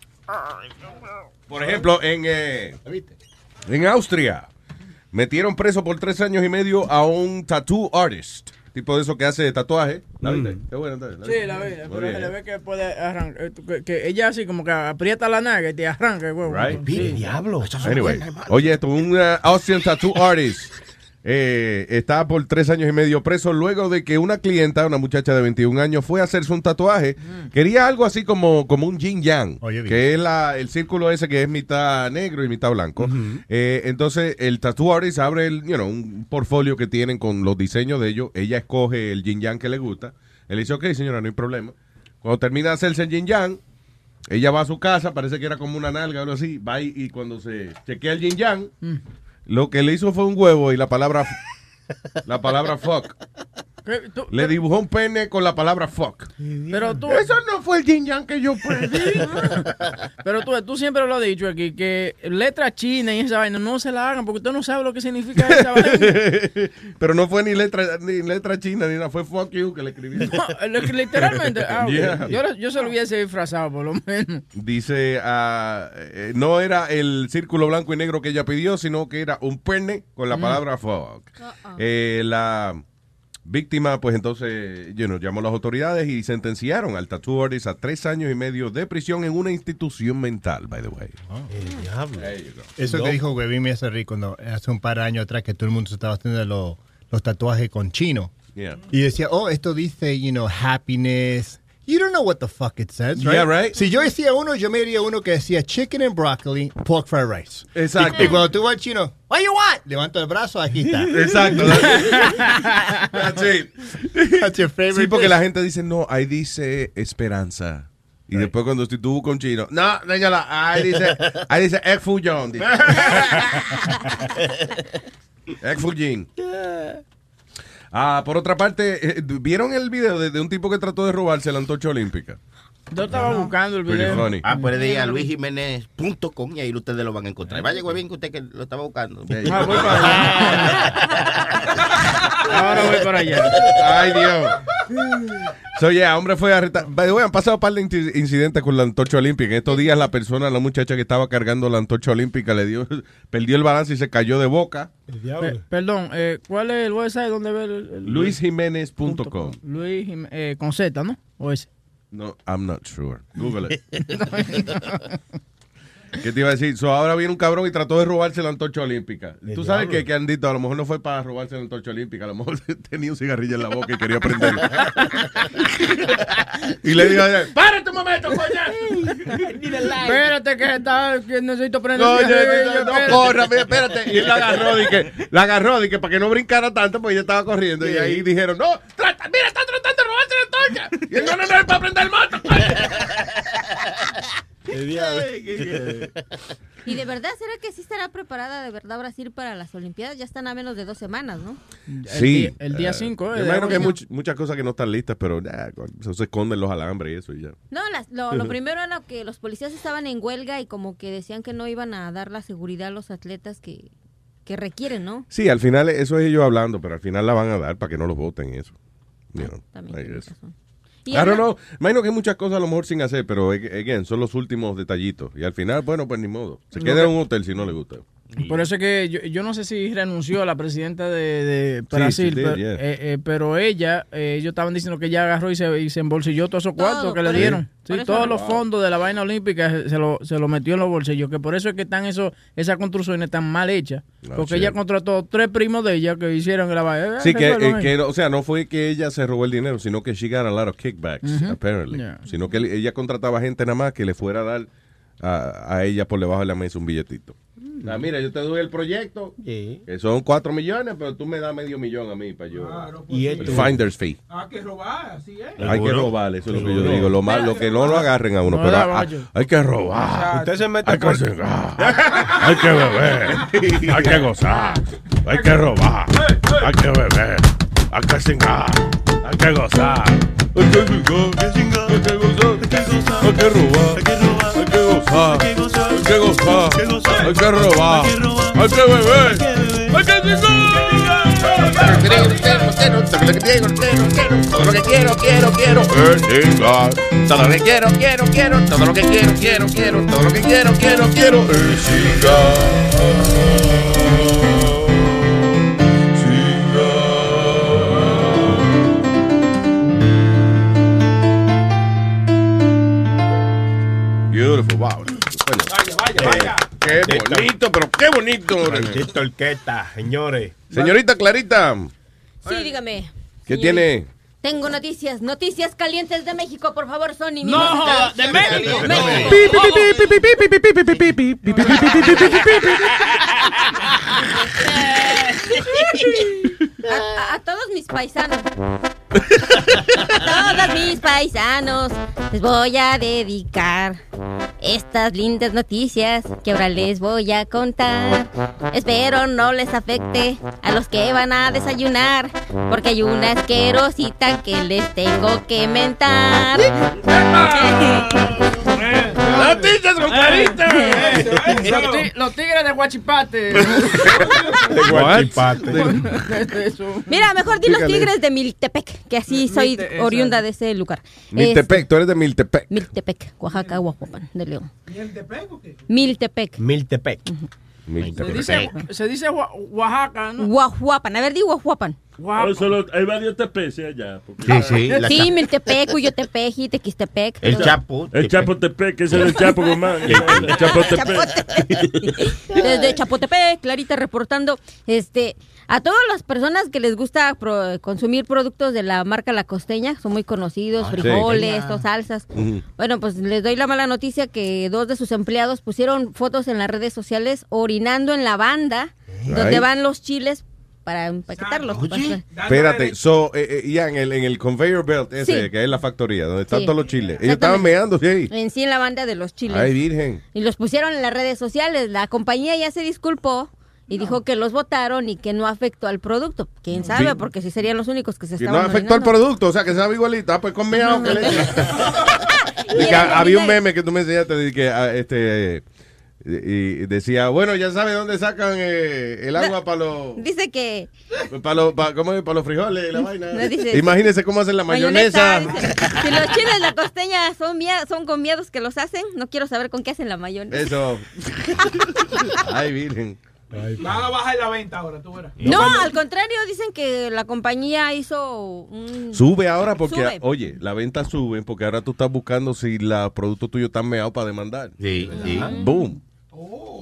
Speaker 7: Por ejemplo, en, eh, en Austria metieron preso por tres años y medio a un tattoo artist. Tipo de eso que hace tatuaje. ¿La viste? Qué buena, está bien,
Speaker 9: Sí, la ve,
Speaker 7: Muy
Speaker 9: pero
Speaker 7: bien,
Speaker 9: se le
Speaker 7: ¿eh?
Speaker 9: ve que puede arrancar, eh, que, que ella así como que aprieta la naga y te arranca el huevo.
Speaker 7: Right.
Speaker 9: Sí.
Speaker 14: diablo.
Speaker 7: Anyway, oye, esto, un uh, Austrian tattoo artist eh, está por tres años y medio preso luego de que una clienta, una muchacha de 21 años, fue a hacerse un tatuaje. Quería algo así como, como un yin yang,
Speaker 14: Oye, bien.
Speaker 7: que es la- el círculo ese que es mitad negro y mitad blanco. Eh, entonces, el tattoo artist abre el, you know, un portfolio que tienen con los diseños de ellos. Ella escoge el yin yang que le gusta. Él dice, ok, señora, no hay problema. Cuando termina de hacerse el yin yang, ella va a su casa, parece que era como una nalga o algo así, va y, y cuando se chequea el yin yang, lo que le hizo fue un huevo y la palabra, la palabra fuck.
Speaker 9: ¿Qué? Tú-
Speaker 7: Le dibujó un pene con la palabra fuck.
Speaker 9: Pero tú,
Speaker 18: Eso
Speaker 7: no fue el yin yang que yo pedí.
Speaker 9: pero tú, tú siempre lo has dicho aquí, que letras chinas y esa vaina no se la hagan porque usted no sabe lo que significa esa vaina.
Speaker 7: Pero no fue ni letra, ni letra china, ni nada, fue fuck you que le escribí.
Speaker 9: Lo que Literalmente, ah, ok.
Speaker 7: Yeah.
Speaker 9: yo, lo- yo se lo hubiese disfrazado por lo menos.
Speaker 7: Dice, ah, eh, no era el círculo blanco y negro que ella pidió, sino que era un pene con la
Speaker 9: Mm.
Speaker 7: palabra fuck. Eh, la víctima, pues entonces, you know, llamó a las autoridades y sentenciaron al tattoo artist a tres años y medio de prisión en una institución mental, by the way.
Speaker 14: El diablo. Eso
Speaker 7: No.
Speaker 14: que dijo Webin me hace rico no, hace un par de años atrás que todo el mundo se estaba haciendo los, los tatuajes con chino.
Speaker 7: Yeah.
Speaker 14: Y decía, oh, esto dice, you know, happiness. You don't know what the fuck it says, right?
Speaker 7: Yeah, right.
Speaker 14: Si yo decía uno, yo me diría uno que decía chicken and broccoli, pork fried rice.
Speaker 7: Exacto.
Speaker 14: Y, y cuando tú vas al chino, what you want? Levanto el brazo, aquí está.
Speaker 7: Exacto.
Speaker 14: That's
Speaker 7: it.
Speaker 14: That's
Speaker 4: Mm.
Speaker 14: your favorite
Speaker 7: Sí, porque
Speaker 14: dish.
Speaker 7: la gente dice, no, ahí dice esperanza. Y después cuando estoy tú con chino, no, señora, ahí dice, ahí dice Egg Fu Young", dice. Egg Fu Jin. Ah, por otra parte, eh, ¿vieron el video de, de un tipo que trató de robarse la antorcha olímpica?
Speaker 9: Yo estaba buscando el
Speaker 7: Pretty
Speaker 9: video.
Speaker 7: funny.
Speaker 20: Ah,
Speaker 8: pues
Speaker 20: puede ir a luisjiménez.com y ahí ustedes lo van a
Speaker 7: Eh.
Speaker 20: encontrar. Vaya, güey, bien que usted que lo estaba buscando.
Speaker 9: Ah, voy para allá. Ahora voy para allá.
Speaker 7: Ay, Dios. So, yeah, hombre fue arrestado. By the way, han pasado un par de inci- incidentes con la antorcha olímpica. En estos días la persona, la muchacha que estaba cargando la antorcha olímpica, le dio, perdió el balance y se cayó de boca.
Speaker 9: Pe- perdón, eh, ¿cuál es el website donde ve el, el-
Speaker 7: LuisJiménez.com.
Speaker 9: Luis Jim- eh, con Z, ¿no? O ese.
Speaker 7: No, I'm not sure. Google it. ¿Qué te iba a decir? So, ahora viene un cabrón y trató de robarse la antorcha olímpica. Tú sabes
Speaker 5: diablo.
Speaker 7: que, que Andito a lo mejor no fue para robarse la antorcha olímpica, a lo mejor tenía un cigarrillo en la boca y quería prenderlo. y le dijo, este
Speaker 18: ¡Párate un momento, coño!
Speaker 9: Espérate que, está, que necesito prender
Speaker 7: No,
Speaker 9: el
Speaker 7: ya,
Speaker 9: cigarrillo,
Speaker 7: ya, ya, no,
Speaker 9: espérate.
Speaker 7: corra, mira, espérate. Y él la agarró, dije, la agarró, dije, para que no brincara tanto, porque ella estaba corriendo. Y ahí dijeron, no,
Speaker 18: Trata- ¡Mira, está tratando de robarse la antorcha! ¡Y él no, no, no, es para prender el moto, coño!
Speaker 10: Y de verdad, ¿será que sí estará preparada de verdad Brasil para las Olimpiadas? Ya están a menos de dos semanas, ¿no?
Speaker 7: Sí.
Speaker 9: El día 5,
Speaker 7: yo
Speaker 9: eh, de
Speaker 7: imagino que hay
Speaker 9: junio.
Speaker 7: much- muchas cosas que no están listas, pero nah, coño, eso se esconden los alambres y eso y ya.
Speaker 10: No, las- lo, lo primero era que los policías estaban en huelga y como que decían que no iban a dar la seguridad a los atletas que, que requieren, ¿no?
Speaker 7: Sí, al final eso es ellos hablando, pero al final la van a dar para que no los voten y eso. You know, I guess.
Speaker 10: Y
Speaker 7: I don't
Speaker 10: habla-
Speaker 7: know. Imagino que hay muchas cosas a lo mejor sin hacer, pero ag- again, son los últimos detallitos. Y al final, bueno, pues ni modo. Se
Speaker 9: No,
Speaker 7: queda en
Speaker 9: que-
Speaker 7: un hotel si no le gusta.
Speaker 9: Por eso es que yo, yo no sé si renunció a la presidenta de, de Brasil,
Speaker 7: she did,
Speaker 9: pero,
Speaker 7: yeah.
Speaker 9: eh, eh, pero ella, eh, ellos estaban diciendo que ella agarró y se, y se embolsilló todos esos cuartos que le
Speaker 14: por eso-
Speaker 9: dieron.
Speaker 14: por
Speaker 9: Sí,
Speaker 14: eso
Speaker 9: todos
Speaker 14: no-
Speaker 9: los fondos de la vaina olímpica se- se lo, se lo metió en los bolsillos, que por eso es que están eso, esas construcciones tan mal hechas,
Speaker 7: No,
Speaker 9: porque
Speaker 7: shit.
Speaker 9: ella contrató tres primos de ella que hicieron la vaina. Eh,
Speaker 7: Sí, que, eh,
Speaker 9: resuelvan eso.
Speaker 7: que no- o sea, no fue que ella se robó el dinero, sino que she got a lot of kickbacks,
Speaker 9: Ujú.
Speaker 7: apparently.
Speaker 9: Yeah.
Speaker 7: Sino que él- ella contrataba gente nada más que le fuera a dar a, a ella por debajo de la mesa un billetito. Ah, mira, yo te doy el proyecto. Que son 4 millones, pero tú me das medio millón a mí para yo.
Speaker 11: pues Y
Speaker 7: el
Speaker 11: esto-
Speaker 7: finder's fee.
Speaker 11: Hay que robar, así es.
Speaker 7: Hay que robar, eso es lo que yo digo. Lo, mal, lo que no lo agarren a uno,
Speaker 11: No
Speaker 7: pero
Speaker 11: la
Speaker 7: a- a-
Speaker 11: vayan.
Speaker 7: hay que robar.
Speaker 11: Usted se mete
Speaker 7: hay
Speaker 11: por-
Speaker 7: que cenar, hay que beber, hay que gozar, hay que robar, hay que beber, hay que cenar, hay que gozar. Hay que cingar, hay que gozar, hay que robar, hay que gozar, hay que gozar, hay que robar, hay que beber, hay que
Speaker 20: Todo lo que quiero, quiero, quiero.
Speaker 7: cingar.
Speaker 20: Todo lo que quiero, quiero, quiero. Todo lo que quiero, quiero, quiero. Todo lo que quiero, quiero, quiero. Es
Speaker 7: Beautiful, wow. Bueno,
Speaker 12: vaya.
Speaker 7: Qué bonito, pero qué bonito.
Speaker 12: Maldito orquesta, señores.
Speaker 7: Señorita Clarita,
Speaker 10: Sí, dígame.
Speaker 7: ¿qué tiene?
Speaker 10: Tengo noticias, noticias calientes de México, por favor, Sony.
Speaker 18: No, joda, de México.
Speaker 10: México. A, a- a todos mis paisanos. Todos mis paisanos les voy a dedicar estas lindas noticias que ahora les voy a contar. Espero no les afecte a los que van a desayunar, porque hay una asquerosita que les tengo que mentar.
Speaker 9: ¡Noticias con carita! Los, ti- los tigres de Guachipate.
Speaker 16: De
Speaker 7: Ah,
Speaker 10: Mira, mejor di los
Speaker 16: Dígale.
Speaker 10: tigres de Miltepec, que así soy
Speaker 16: Milte- esa.
Speaker 10: oriunda de ese lugar. Este,
Speaker 7: Miltepec, tú eres de Miltepec.
Speaker 10: Es Miltepec, Oaxaca, Guajuapan, de León. Miltepec.
Speaker 14: Miltepec.
Speaker 9: Se dice, se dice Oa- Oaxaca, ¿no?
Speaker 10: Guajuapan, a ver, di Guajuapan.
Speaker 11: Oh, solo- hay varios TPC allá. porque-
Speaker 16: Sí, sí, la
Speaker 10: sí, Miltepec, Uyotepec y Tequistepec.
Speaker 11: El
Speaker 10: Todo.
Speaker 11: Chapo. El Chapo Tepec, que ese es el Chapo Guzmán. El Chapo Tepec.
Speaker 10: Desde Chapotepec, Clarita reportando. Este, a todas las personas que les gusta pro- consumir productos de la marca La Costeña, son muy conocidos,
Speaker 8: Ah, sí.
Speaker 10: frijoles,
Speaker 8: Costeña.
Speaker 10: o salsas. Bueno, pues les doy la mala noticia que dos de sus empleados pusieron fotos en las redes sociales orinando en la banda
Speaker 7: Ay.
Speaker 10: donde van los chiles para empaquetarlos.
Speaker 7: Espérate, so, eh, eh, Ian, el- en el conveyor belt ese,
Speaker 10: Sí.
Speaker 7: que es la factoría, donde están
Speaker 10: Sí.
Speaker 7: todos los chiles. Ellos estaban
Speaker 10: Exactamente.
Speaker 7: meando, sí.
Speaker 10: En sí, en la banda de los chiles.
Speaker 7: Ay, virgen.
Speaker 10: Y los pusieron en las redes sociales. La compañía ya se disculpó y dijo que los votaron y que no afectó al producto. ¿Quién sabe?
Speaker 7: Sí.
Speaker 10: Porque si serían los únicos que se
Speaker 7: Que
Speaker 10: estaban
Speaker 7: no afectó al
Speaker 10: orinando.
Speaker 7: producto, o sea, que sabe igualita. Ah, Pues con meao que le- Y que había un meme que tú me enseñaste de que ah, este eh, y y decía, bueno, ya sabe dónde sacan eh, el agua para los
Speaker 10: Dice que...
Speaker 7: para los pa- ¿cómo es? Para los frijoles y la vaina.
Speaker 10: no, dice-
Speaker 7: Imagínense cómo hacen la mayonesa.
Speaker 10: dice, si los chiles de la costeña son, mia- son con miedos que los hacen, no quiero saber con qué hacen la mayonesa.
Speaker 7: Eso. Eh. Ay, virgen.
Speaker 4: Van a bajar la venta ahora, tú verás.
Speaker 10: No, al contrario, dicen que la compañía hizo un...
Speaker 7: Sube ahora porque,
Speaker 10: Sube.
Speaker 7: oye, la venta sube porque ahora tú estás buscando si los productos tuyos están meados para demandar.
Speaker 16: Sí, sí.
Speaker 7: Boom.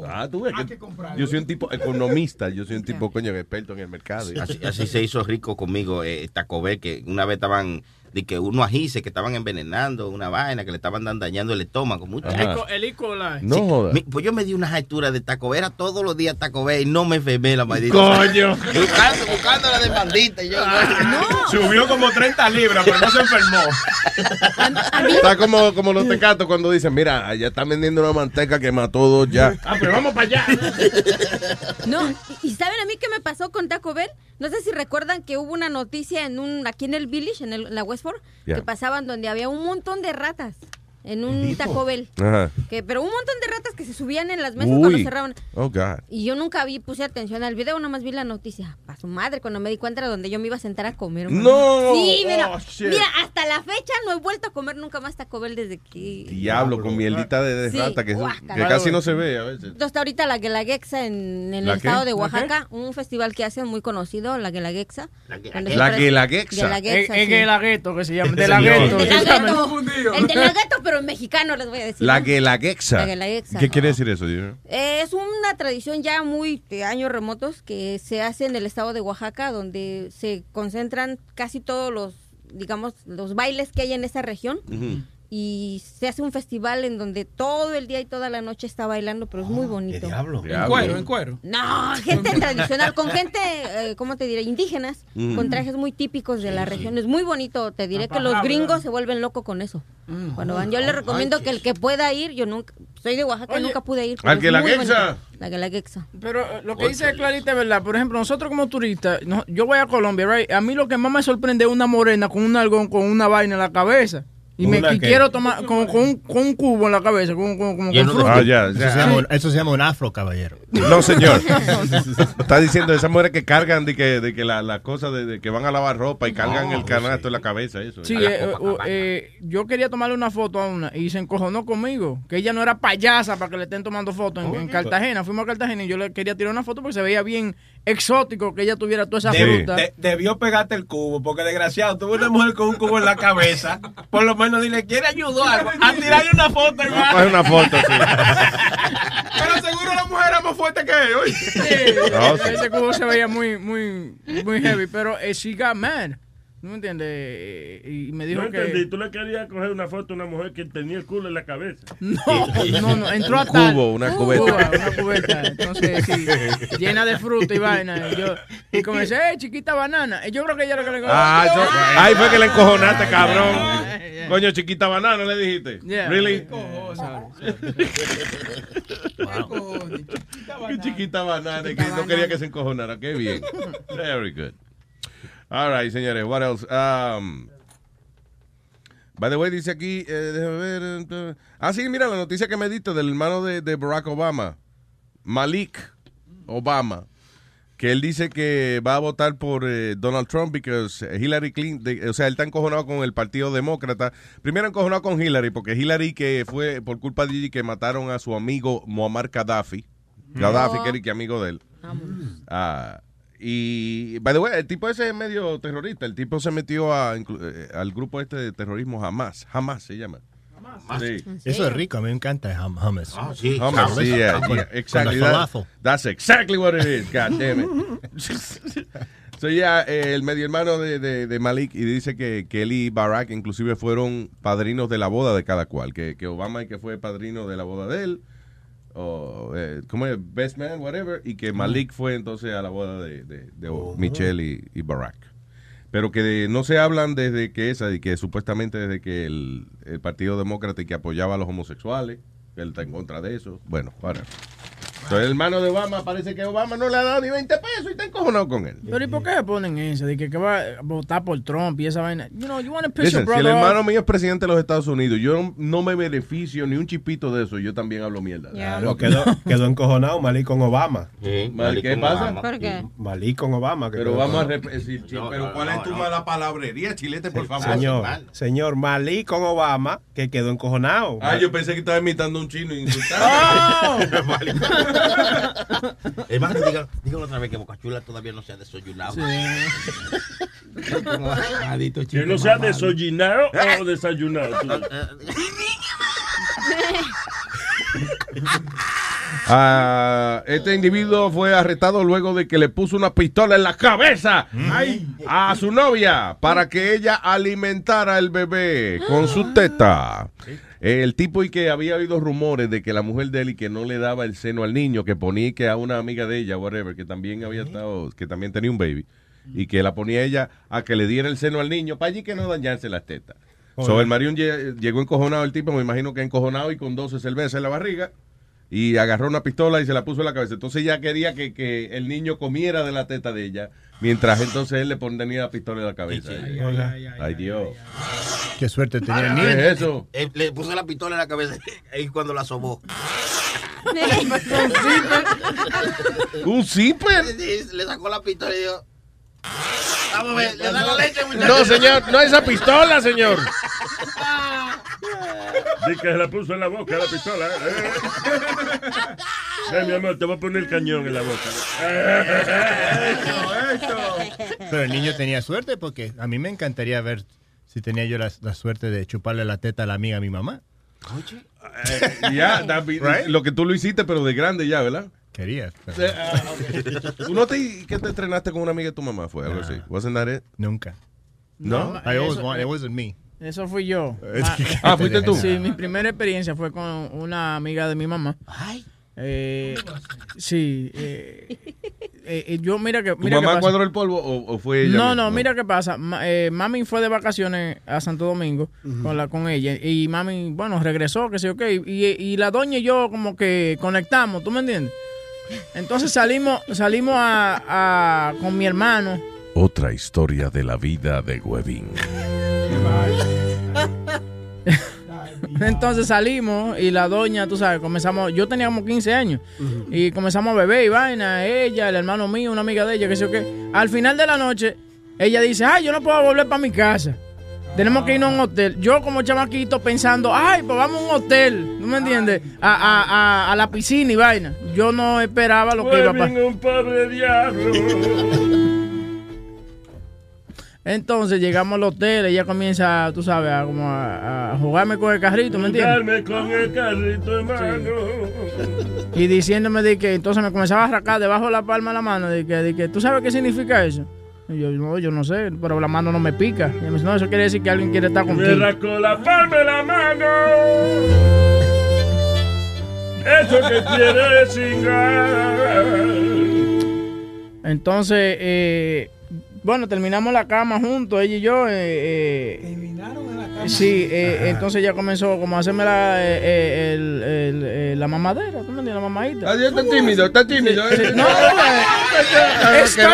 Speaker 7: ah, tú ves que- yo soy un tipo economista, yo soy un tipo, coño, experto en el mercado.
Speaker 8: Así, así se hizo rico conmigo eh, Taco Bell, que una vez estaban, de que unos ajíes que estaban envenenando, una vaina, que le estaban dan- dañando el estómago.
Speaker 9: El
Speaker 8: Muchacho.
Speaker 9: co- El E. coli.
Speaker 8: Sí, mi- pues yo me di unas alturas de Taco Bell, era todos los días Taco Bell y no me enfermé la maldita.
Speaker 16: Coño.
Speaker 8: Buscando, buscando la demandita. y Yo,
Speaker 12: Subió como 30 libras, pero no se enfermó.
Speaker 7: Está como, como los tecatos cuando dicen, mira, allá están vendiendo una manteca que mató dos ya.
Speaker 16: Ah, pero vamos para allá.
Speaker 10: No, y y saben a mí qué me pasó con Taco Bell? No sé si recuerdan que hubo una noticia en un aquí en el Village, en, el- en la Westford,
Speaker 7: Ya.
Speaker 10: que pasaban donde había un montón de ratas en un
Speaker 7: Billboard?
Speaker 10: Taco Bell.
Speaker 7: Ajá.
Speaker 10: Que, pero un montón de ratas que se subían en las mesas cuando cerraban.
Speaker 7: Oh, God.
Speaker 10: Y yo nunca vi, puse atención al video, nomás vi la noticia. Pa' su madre, cuando me di cuenta era donde yo me iba a sentar a comer. hermano.
Speaker 7: No.
Speaker 10: Sí, mira,
Speaker 7: Oh, shit.
Speaker 10: mira, hasta la fecha no he vuelto a comer nunca más Taco Bell desde que...
Speaker 7: Diablo, con mielita de, de
Speaker 10: Sí,
Speaker 7: rata que,
Speaker 10: guácala.
Speaker 7: que casi no se ve a veces.
Speaker 10: Hasta ahorita la Guelaguetza en, en
Speaker 7: ¿La
Speaker 10: el
Speaker 7: qué?
Speaker 10: estado de
Speaker 7: ¿La qué?
Speaker 10: Oaxaca, un festival que hacen muy conocido, la Guelaguetza. Donde
Speaker 7: La
Speaker 10: siempre-
Speaker 7: Guelaguetza.
Speaker 10: Guelaguetza,
Speaker 9: Es
Speaker 10: sí.
Speaker 9: que el agueto que se llama. De la
Speaker 7: Señor.
Speaker 9: gueto.
Speaker 7: El
Speaker 10: El de la gato, pero en mexicano les voy a decir.
Speaker 7: La
Speaker 10: ¿no?
Speaker 7: guelaguexa.
Speaker 10: La guelaguetza.
Speaker 7: ¿Qué quiere decir eso? yo?
Speaker 10: Eh, Es una tradición ya muy de años remotos que se hace en el estado de Oaxaca, donde se concentran casi todos los, digamos, los bailes que hay en esa región. Y se hace un festival en donde todo el día y toda la noche está bailando, pero es muy bonito.
Speaker 4: En cuero, en cuero.
Speaker 10: No, Ah, gente tradicional, con gente, eh, ¿cómo te diré? Indígenas,
Speaker 4: Mm.
Speaker 10: con trajes muy típicos de la región. Es muy bonito, te diré que los
Speaker 4: Apajado,
Speaker 10: gringos se vuelven locos con eso. Cuando
Speaker 22: Mm,
Speaker 10: van, yo les recomiendo que el que pueda ir, yo nunca, soy de Oaxaca, nunca pude ir. pero
Speaker 9: al
Speaker 10: es
Speaker 9: que la
Speaker 10: muy bonito.
Speaker 9: quexa.
Speaker 10: La que la quexa.
Speaker 9: Pero eh, lo que dice Clarita es verdad. Por ejemplo, nosotros como turistas, no- yo voy a Colombia, right? A mí lo que más me sorprende es una morena con un algón, con una vaina en la cabeza. Y me
Speaker 14: ¿Una
Speaker 9: y
Speaker 14: qué?
Speaker 9: quiero tomar con, con un, con un cubo en la cabeza, con, con, como con Ah,
Speaker 14: Lleno de-
Speaker 9: fruta.
Speaker 14: eso, se llama, un- eso se llama un afro, caballero.
Speaker 7: No, señor. Está diciendo esas mujeres que cargan de que, de que la, la cosa de, de que van a lavar ropa y cargan el canasto en la cabeza, eso.
Speaker 9: Sí,
Speaker 7: A la
Speaker 9: eh,
Speaker 7: copa.
Speaker 9: eh, eh, yo quería tomarle una foto a una y se encojonó conmigo, que ella no era payasa para que le estén tomando fotos en, en Cartagena. Fuimos a Cartagena y yo le quería tirar una foto porque se veía bien exótico que ella tuviera toda esa
Speaker 12: Deb-
Speaker 9: fruta.
Speaker 12: de- debió pegarte el cubo, porque desgraciado, tuve una mujer con un cubo en la cabeza. Por lo menos dile, ¿quiere ayudar? A tirarle una foto, hermano.
Speaker 7: Coge una foto, sí.
Speaker 12: Pero seguro la mujer era más fuerte que él. oye.
Speaker 9: Sí,
Speaker 7: No, sí.
Speaker 9: Ese cubo se veía muy, muy, muy heavy, pero eh, she got mad. ¿No me entiendes? Eh, Y me dijo
Speaker 11: No
Speaker 9: que...
Speaker 11: entendí, tú le querías coger una foto a una mujer que tenía el culo en la cabeza.
Speaker 9: No, no, no, entró a tal- Cuba, una cubeta. Entonces, sí, llena de fruta y vaina. Y, yo, y comencé, eh, chiquita banana. Y yo creo que ella lo que le
Speaker 7: Ah, eso- ahí fue que le encojonaste, cabrón. Coño, chiquita banana, le dijiste.
Speaker 9: Yeah.
Speaker 7: Really?
Speaker 9: Qué cojosa.
Speaker 7: Qué chiquita banana, que no quería que se encojonara. Qué bien. Very good. All right, señores, what else? Um, by the way, dice aquí, eh, déjame ver. eh, Ah, sí, mira la noticia que me diste del hermano de, de Barack Obama, Malik Obama, que él dice que va a votar por eh, Donald Trump because Hillary Clinton, de- o sea, él está encojonado con el Partido Demócrata. Primero encojonado con Hillary, porque Hillary que fue por culpa de ella que mataron a su amigo Muammar Gaddafi. Gaddafi,
Speaker 30: Oh.
Speaker 7: que era que amigo de él. Ah, y, by the way, el tipo ese es medio terrorista. El tipo se metió a inclu- eh, al grupo este de terrorismo jamás. Jamás se llama. Sí.
Speaker 14: Eso es rico, a mí me encanta el hum- hummus.
Speaker 7: Ah, sí. Hummus, sí, yeah,
Speaker 14: Con-
Speaker 7: yeah,
Speaker 14: con
Speaker 7: exactly.
Speaker 14: la
Speaker 7: That-
Speaker 14: falafel.
Speaker 7: that's exactly what it is. God damn it. So, yeah, eh, el medio hermano de, de- de Malik y dice que, que él y Barack inclusive fueron padrinos de la boda de cada cual. Que, que Obama y que fue padrino de la boda de él. O, eh, ¿cómo es? Best man, whatever. Y que Malik fue entonces a la boda de, de- de Michelle y, y Barack. Pero que de- no se hablan desde que esa, y que supuestamente desde que el, el Partido Demócrata y que apoyaba a los homosexuales, que él está en contra de eso. Bueno, para. Entonces, el hermano de Obama parece que Obama no le ha dado ni 20 pesos y está encojonado con él.
Speaker 9: Pero ¿y por qué se ponen eso? De que, que va a votar por Trump y esa vaina. You know, you want to piss
Speaker 7: Listen,
Speaker 9: your
Speaker 7: si el
Speaker 9: brother off.
Speaker 7: hermano mío es presidente de los Estados Unidos, yo no- no me beneficio ni un chipito de eso, yo también hablo mierda.
Speaker 14: Claro,
Speaker 12: quedó, quedó encojonado Malí con Obama.
Speaker 7: Sí, Malí ¿Qué con pasa? Obama.
Speaker 12: Malí
Speaker 7: ¿Por qué?
Speaker 12: con Obama. que
Speaker 7: Pero
Speaker 12: quedó
Speaker 7: vamos a eh,
Speaker 12: encojonado.
Speaker 7: repetir, pero ¿cuál es tu mala palabrería, chilete, por favor?
Speaker 12: Señor, señor Malí con Obama, que quedó encojonado.
Speaker 7: Ah, yo pensé que estaba imitando a un chino y ¡Ah!
Speaker 8: Hermano, dígalo, dígalo otra vez que Bocachula todavía no se ha desoyunado. Maldito
Speaker 11: Que
Speaker 8: chino
Speaker 11: no sea
Speaker 8: mamado.
Speaker 11: desollinado o desayunado. tú.
Speaker 7: Ah, este individuo fue arrestado luego de que le puso una pistola en la cabeza ay, a su novia para que ella alimentara el bebé con su teta. El tipo y que había oído rumores de que la mujer de él y que no le daba el seno al niño, que ponía y que a una amiga de ella, whatever, que también había estado, que también tenía un baby, y que la ponía ella a que le diera el seno al niño para allí que no dañarse las tetas. So, el marido lle- llegó encojonado el tipo, me imagino que encojonado y con 12 cervezas en la barriga y agarró una pistola y se la puso en la cabeza. Entonces ella quería que, que el niño comiera de la teta de ella, mientras entonces él le ponía la pistola en la cabeza. Ay,
Speaker 14: Oiga.
Speaker 7: Dios.
Speaker 14: Qué suerte tenía el
Speaker 7: ¿Qué
Speaker 14: niño.
Speaker 7: es eso?
Speaker 8: Eh, le puso la pistola en la cabeza y cuando la asomó.
Speaker 7: ¿Un zipper?
Speaker 8: Sí, Le sacó la pistola y dijo. Vamos a ver, le da la leche, muchachos.
Speaker 7: No, señor, no esa pistola, señor.
Speaker 11: Dice que se la puso en la boca la pistola. ¿eh? Ay, mi amor, te voy a poner el cañón en la boca.
Speaker 14: Pero el niño tenía suerte porque a mí me encantaría ver si tenía yo la, la suerte de chuparle la teta a la amiga de mi mamá.
Speaker 7: Eh, ya, that be-
Speaker 14: Right?
Speaker 7: lo que tú lo hiciste, pero de grande ya, ¿verdad?
Speaker 14: Quería. pero-
Speaker 7: Eh, ah, ok. ¿Tú no te, que te entrenaste con una amiga de tu mamá? ¿Fue algo así? ¿Wasn't that it?
Speaker 14: Nunca.
Speaker 7: ¿No?
Speaker 14: I always wanted, it wasn't me.
Speaker 9: eh, Eso fui yo.
Speaker 14: Eh,
Speaker 9: Ma-
Speaker 7: ah, ¿fuiste tú?
Speaker 9: Sí, mi primera experiencia fue con una amiga de mi mamá. Ay. sí. eh, eh, eh, yo, mira que.
Speaker 7: ¿Tu
Speaker 9: mira qué
Speaker 7: mamá
Speaker 9: pasa.
Speaker 7: cuadró el polvo o, o fue ella?
Speaker 9: No,
Speaker 7: misma?
Speaker 9: no, mira qué pasa. Ma- eh, mami fue de vacaciones a Santo Domingo con, la, con ella. Y mami, bueno, regresó, que sé yo qué. Y, y la doña y yo como que conectamos, ¿tú me entiendes? Entonces salimos, salimos a- a, con mi hermano.
Speaker 7: Otra historia de la vida de Webin.
Speaker 9: Entonces salimos y la doña, tú sabes, comenzamos, yo tenía como 15 años y comenzamos a beber y vaina, ella, el hermano mío, una amiga de ella, que sé yo qué. Al final de la noche, ella dice, ay, yo no puedo volver para mi casa. Tenemos que irnos a un hotel. Yo como chamaquito pensando, ay, pues vamos a un hotel, ¿no me entiendes? A, a- a- a la piscina y vaina. Yo no esperaba lo que iba a pasar.
Speaker 11: Huevín, un pobre diablo.
Speaker 9: Entonces llegamos al hotel, ella comienza, tú sabes, a, como a, a jugarme con el carrito, ¿me entiendes?
Speaker 11: Darme con el carrito, hermano.
Speaker 9: y diciéndome de que entonces me comenzaba a arrancar debajo de la palma de la mano de que, de que tú sabes qué significa eso Y yo, no, yo no sé, pero la mano no me pica. Y me dice, no, eso quiere decir que alguien quiere estar
Speaker 11: Me
Speaker 9: contigo.
Speaker 11: arrancó la palma de la mano. Eso que quiere cingar.
Speaker 9: Entonces, eh, bueno, terminamos la cama juntos, ella y yo. ¿Terminaron la cama? Sí, eh, entonces ya comenzó como a hacerme la, eh, eh, el- el- eh, la mamadera, ¿tú me entiendes? La
Speaker 4: Ah,
Speaker 9: mamadita.
Speaker 16: Adiós, está tímido, está tímido.
Speaker 9: Sí, sí. No, eh. no, eh, estoy,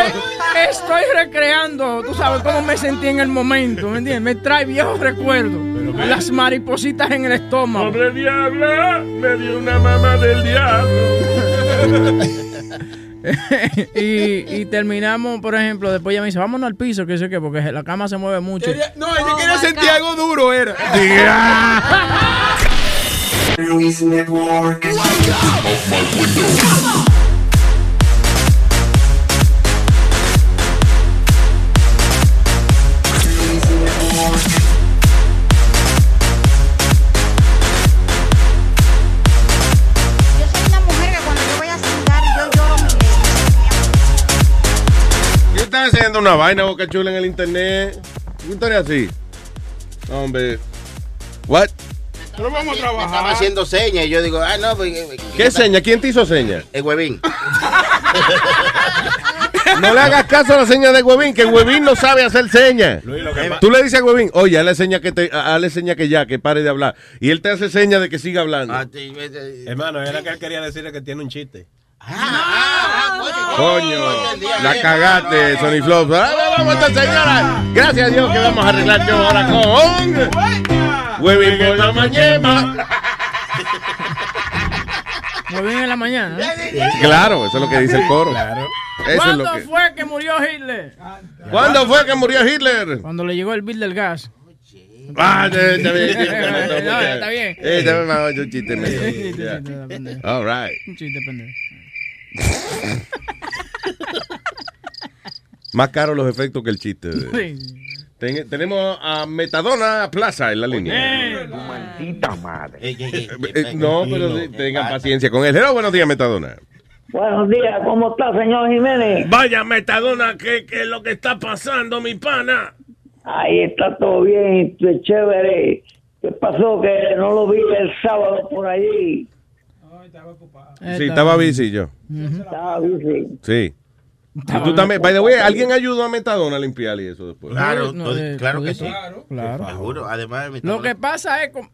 Speaker 9: estoy recreando, tú sabes cómo me sentí en el momento, ¿me entiendes? Me trae viejos recuerdos, las maripositas en el estómago.
Speaker 11: Pobre diabla, me dio una mamá del diablo.
Speaker 9: y, y terminamos, por ejemplo, después ella me dice, vámonos al piso, que sé qué, porque la cama se mueve mucho.
Speaker 4: No,
Speaker 10: Oh,
Speaker 4: ella quería sentir algo duro, era.
Speaker 18: Luis Network.
Speaker 7: ¿Qué están haciendo una vaina boca chula en el internet? ¿Qué historia así? Hombre. What?
Speaker 8: No vamos a trabajar. Estaba haciendo señas y yo digo, ah, no, pues, eh,
Speaker 7: ¿Qué seña? ¿Quién te hizo seña?
Speaker 8: el huevín.
Speaker 7: No le hagas caso a la seña de Huevín, que Huevín no sabe hacer señas. Tú le dices a Huevín, oye, hazle seña que te, hazle seña que ya, que pare de hablar. Y él te hace seña de que siga hablando.
Speaker 12: Ah, Hermano, era que él quería decirle que tiene un chiste.
Speaker 7: Coño, la cagaste, Ah, Sony Flops. Ahora vamos a esta señora. Gracias a Dios que vamos a arreglar yo ahora con Huevín por la mañana.
Speaker 9: Muy bien en la mañana. ¿eh?
Speaker 7: Claro, eso es lo que dice el coro. Eso es
Speaker 9: ¿Cuándo
Speaker 7: lo que.
Speaker 9: fue que murió Hitler?
Speaker 7: ¿Cuándo fue que murió Hitler?
Speaker 9: Cuando le llegó el bill del gas.
Speaker 7: Ah, ya, ya, ya, ya, ya, ya, ya,
Speaker 9: No,
Speaker 7: ya.
Speaker 9: está bien.
Speaker 7: Eh, ya me mandó un chiste. me-
Speaker 9: Sí,
Speaker 7: ya.
Speaker 9: sí, sí, sí, sí.
Speaker 7: All right.
Speaker 9: Un chiste pendejo.
Speaker 7: Más caros los efectos que el chiste. Ten- tenemos a Metadona Plaza en la línea. Maldita madre. no, pero sí, tengan paciencia con él. Hello, buenos días,
Speaker 9: Eh,
Speaker 7: Metadona.
Speaker 30: Buenos días, ¿cómo está, señor Jiménez?
Speaker 11: Vaya metadona, ¿qué, qué es lo que está pasando, mi pana?
Speaker 30: Ahí está todo bien, qué chévere. ¿Qué pasó que no lo vi el sábado por allí?
Speaker 7: Sí, estaba bici yo.
Speaker 30: Estaba busy.
Speaker 7: Sí. Y tú también, by the way, ¿alguien ayudó a Metadona a limpiar y eso después?
Speaker 8: Claro,
Speaker 9: No,
Speaker 8: todo-
Speaker 9: eh,
Speaker 8: claro que
Speaker 9: todito.
Speaker 8: sí.
Speaker 9: Claro.
Speaker 8: Seguro, además de mi
Speaker 9: Lo que pasa es. com-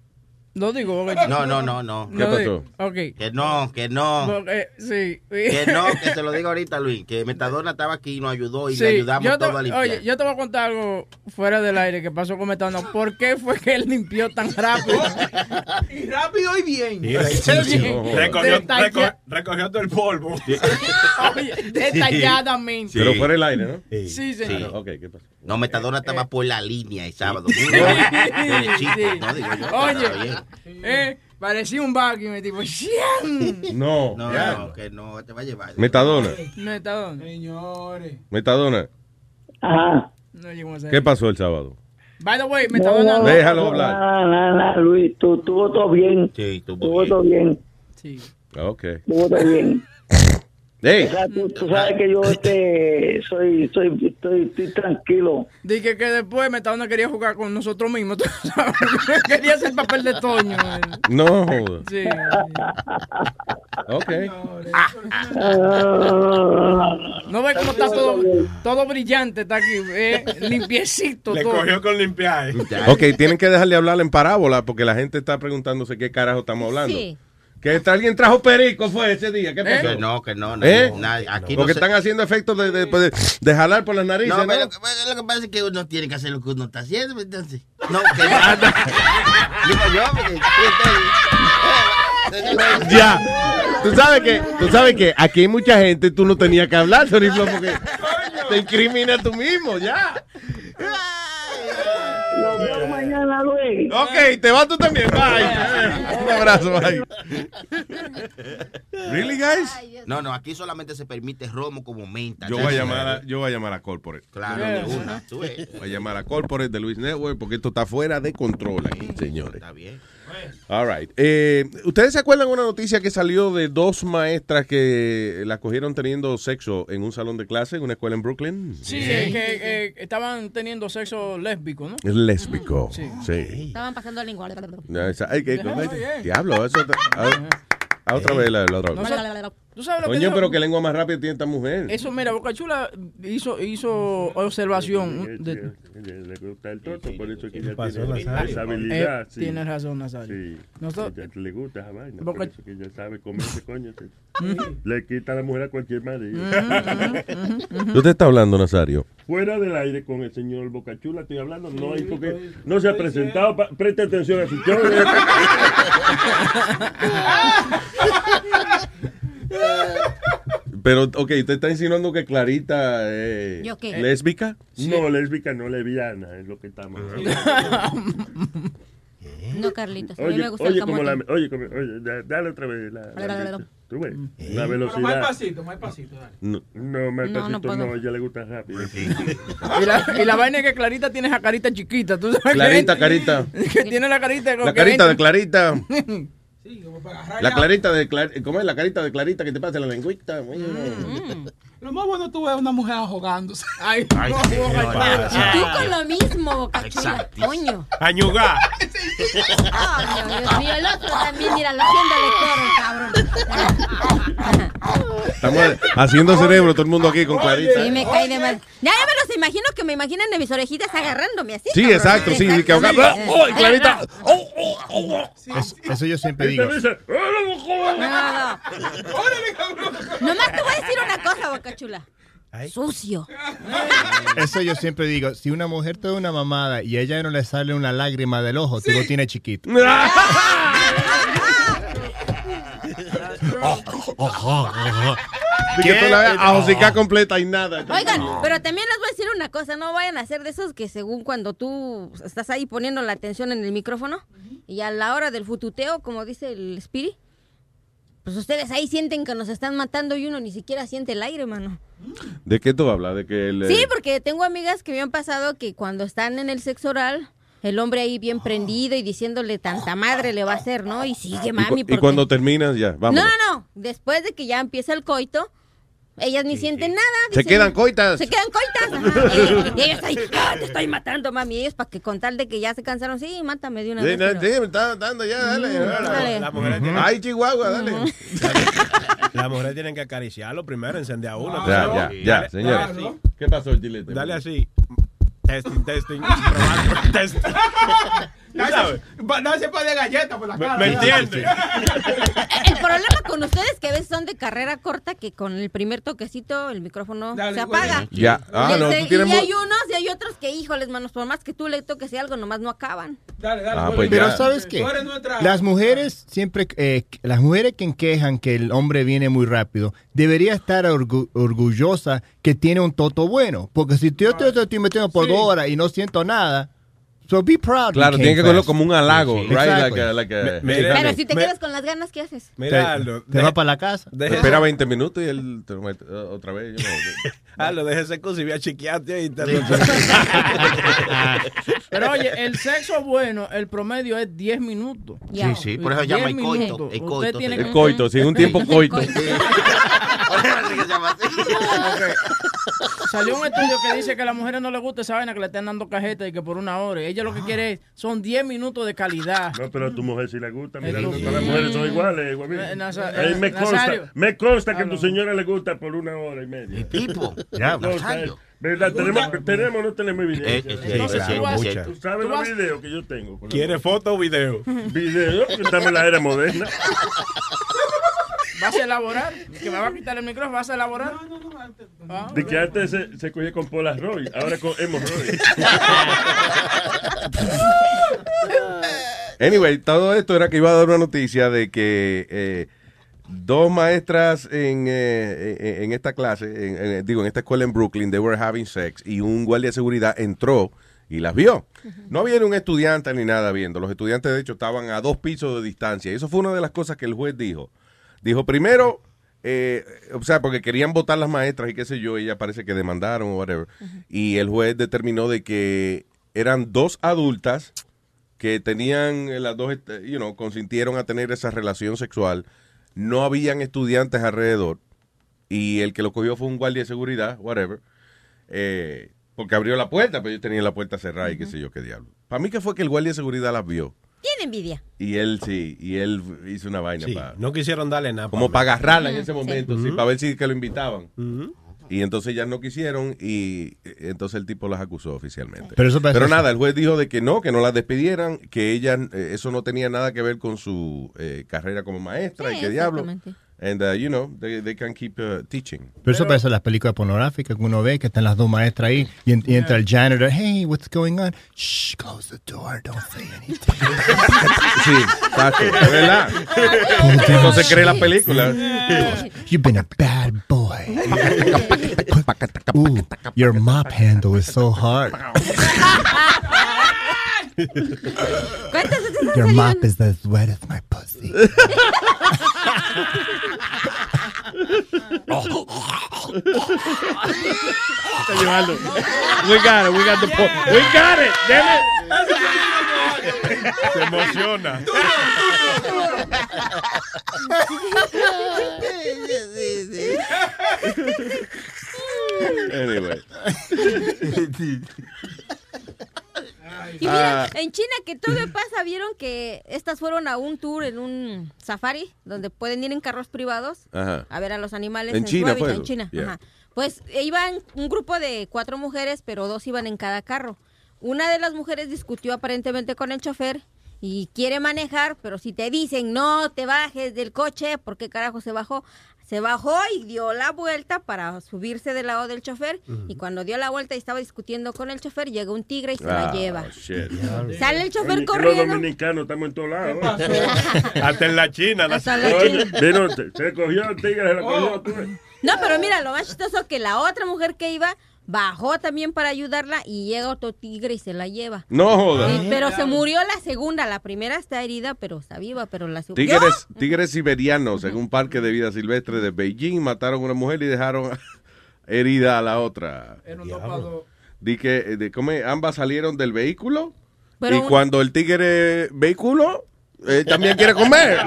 Speaker 9: No digo. porque-
Speaker 8: No, no, no, no.
Speaker 9: No eh, digo- Ok.
Speaker 8: Que no, que no.
Speaker 9: Porque, sí.
Speaker 8: Que no, que te lo digo ahorita, Luis. Que Metadona estaba aquí y nos ayudó y
Speaker 9: eh. Sí,
Speaker 8: le ayudamos
Speaker 9: yo te-
Speaker 8: todo a limpiar.
Speaker 9: Oye, yo te voy a contar algo fuera del aire que pasó con Metano. ¿Por qué fue que él limpió tan rápido?
Speaker 4: Y rápido y bien.
Speaker 12: Recogió,
Speaker 9: Detalla-
Speaker 12: reco- recogió todo el polvo.
Speaker 9: Oye, detalladamente.
Speaker 7: Pero fuera el aire, ¿no?
Speaker 8: Sí,
Speaker 9: Sí, señor. Eh,
Speaker 7: Ok, ¿qué pasó?
Speaker 8: No, Metadona estaba por la línea el sábado.
Speaker 9: Sí.
Speaker 8: Derechito, no digo yo. estaba
Speaker 9: Oye,
Speaker 8: bien.
Speaker 9: eh, parecía un vacuum, el tipo, ¡Sian!
Speaker 7: No,
Speaker 8: No,
Speaker 7: ya.
Speaker 8: no, que no, te va a llevar.
Speaker 7: Metadona,
Speaker 9: Metadona. Señores.
Speaker 7: Metadona,
Speaker 30: Ajá.
Speaker 9: No llegó a ser.
Speaker 7: ¿qué pasó el sábado?
Speaker 9: By the way, Metadona.
Speaker 7: No, no, Déjalo hablar.
Speaker 30: Nada, nada, nada, Luis, tú estuvo todo bien.
Speaker 8: Sí,
Speaker 30: estuvo todo bien.
Speaker 7: Ah, Ok.
Speaker 30: Estuvo todo bien.
Speaker 7: Ey.
Speaker 30: O sea, tú, tú sabes que yo este, soy, soy, estoy, estoy tranquilo.
Speaker 9: Dije que después Metadona quería jugar con nosotros mismos. tú sabes. quería hacer papel de Toño. eh.
Speaker 7: No, joder.
Speaker 9: Sí.
Speaker 7: Ok.
Speaker 9: No ve cómo está todo, todo brillante, está aquí, eh, limpiecito
Speaker 12: Le
Speaker 9: todo.
Speaker 12: cogió con limpiaje.
Speaker 7: Ok, tienen que dejar de hablar en parábola porque la gente está preguntándose qué carajo estamos hablando.
Speaker 9: Sí.
Speaker 7: Que está- alguien trajo perico fue ese día. ¿Qué pasó?
Speaker 8: Que no, que no, no.
Speaker 7: ¿Eh?
Speaker 8: no, nada, aquí no
Speaker 7: Porque
Speaker 8: se-
Speaker 7: están haciendo efectos de, de, de- de jalar por las narices.
Speaker 8: No,
Speaker 7: ¿eh, No,
Speaker 8: pero lo, que- lo que pasa es que uno tiene que hacer lo que uno está haciendo, ¿me entiendes? No, que no. Digo yo, porque-
Speaker 7: Ya. Tú sabes que, tú sabes que aquí hay mucha gente, tú no tenías que hablar, Sony Flow, porque te incrimina tú mismo, ya.
Speaker 30: Nos vemos mañana, Luis.
Speaker 7: Ok, te vas tú también. Bye. Un abrazo, bye. Really, guys?
Speaker 8: No, no, aquí solamente se permite romo como menta.
Speaker 7: Yo voy a llamar a, yo voy a llamar a Corporate.
Speaker 8: Claro, de una. Tú ves.
Speaker 7: Voy a llamar a Corporate de Luis Network porque esto está fuera de control aquí, señores. Está
Speaker 8: bien.
Speaker 7: All right. Eh, ¿Ustedes se acuerdan una noticia que salió de dos maestras que las cogieron teniendo sexo en un salón de clase en una escuela en Brooklyn?
Speaker 9: Sí, que, que, eh, estaban teniendo sexo lésbico, ¿no?
Speaker 7: Es lésbico.
Speaker 9: Sí.
Speaker 7: Sí.
Speaker 10: Estaban pasando lengua.
Speaker 7: No, esa- ay, que-
Speaker 9: Déjalo bien.
Speaker 7: diablo, eso. está- A, a otra vez la, la otra vez.
Speaker 9: No sé- ¿Tú sabes lo que
Speaker 7: Coño,
Speaker 9: dijo?
Speaker 7: pero qué lengua más rápida tiene esta mujer.
Speaker 9: Eso, mira, Boca Chula hizo, hizo observación. Mm, de-
Speaker 11: Le gusta el toto, por eso que
Speaker 9: ¿Qué
Speaker 11: ella
Speaker 9: pasó,
Speaker 11: tiene
Speaker 9: Nazario?
Speaker 11: esa habilidad.
Speaker 9: Eh, tienes razón, Nazario.
Speaker 11: Sí.
Speaker 9: Nosotros-
Speaker 11: Ella le gusta esa vaina,
Speaker 9: Boca-
Speaker 11: por eso que ella sabe comerse coño. sí.
Speaker 9: Mm.
Speaker 11: Le quita a la mujer a cualquier madre.
Speaker 9: mm.
Speaker 7: ¿Tú te estás hablando, Nazario?
Speaker 11: Fuera del aire con el señor Bocachula, estoy hablando, no hay porque no se ha presentado, pa- preste atención a su show. eh.
Speaker 7: Pero, ok, ¿te está insinuando que Clarita eh, es
Speaker 11: ¿Yo qué?
Speaker 7: lésbica? Ah.
Speaker 11: No, lésbica no leviana, es lo que estamos.
Speaker 10: No, Carlitos. A mí
Speaker 11: eh, Oye,
Speaker 10: me gusta
Speaker 11: oye,
Speaker 10: el
Speaker 11: como
Speaker 10: camote.
Speaker 11: la, oye, como- oye, da- dale otra vez la,
Speaker 10: Dale, dale,
Speaker 11: la-
Speaker 10: dale.
Speaker 11: tú ves,
Speaker 10: Eh.
Speaker 11: la
Speaker 4: Pero
Speaker 11: velocidad.
Speaker 4: más pasito, más pasito, dale.
Speaker 11: No, no, más
Speaker 9: No, no
Speaker 11: pasito
Speaker 9: puedo.
Speaker 11: no, a ella le gusta rápido.
Speaker 9: Y la, y la vaina es que Clarita tiene esa carita chiquita. ¿tú sabes
Speaker 7: Clarita,
Speaker 9: que-
Speaker 7: carita.
Speaker 9: Que tiene la carita. como
Speaker 7: La
Speaker 9: que
Speaker 7: carita de
Speaker 9: entra-
Speaker 7: Clarita. La
Speaker 4: ya.
Speaker 7: clarita de Clarita. ¿Cómo es la carita de Clarita que te pasa la
Speaker 10: Mm.
Speaker 7: lengüita? Bueno.
Speaker 4: Lo más bueno tú ves una mujer ahogándose.
Speaker 9: Ay,
Speaker 7: Ay, no, señor, Boca Chula. pasa.
Speaker 10: Tú con lo mismo, Boca Chula.
Speaker 7: Exactis.
Speaker 10: Coño.
Speaker 12: Añugá.
Speaker 10: Coño, Dios mío. El otro también, mira, lo haciéndole coro, cabrón.
Speaker 7: Estamos haciendo cerebro todo el mundo aquí con Clarita.
Speaker 10: Sí, me cae de mal. Ya, ya me los imagino que me imaginan de mis orejitas agarrándome así.
Speaker 7: Sí,
Speaker 10: cabrón.
Speaker 7: exacto, sí, que ahoga-
Speaker 10: Exactamente.
Speaker 7: ¡Oh, Clarita!
Speaker 14: Es- eso yo siempre digo.
Speaker 10: No, no. Nomás te voy a decir una cosa, Boca Chula. Sucio.
Speaker 14: Eso yo siempre digo. Si una mujer te da una mamada y a ella no le sale una lágrima del ojo, tú lo tienes chiquito.
Speaker 7: Que tú la veas
Speaker 14: ¿Qué?
Speaker 7: a hocicar completa y nada.
Speaker 10: Oigan, pero también les voy a decir una cosa, no vayan a hacer de esos que según cuando tú estás ahí poniendo la atención en el micrófono y a la hora del fututeo, como dice el Spiri, pues ustedes ahí sienten que nos están matando y uno ni siquiera siente el aire, mano.
Speaker 7: ¿De qué tú hablas? De que el, eh,
Speaker 10: Sí, porque tengo amigas que me han pasado que cuando están en el sexo oral, el hombre ahí
Speaker 7: Ah.
Speaker 10: bien prendido y diciéndole tanta madre le va a hacer, ¿no? Y sigue
Speaker 7: y cu-
Speaker 10: mami.
Speaker 7: y,
Speaker 10: porque-
Speaker 7: cuando terminas, ya, vamos.
Speaker 10: No, no, no. Después de que ya empieza el coito, ellas ni sienten nada.
Speaker 7: Se quedan coitas.
Speaker 10: Se quedan coitas. ajá. Y, y ellas ahí, "Ah, te estoy matando, mami. Y ellos, para que con tal de que ya se cansaron, sí, mátame de una
Speaker 7: Sí,
Speaker 10: vez.
Speaker 7: no,
Speaker 10: pero- Mm,
Speaker 7: sí, me está dando ya, dale.
Speaker 10: dale.
Speaker 12: La mujer tiene-
Speaker 7: Ay, Chihuahua, dale.
Speaker 12: Las mujeres tienen que acariciarlo primero, encender a uno.
Speaker 7: Ya,
Speaker 12: ¿no?
Speaker 7: ya,
Speaker 12: Sí.
Speaker 7: ya,
Speaker 12: Dale-
Speaker 7: señores.
Speaker 17: Ah,
Speaker 12: dale así.
Speaker 7: ¿Qué pasó, Chilete?
Speaker 12: Dale así. Testing, testing, probando, testing.
Speaker 4: Dale, No se puede galleta por la cara.
Speaker 12: ¿Me entiendes?
Speaker 10: Eh, El problema con ustedes que a veces son de carrera corta que con el primer toquecito el micrófono se apaga.
Speaker 7: Ya. Ah,
Speaker 10: y,
Speaker 7: no,
Speaker 10: este-
Speaker 7: tú tienes
Speaker 10: y
Speaker 7: mu-
Speaker 10: hay unos y hay otros que, híjoles, manos, por más que tú le toques y algo, nomás no acaban.
Speaker 4: Dale,
Speaker 7: dale. Ah, pues
Speaker 14: Pero
Speaker 7: ya.
Speaker 14: ¿sabes qué?
Speaker 10: Tú eres nuestra-
Speaker 14: Las mujeres siempre, eh, las mujeres que quejan que el hombre viene muy rápido, debería estar orgu- orgullosa que tiene un toto bueno. Porque si yo te, te estoy metiendo por dos horas y no siento nada, so be proud.
Speaker 7: Claro,
Speaker 14: you
Speaker 7: tiene que
Speaker 14: came
Speaker 7: verlo
Speaker 14: fast.
Speaker 7: como un halago,
Speaker 14: Sí, sí.
Speaker 7: right?
Speaker 14: Exacto.
Speaker 7: Like a- like a-
Speaker 14: Me- me-
Speaker 7: Dale.
Speaker 10: Pero si te
Speaker 14: me-
Speaker 10: quedas con las ganas, ¿qué haces?
Speaker 12: Mira,
Speaker 7: Te-
Speaker 12: Aldo,
Speaker 14: te
Speaker 12: de-
Speaker 14: vas para la casa.
Speaker 12: de-
Speaker 7: Espera 20 minutos y él te lo mete, eh, otra vez. yo no-
Speaker 12: Hazlo, deja Ah, ese curso y voy a chequearte ahí. Te
Speaker 9: Pero oye, el sexo bueno, el promedio es 10 minutos.
Speaker 8: Sí, sí, por eso
Speaker 9: 10
Speaker 8: llama el coito.
Speaker 9: minutos.
Speaker 8: El
Speaker 9: Usted
Speaker 8: coito.
Speaker 9: tiene
Speaker 7: El
Speaker 9: que-
Speaker 7: coito, sí, un tiempo coito.
Speaker 9: Salió un estudio que dice que a las mujeres no les gusta esa vaina que le estén dando cajeta y que por una hora. Ella
Speaker 7: Ah.
Speaker 9: lo que quiere es, son 10 minutos de calidad.
Speaker 11: No, pero a tu mujer sí le gusta. Mira,
Speaker 9: Es
Speaker 11: no
Speaker 9: que-
Speaker 11: todas las mujeres son iguales, guavín.
Speaker 9: Eh, Nasa-
Speaker 11: Eh, me,
Speaker 9: eh, Nazario.
Speaker 11: consta, me consta
Speaker 9: Ah,
Speaker 11: que a tu señora le gusta por una hora y media. ¿Y tipo?
Speaker 14: Ya,
Speaker 11: Nazario.
Speaker 14: Nazario.
Speaker 11: ¿Verdad? ¿Tenemos, tenemos o no tenemos
Speaker 14: Eh,
Speaker 11: evidencia.
Speaker 14: eh, sí, Entonces, claro, tú vas- mucha.
Speaker 11: ¿Tú sabes
Speaker 14: tú
Speaker 11: los
Speaker 14: vas-
Speaker 11: videos que yo tengo? con la
Speaker 12: ¿Quiere
Speaker 11: mujer?
Speaker 12: foto o video?
Speaker 11: Video, que estamos en la era moderna.
Speaker 9: ¿Vas a elaborar? Que me va a quitar el micrófono, ¿vas a elaborar? Ah,
Speaker 11: De que antes se, se cogía con Polaroid, ahora con hemorroid.
Speaker 7: Anyway, todo esto era que iba a dar una noticia de que eh, dos maestras en, eh, en- en esta clase, en- en- digo, en esta escuela en Brooklyn, they were having sex y un guardia de seguridad entró y las vio. No había ni un estudiante ni nada viendo. Los estudiantes, de hecho, estaban a dos pisos de distancia. Y eso fue una de las cosas que el juez dijo. Dijo, primero, eh, o sea, porque querían votar las maestras y qué sé yo, ella parece que demandaron o whatever. Y el juez determinó de que eran dos adultas que tenían eh, las dos, este, you know, consintieron a tener esa relación sexual, no habían estudiantes alrededor y el que lo cogió fue un guardia de seguridad, whatever, eh, porque abrió la puerta, pero yo tenía la puerta cerrada y qué sé yo qué diablo. Para mí que fue que el guardia de seguridad las vio
Speaker 10: Tiene envidia.
Speaker 7: y él sí, y él hizo una vaina
Speaker 12: Sí,
Speaker 7: para,
Speaker 12: no quisieron darle nada.
Speaker 7: como para agarrarla en ese momento, sí,
Speaker 12: Ujú.
Speaker 7: para ver si que lo invitaban.
Speaker 12: Ujú.
Speaker 7: Y entonces ya no quisieron y eh, entonces el tipo las acusó oficialmente.
Speaker 14: Pero eso parece-
Speaker 7: nada, el juez dijo de que no, que no las despidieran, que ella eh, eso no tenía nada que ver con su eh, carrera como maestra y
Speaker 14: Sí,
Speaker 7: que diablo.
Speaker 14: exactamente.
Speaker 7: And uh, you know, they, they can keep uh, teaching.
Speaker 14: Pero eso parece las películas pornográficas que uno ve, que están las dos maestras ahí, y, en- y entra el janitor, hey, what's going on? Shh, close the door, don't say anything.
Speaker 7: Sí, exacto, es verdad. El tipo se cree la película.
Speaker 14: You've been a bad boy. Pues, Ooh, your mop handle is so hard.
Speaker 18: ¿Cuántas veces has
Speaker 14: Your
Speaker 18: salido
Speaker 14: mop
Speaker 18: en-
Speaker 14: is as wet as my pussy.
Speaker 16: Coño, Aldo. We got it, we got the point. We got it, damn it.
Speaker 5: Se emociona.
Speaker 7: Anyway.
Speaker 10: Y mira,
Speaker 7: Ah.
Speaker 10: en China que todo pasa, vieron que estas fueron a un tour en un safari donde pueden ir en carros privados
Speaker 7: Ajá.
Speaker 10: a ver a los animales
Speaker 7: En China
Speaker 10: su hábitat,
Speaker 7: fue
Speaker 10: en
Speaker 7: eso.
Speaker 10: China.
Speaker 7: Yeah.
Speaker 10: ajá. Pues eh, iban un grupo de cuatro mujeres, pero dos iban en cada carro. Una de las mujeres discutió aparentemente con el chofer y quiere manejar, pero si te dicen no te bajes del coche, ¿por qué carajo se bajó? Se bajó y dio la vuelta para subirse del lado del chofer. Y cuando dio la vuelta y estaba discutiendo con el chofer, llega un tigre y se la
Speaker 11: Ah,
Speaker 10: lleva.
Speaker 11: shit.
Speaker 10: Sale el chofer
Speaker 11: Oye, que
Speaker 10: corriendo.
Speaker 11: Los dominicanos estamos en todos lados.
Speaker 5: Hasta en la China.
Speaker 10: la- Hasta en la China.
Speaker 11: Oye, vino, te- se cogió el tigre, se la cogió. tú ves.
Speaker 10: No, pero mira, lo más chistoso que la otra mujer que iba bajó también para ayudarla y llega otro tigre y se la lleva.
Speaker 7: No jodas.
Speaker 10: Sí, Eh, pero se murió la segunda, la primera está herida, pero está viva, pero la segunda.
Speaker 7: Tigres, tigres siberianos en un parque de vida silvestre de Beijing mataron a una mujer y dejaron herida a la otra. Di que eh, de, ¿cómo es? ambas salieron del vehículo
Speaker 10: Pero
Speaker 7: y
Speaker 10: un-
Speaker 7: cuando el tigre vehículo eh, también quiere comer.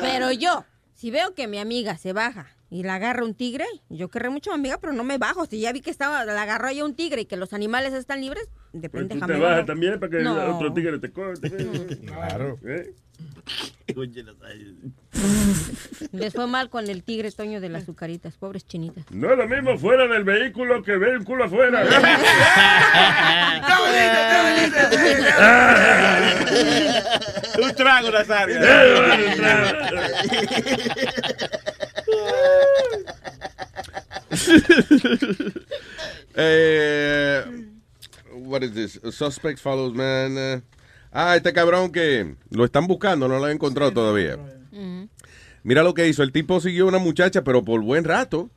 Speaker 10: Pero yo, si veo que mi amiga se baja y la agarra un tigre, yo querré mucho a mi amiga, pero no me bajo. Si ya vi que estaba, la agarró ya un tigre y que los animales están libres,
Speaker 11: Pues
Speaker 10: depende
Speaker 11: tú te
Speaker 10: jamás.
Speaker 11: bajas también para que
Speaker 10: No.
Speaker 11: otro tigre te corte. ¿Eh? Claro.
Speaker 10: Les fue mal con el tigre Toño de las azucaritas, pobres chinitas.
Speaker 11: No es lo mismo fuera del vehículo que ver el culo afuera.
Speaker 12: Un trago, Nazario.
Speaker 7: Eh, what is this? Suspect follows man. eh. Ah, este cabrón que lo están buscando, no lo han encontrado todavía. Mira lo que hizo. El tipo siguió a una muchacha, pero por buen rato.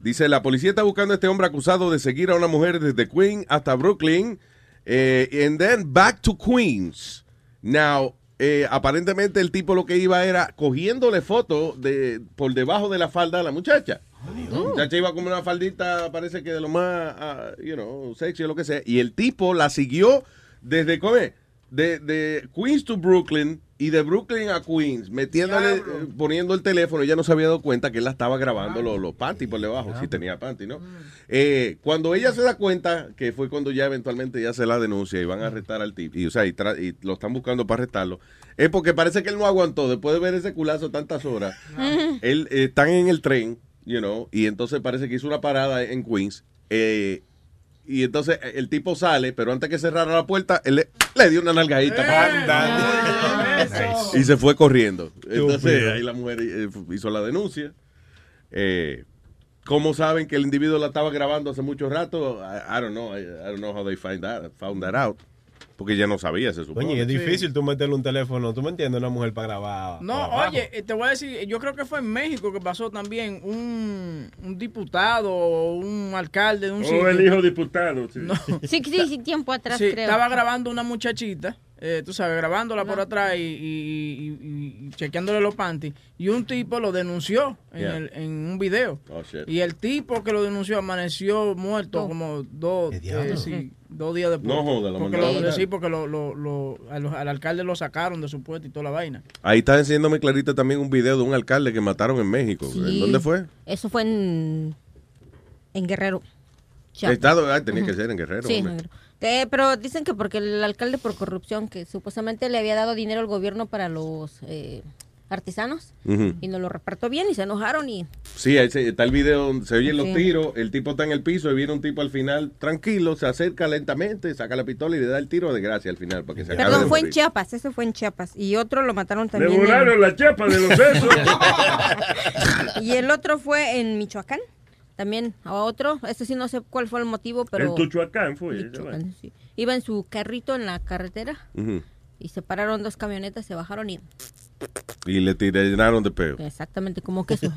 Speaker 7: Dice, la policía está buscando a este hombre acusado de seguir a una mujer desde Queens hasta Brooklyn. eh, and then back to Queens. Now, eh, aparentemente el tipo lo que iba era cogiéndole fotos de, por debajo de la falda a la muchacha. La muchacha iba con una faldita, parece que de lo más, ah, you know, sexy o lo que sea. Y el tipo la siguió desde, ¿cómo es? De, de Queens to Brooklyn y de Brooklyn a Queens, metiéndole, eh, poniendo el teléfono. Ella no se había dado cuenta que él la estaba grabando los, los panties por debajo, si tenía panty, ¿no? Eh, cuando ella se da cuenta, que fue cuando ya eventualmente ya se la denuncia y van a arrestar al tipo, y, o sea, y, tra- y lo están buscando para arrestarlo, es porque parece que él no aguantó después de ver ese culazo tantas horas. Él, eh, están en el tren, you know, y entonces parece que hizo una parada en Queens. eh, y entonces eh, el tipo sale, pero antes que cerrara la puerta, él le, le dio una
Speaker 12: Eh,
Speaker 7: nalgadita. y se fue corriendo. Entonces
Speaker 5: Estúpido.
Speaker 7: ahí la mujer eh, hizo la denuncia. Eh, ¿Cómo saben que el individuo la estaba grabando hace mucho rato? I, I don't know. I, I don't know how they find that, found that out. Porque ya no sabía, se supone.
Speaker 12: Coño, es difícil tú meterle un teléfono. ¿Tú me entiendes? Una mujer para grabar.
Speaker 9: No, oye, eh, te voy a decir, yo creo que fue en México que pasó también un, un diputado o un alcalde de un
Speaker 7: Oh,
Speaker 11: O
Speaker 9: sitio.
Speaker 11: el Oh, hijo diputado. sí.
Speaker 10: Sí, sí, sí, tiempo atrás
Speaker 9: Sí,
Speaker 10: creo.
Speaker 9: estaba grabando una muchachita eh, tú sabes, grabándola por atrás y, y- y- y chequeándole los panties. Y un tipo lo denunció en,
Speaker 7: Yeah.
Speaker 9: el- en un video.
Speaker 7: Oh, shit.
Speaker 9: Y el tipo que lo denunció amaneció muerto como dos, eh, sí, dos días después.
Speaker 7: No joda, lo
Speaker 9: porque
Speaker 7: mandaron a
Speaker 9: lo,
Speaker 7: matar.
Speaker 9: sí, porque lo- lo- lo- a los- al alcalde lo sacaron de su puesto y toda la vaina.
Speaker 7: Ahí está enseñándome clarita también un video de un alcalde que mataron en México.
Speaker 10: Sí.
Speaker 7: ¿En dónde fue?
Speaker 10: Eso fue en, en Guerrero. Chiapas.
Speaker 7: Estado, ah, tenía que
Speaker 10: Ujú.
Speaker 7: ser en Guerrero.
Speaker 10: Sí,
Speaker 7: hombre.
Speaker 10: en Guerrero. Que- pero dicen que porque el alcalde por corrupción, que supuestamente le había dado dinero al gobierno para los eh, artesanos,
Speaker 7: Ujú.
Speaker 10: y no lo repartió bien y se enojaron y...
Speaker 7: Sí, ahí se- está el video donde se oyen los
Speaker 10: Sí.
Speaker 7: tiros, el tipo está en el piso y viene un tipo al final tranquilo, se acerca lentamente, saca la pistola y le da el tiro de gracia al final para que se acabe
Speaker 10: Perdón,
Speaker 7: de
Speaker 10: fue en
Speaker 7: morir.
Speaker 10: Chiapas, eso fue en Chiapas. Y otro lo mataron
Speaker 7: Le
Speaker 10: también. en-
Speaker 7: volaron la chapa de los sesos.
Speaker 10: Y el otro fue en Michoacán, también a otro. Ese sí no sé cuál fue el motivo, pero
Speaker 11: En Tuchuacán fue. esa
Speaker 10: Michoacán,
Speaker 11: vaina.
Speaker 10: sí. iba en su carrito en la carretera
Speaker 7: Ujú.
Speaker 10: y se pararon dos camionetas, se bajaron y
Speaker 7: Y le tiraron de peo,
Speaker 10: exactamente como que eso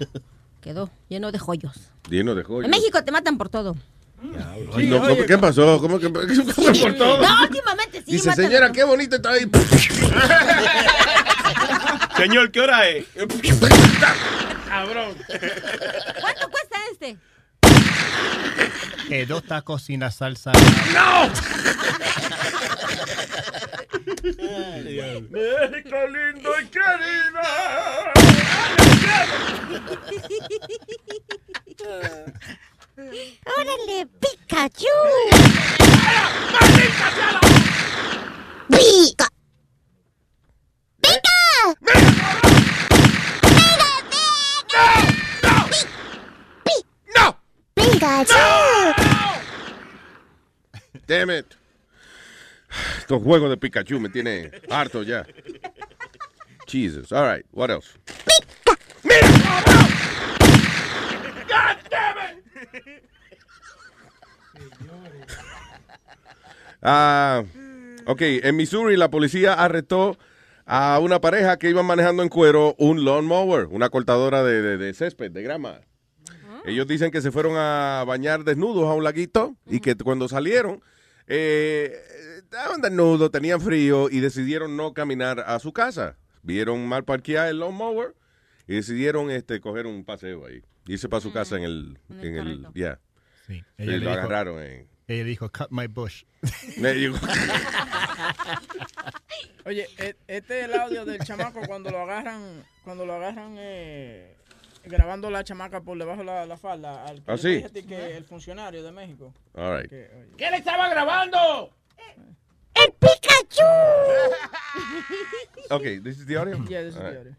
Speaker 10: quedó lleno de joyos.
Speaker 7: lleno de joyas.
Speaker 10: En México te matan por todo.
Speaker 7: Sí, no, ¿cómo- ¿Qué pasó? ¿Cómo que por todo?
Speaker 10: No, últimamente sí.
Speaker 7: Dice,
Speaker 10: matan-
Speaker 7: señora, qué bonito está ahí.
Speaker 12: Señor, ¿qué hora es?
Speaker 4: Cabrón.
Speaker 10: ¿Cuánto cuesta este?
Speaker 14: Eh, dos tacos sin la salsa.
Speaker 11: México lindo y querido.
Speaker 10: ¡Órale, Pikachu! ¡Pica!
Speaker 11: ¡No!
Speaker 10: ¡Pikachu!
Speaker 7: Damn it. Estos juegos de Pikachu me tiene harto ya. Jesus. All right, what else? Ah, ok, en Missouri la policía arrestó a una pareja que iba manejando en cuero un lawnmower, una cortadora de, de- de césped, de grama. Ellos dicen que se fueron a bañar desnudos a un laguito y que cuando salieron eh, estaban desnudos, tenían frío y decidieron no caminar a su casa. Vieron mal parquear el lawnmower y decidieron este, coger un paseo ahí. Irse para su casa en el... En el yeah.
Speaker 14: Sí,
Speaker 7: Y
Speaker 14: ella le
Speaker 7: lo
Speaker 14: dijo-
Speaker 7: agarraron en...
Speaker 14: Ella dijo, cut my bush.
Speaker 7: Le digo-
Speaker 9: Oye, e- este es el audio del chamaco cuando lo agarran, cuando lo agarran eh, grabando la chamaca por debajo de la, la falda. Al que
Speaker 7: ¿Ah,
Speaker 9: yo te
Speaker 7: sí?
Speaker 9: dije a ti que el funcionario de México.
Speaker 7: All right.
Speaker 4: ¿Qué le estaba grabando?
Speaker 10: ¡El Pikachu!
Speaker 7: Okay, this is the audio?
Speaker 9: Yeah, this is the audio.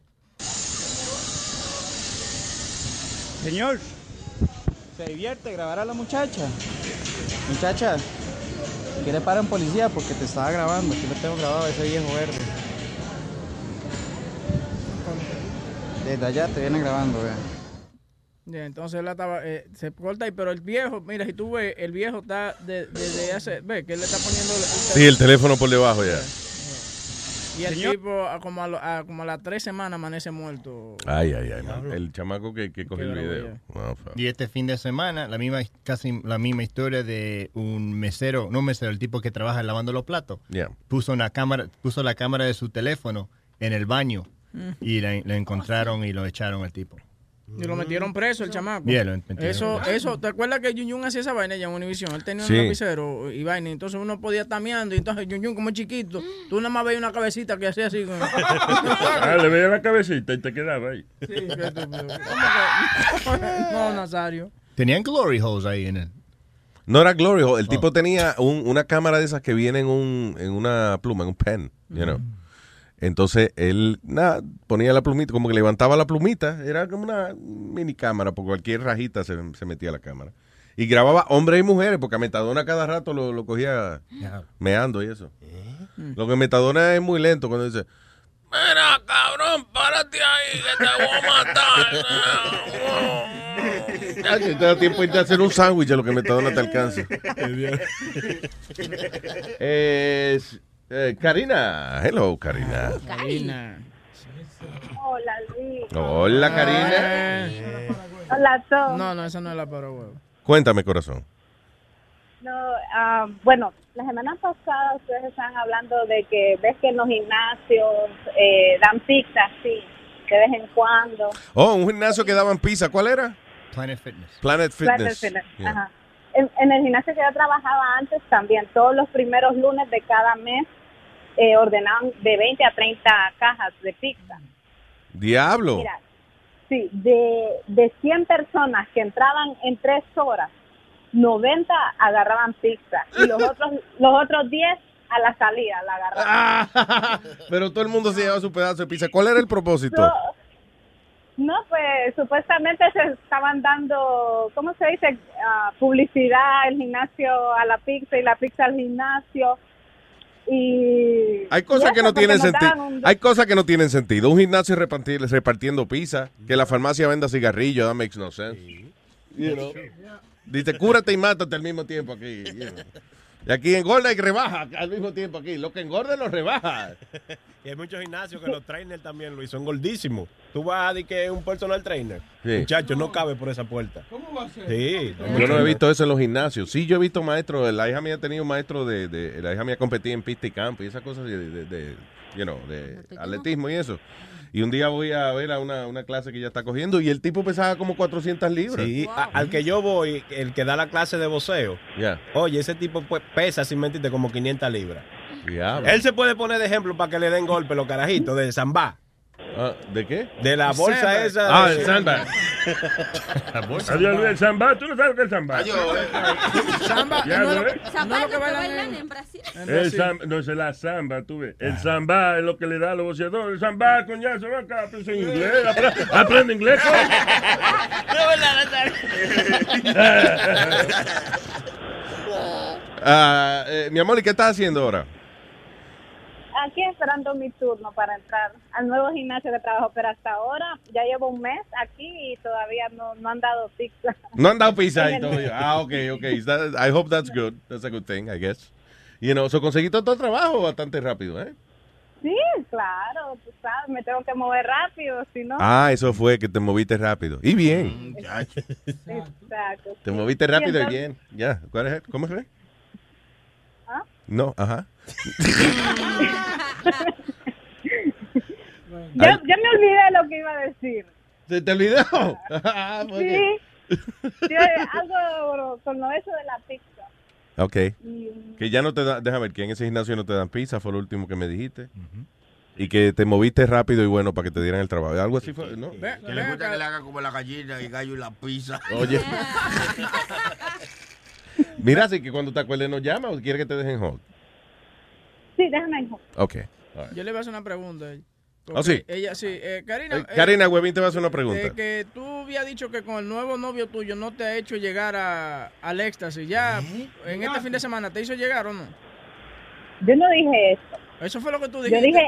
Speaker 17: Señor, se divierte grabar a la muchacha. Muchacha, que le para un policía porque te estaba grabando. Aquí lo tengo grabado ese viejo verde. Desde allá te vienen grabando, vea.
Speaker 9: Ya, entonces él estaba, eh, se corta ahí, pero el viejo, mira, si tú ves, el viejo está de- desde hace, ve que él le está poniendo el,
Speaker 7: Sí, el teléfono por debajo ya.
Speaker 9: Y el
Speaker 17: Señor.
Speaker 9: tipo, a como, a lo- a como a las tres semanas amanece muerto.
Speaker 7: Ay, ay, ay, man. El chamaco que, que cogió el
Speaker 9: Qué
Speaker 7: video. Wow, fuck.
Speaker 14: Y este fin de semana, la misma, casi la misma historia de un mesero, no un mesero, el tipo que trabaja lavando los platos.
Speaker 7: Yeah.
Speaker 14: Puso una cámara, puso la cámara de su teléfono en el baño
Speaker 9: Mm.
Speaker 14: y la- lo encontraron y lo echaron al tipo.
Speaker 9: Y lo metieron preso el chamaco.
Speaker 14: Bien, lo metieron
Speaker 9: eso,
Speaker 14: preso.
Speaker 9: eso, ¿te acuerdas que Yun Yun hacía esa vaina ya en Univision? Él tenía
Speaker 7: Sí.
Speaker 9: un lapicero y vaina, entonces uno podía estar meando, y entonces Yun Yun como chiquito, tú nada más veías una cabecita que hacía así. con-
Speaker 11: Ah, le veía la cabecita y te quedaba ahí.
Speaker 9: Sí, qué estúpido. ¿Cómo que- No, Nazario.
Speaker 14: Tenían glory holes ahí en él.
Speaker 7: No era Glory Hole. El tipo tenía un- una cámara de esas que viene en, un, en una pluma, en un pen, you know.
Speaker 14: Mm.
Speaker 7: Entonces él, nada, ponía la plumita, como que levantaba la plumita, era como una mini cámara, por cualquier rajita se, se metía la cámara. Y grababa hombres y mujeres, porque a Metadona cada rato lo, lo cogía meando y eso.
Speaker 14: ¿Eh?
Speaker 7: Lo que Metadona es muy lento cuando dice,
Speaker 4: Mira, Ah, cabrón, párate ahí que te voy a
Speaker 7: "Ay,
Speaker 4: matar.
Speaker 7: Ah, te da tiempo de irte a hacer un sándwich a lo que Metadona te alcanza. Es, eh, Karina, hello Karina.
Speaker 9: Karina.
Speaker 19: Hola, Luis.
Speaker 7: Hola Karina.
Speaker 9: Eh,
Speaker 19: Hola a todos.
Speaker 9: No, no, esa no es la palabra, huevo.
Speaker 7: Cuéntame corazón.
Speaker 19: No, ah, bueno, la semana pasada ustedes estaban hablando de que ves que en los gimnasios eh, dan pizza, sí, de vez en cuando.
Speaker 5: Oh, un gimnasio que daban pizza. ¿Cuál era?
Speaker 14: Planet Fitness.
Speaker 5: Planet Fitness.
Speaker 19: Planet Fitness,
Speaker 5: Yeah.
Speaker 19: ajá. En, en el gimnasio que yo trabajaba antes también, todos los primeros lunes de cada mes eh, ordenaban de 20 a 30 cajas de pizza.
Speaker 7: Diablo.
Speaker 19: Mira, sí, de, de 100 personas que entraban en 3 horas, 90 agarraban pizza y los otros, los otros 10 a la salida la agarraban.
Speaker 7: Ah. Pero todo el mundo se llevaba su pedazo de pizza. ¿Cuál era el propósito?
Speaker 19: No, No, pues supuestamente se estaban dando, ¿cómo se dice? Ah, publicidad, el gimnasio a la pizza y la pizza al gimnasio. Y
Speaker 7: Hay cosas
Speaker 19: y
Speaker 7: que no
Speaker 19: eso, porque
Speaker 7: tienen
Speaker 19: nos daban
Speaker 7: sentido.
Speaker 19: un-
Speaker 7: Hay cosas que no tienen sentido. Un gimnasio reparti- repartiendo pizza, que la farmacia venda cigarrillos, that makes no sense. You know. Dice, cúrate y mátate al mismo tiempo aquí. you know. Y aquí engorda y rebaja al mismo tiempo aquí. Lo que engorda lo rebaja.
Speaker 12: Y hay muchos gimnasios que los trainers también, Luis, son gordísimos. Tú vas a decir que es un personal trainer.
Speaker 7: Sí.
Speaker 12: Muchachos, no cabe por esa puerta.
Speaker 4: ¿Cómo va a ser?
Speaker 12: Sí.
Speaker 7: Yo no he visto eso en los gimnasios. Sí, yo he visto maestros. La hija mía ha tenido maestro de, de- La hija mía competía en pista y campo y esas cosas de, de- de- you know, de atletismo y eso. Y un día voy a ver a una, una clase que ella está cogiendo y el tipo pesaba como 400 libras.
Speaker 12: Sí, a- al que yo voy, el que da la clase de voceo,
Speaker 7: Ya.
Speaker 12: oye, ese tipo pues, pesa, sin mentirte, como 500 libras.
Speaker 7: Diablo.
Speaker 12: Él se puede poner de ejemplo para que le den golpe los carajitos de Zambá.
Speaker 7: Ah, ¿De qué?
Speaker 12: De la bolsa
Speaker 11: Sandbag.
Speaker 12: esa. de-
Speaker 11: Ah, el sandbag.
Speaker 12: La bolsa.
Speaker 11: Adiós, Luis, el samba, tú no sabes qué es el samba.
Speaker 9: Samba,
Speaker 11: Ya,
Speaker 9: no,
Speaker 11: ¿no
Speaker 9: lo,
Speaker 11: ves?
Speaker 9: no lo que bailan en Brasil.
Speaker 11: El sam- no es la samba, tú ves. El samba es lo que le da a los boceadores. El samba, coñazo, ven acá, aprende inglés. apre- Aprende inglés, coño.
Speaker 7: Ah, eh, mi amor, ¿y qué estás haciendo ahora?
Speaker 19: Aquí esperando mi turno para entrar al nuevo gimnasio de trabajo, pero hasta ahora ya llevo un mes aquí y todavía no, no han dado pizza.
Speaker 7: No han dado pizza y todo. Ah, ok, ok. Is that- I hope that's good. That's a good thing, I guess. You know, so conseguí todo tu trabajo bastante rápido, ¿eh?
Speaker 19: Sí, claro, tú sabes, me tengo que mover rápido, si no.
Speaker 7: Ah, eso fue que te moviste rápido. Y bien.
Speaker 19: Exacto.
Speaker 7: Te moviste rápido y
Speaker 19: entonces-
Speaker 7: bien. Ya. ¿Cuál es? el- ¿Cómo fue?
Speaker 19: ¿Ah?
Speaker 7: No, ajá.
Speaker 19: Yo, yo me olvidé lo que iba a decir.
Speaker 7: ¿Se te olvidó? Ah,
Speaker 19: Sí. Sí, algo con lo eso de la pizza.
Speaker 7: Ok.
Speaker 19: Y-
Speaker 7: Que ya no te da, déjame ver, que en ese gimnasio no te dan pizza, fue lo último que me dijiste. Y que te moviste rápido y bueno para que te dieran el trabajo. Algo así fue, ¿no?
Speaker 20: Que le gusta que le haga como la gallina y gallo y la pizza.
Speaker 7: Oye. Mira, así que cuando te acuerdes nos llama o quiere que te dejen hold.
Speaker 19: Sí, déjame hijo.
Speaker 7: Ok. all right.
Speaker 9: Yo le voy a hacer una pregunta. a ella.
Speaker 7: Ah, sí.
Speaker 9: Ella, sí. eh, Karina.
Speaker 7: Eh,
Speaker 9: eh,
Speaker 7: Karina Huevín te va a hacer una
Speaker 9: de
Speaker 7: pregunta.
Speaker 9: que tú habías dicho que con el nuevo novio tuyo no te ha hecho llegar a, al éxtasis. ¿Ya en este fin de semana te hizo llegar o no?
Speaker 19: Yo no dije eso.
Speaker 9: Eso fue lo que tú
Speaker 19: Yo
Speaker 9: dijiste.
Speaker 19: dije,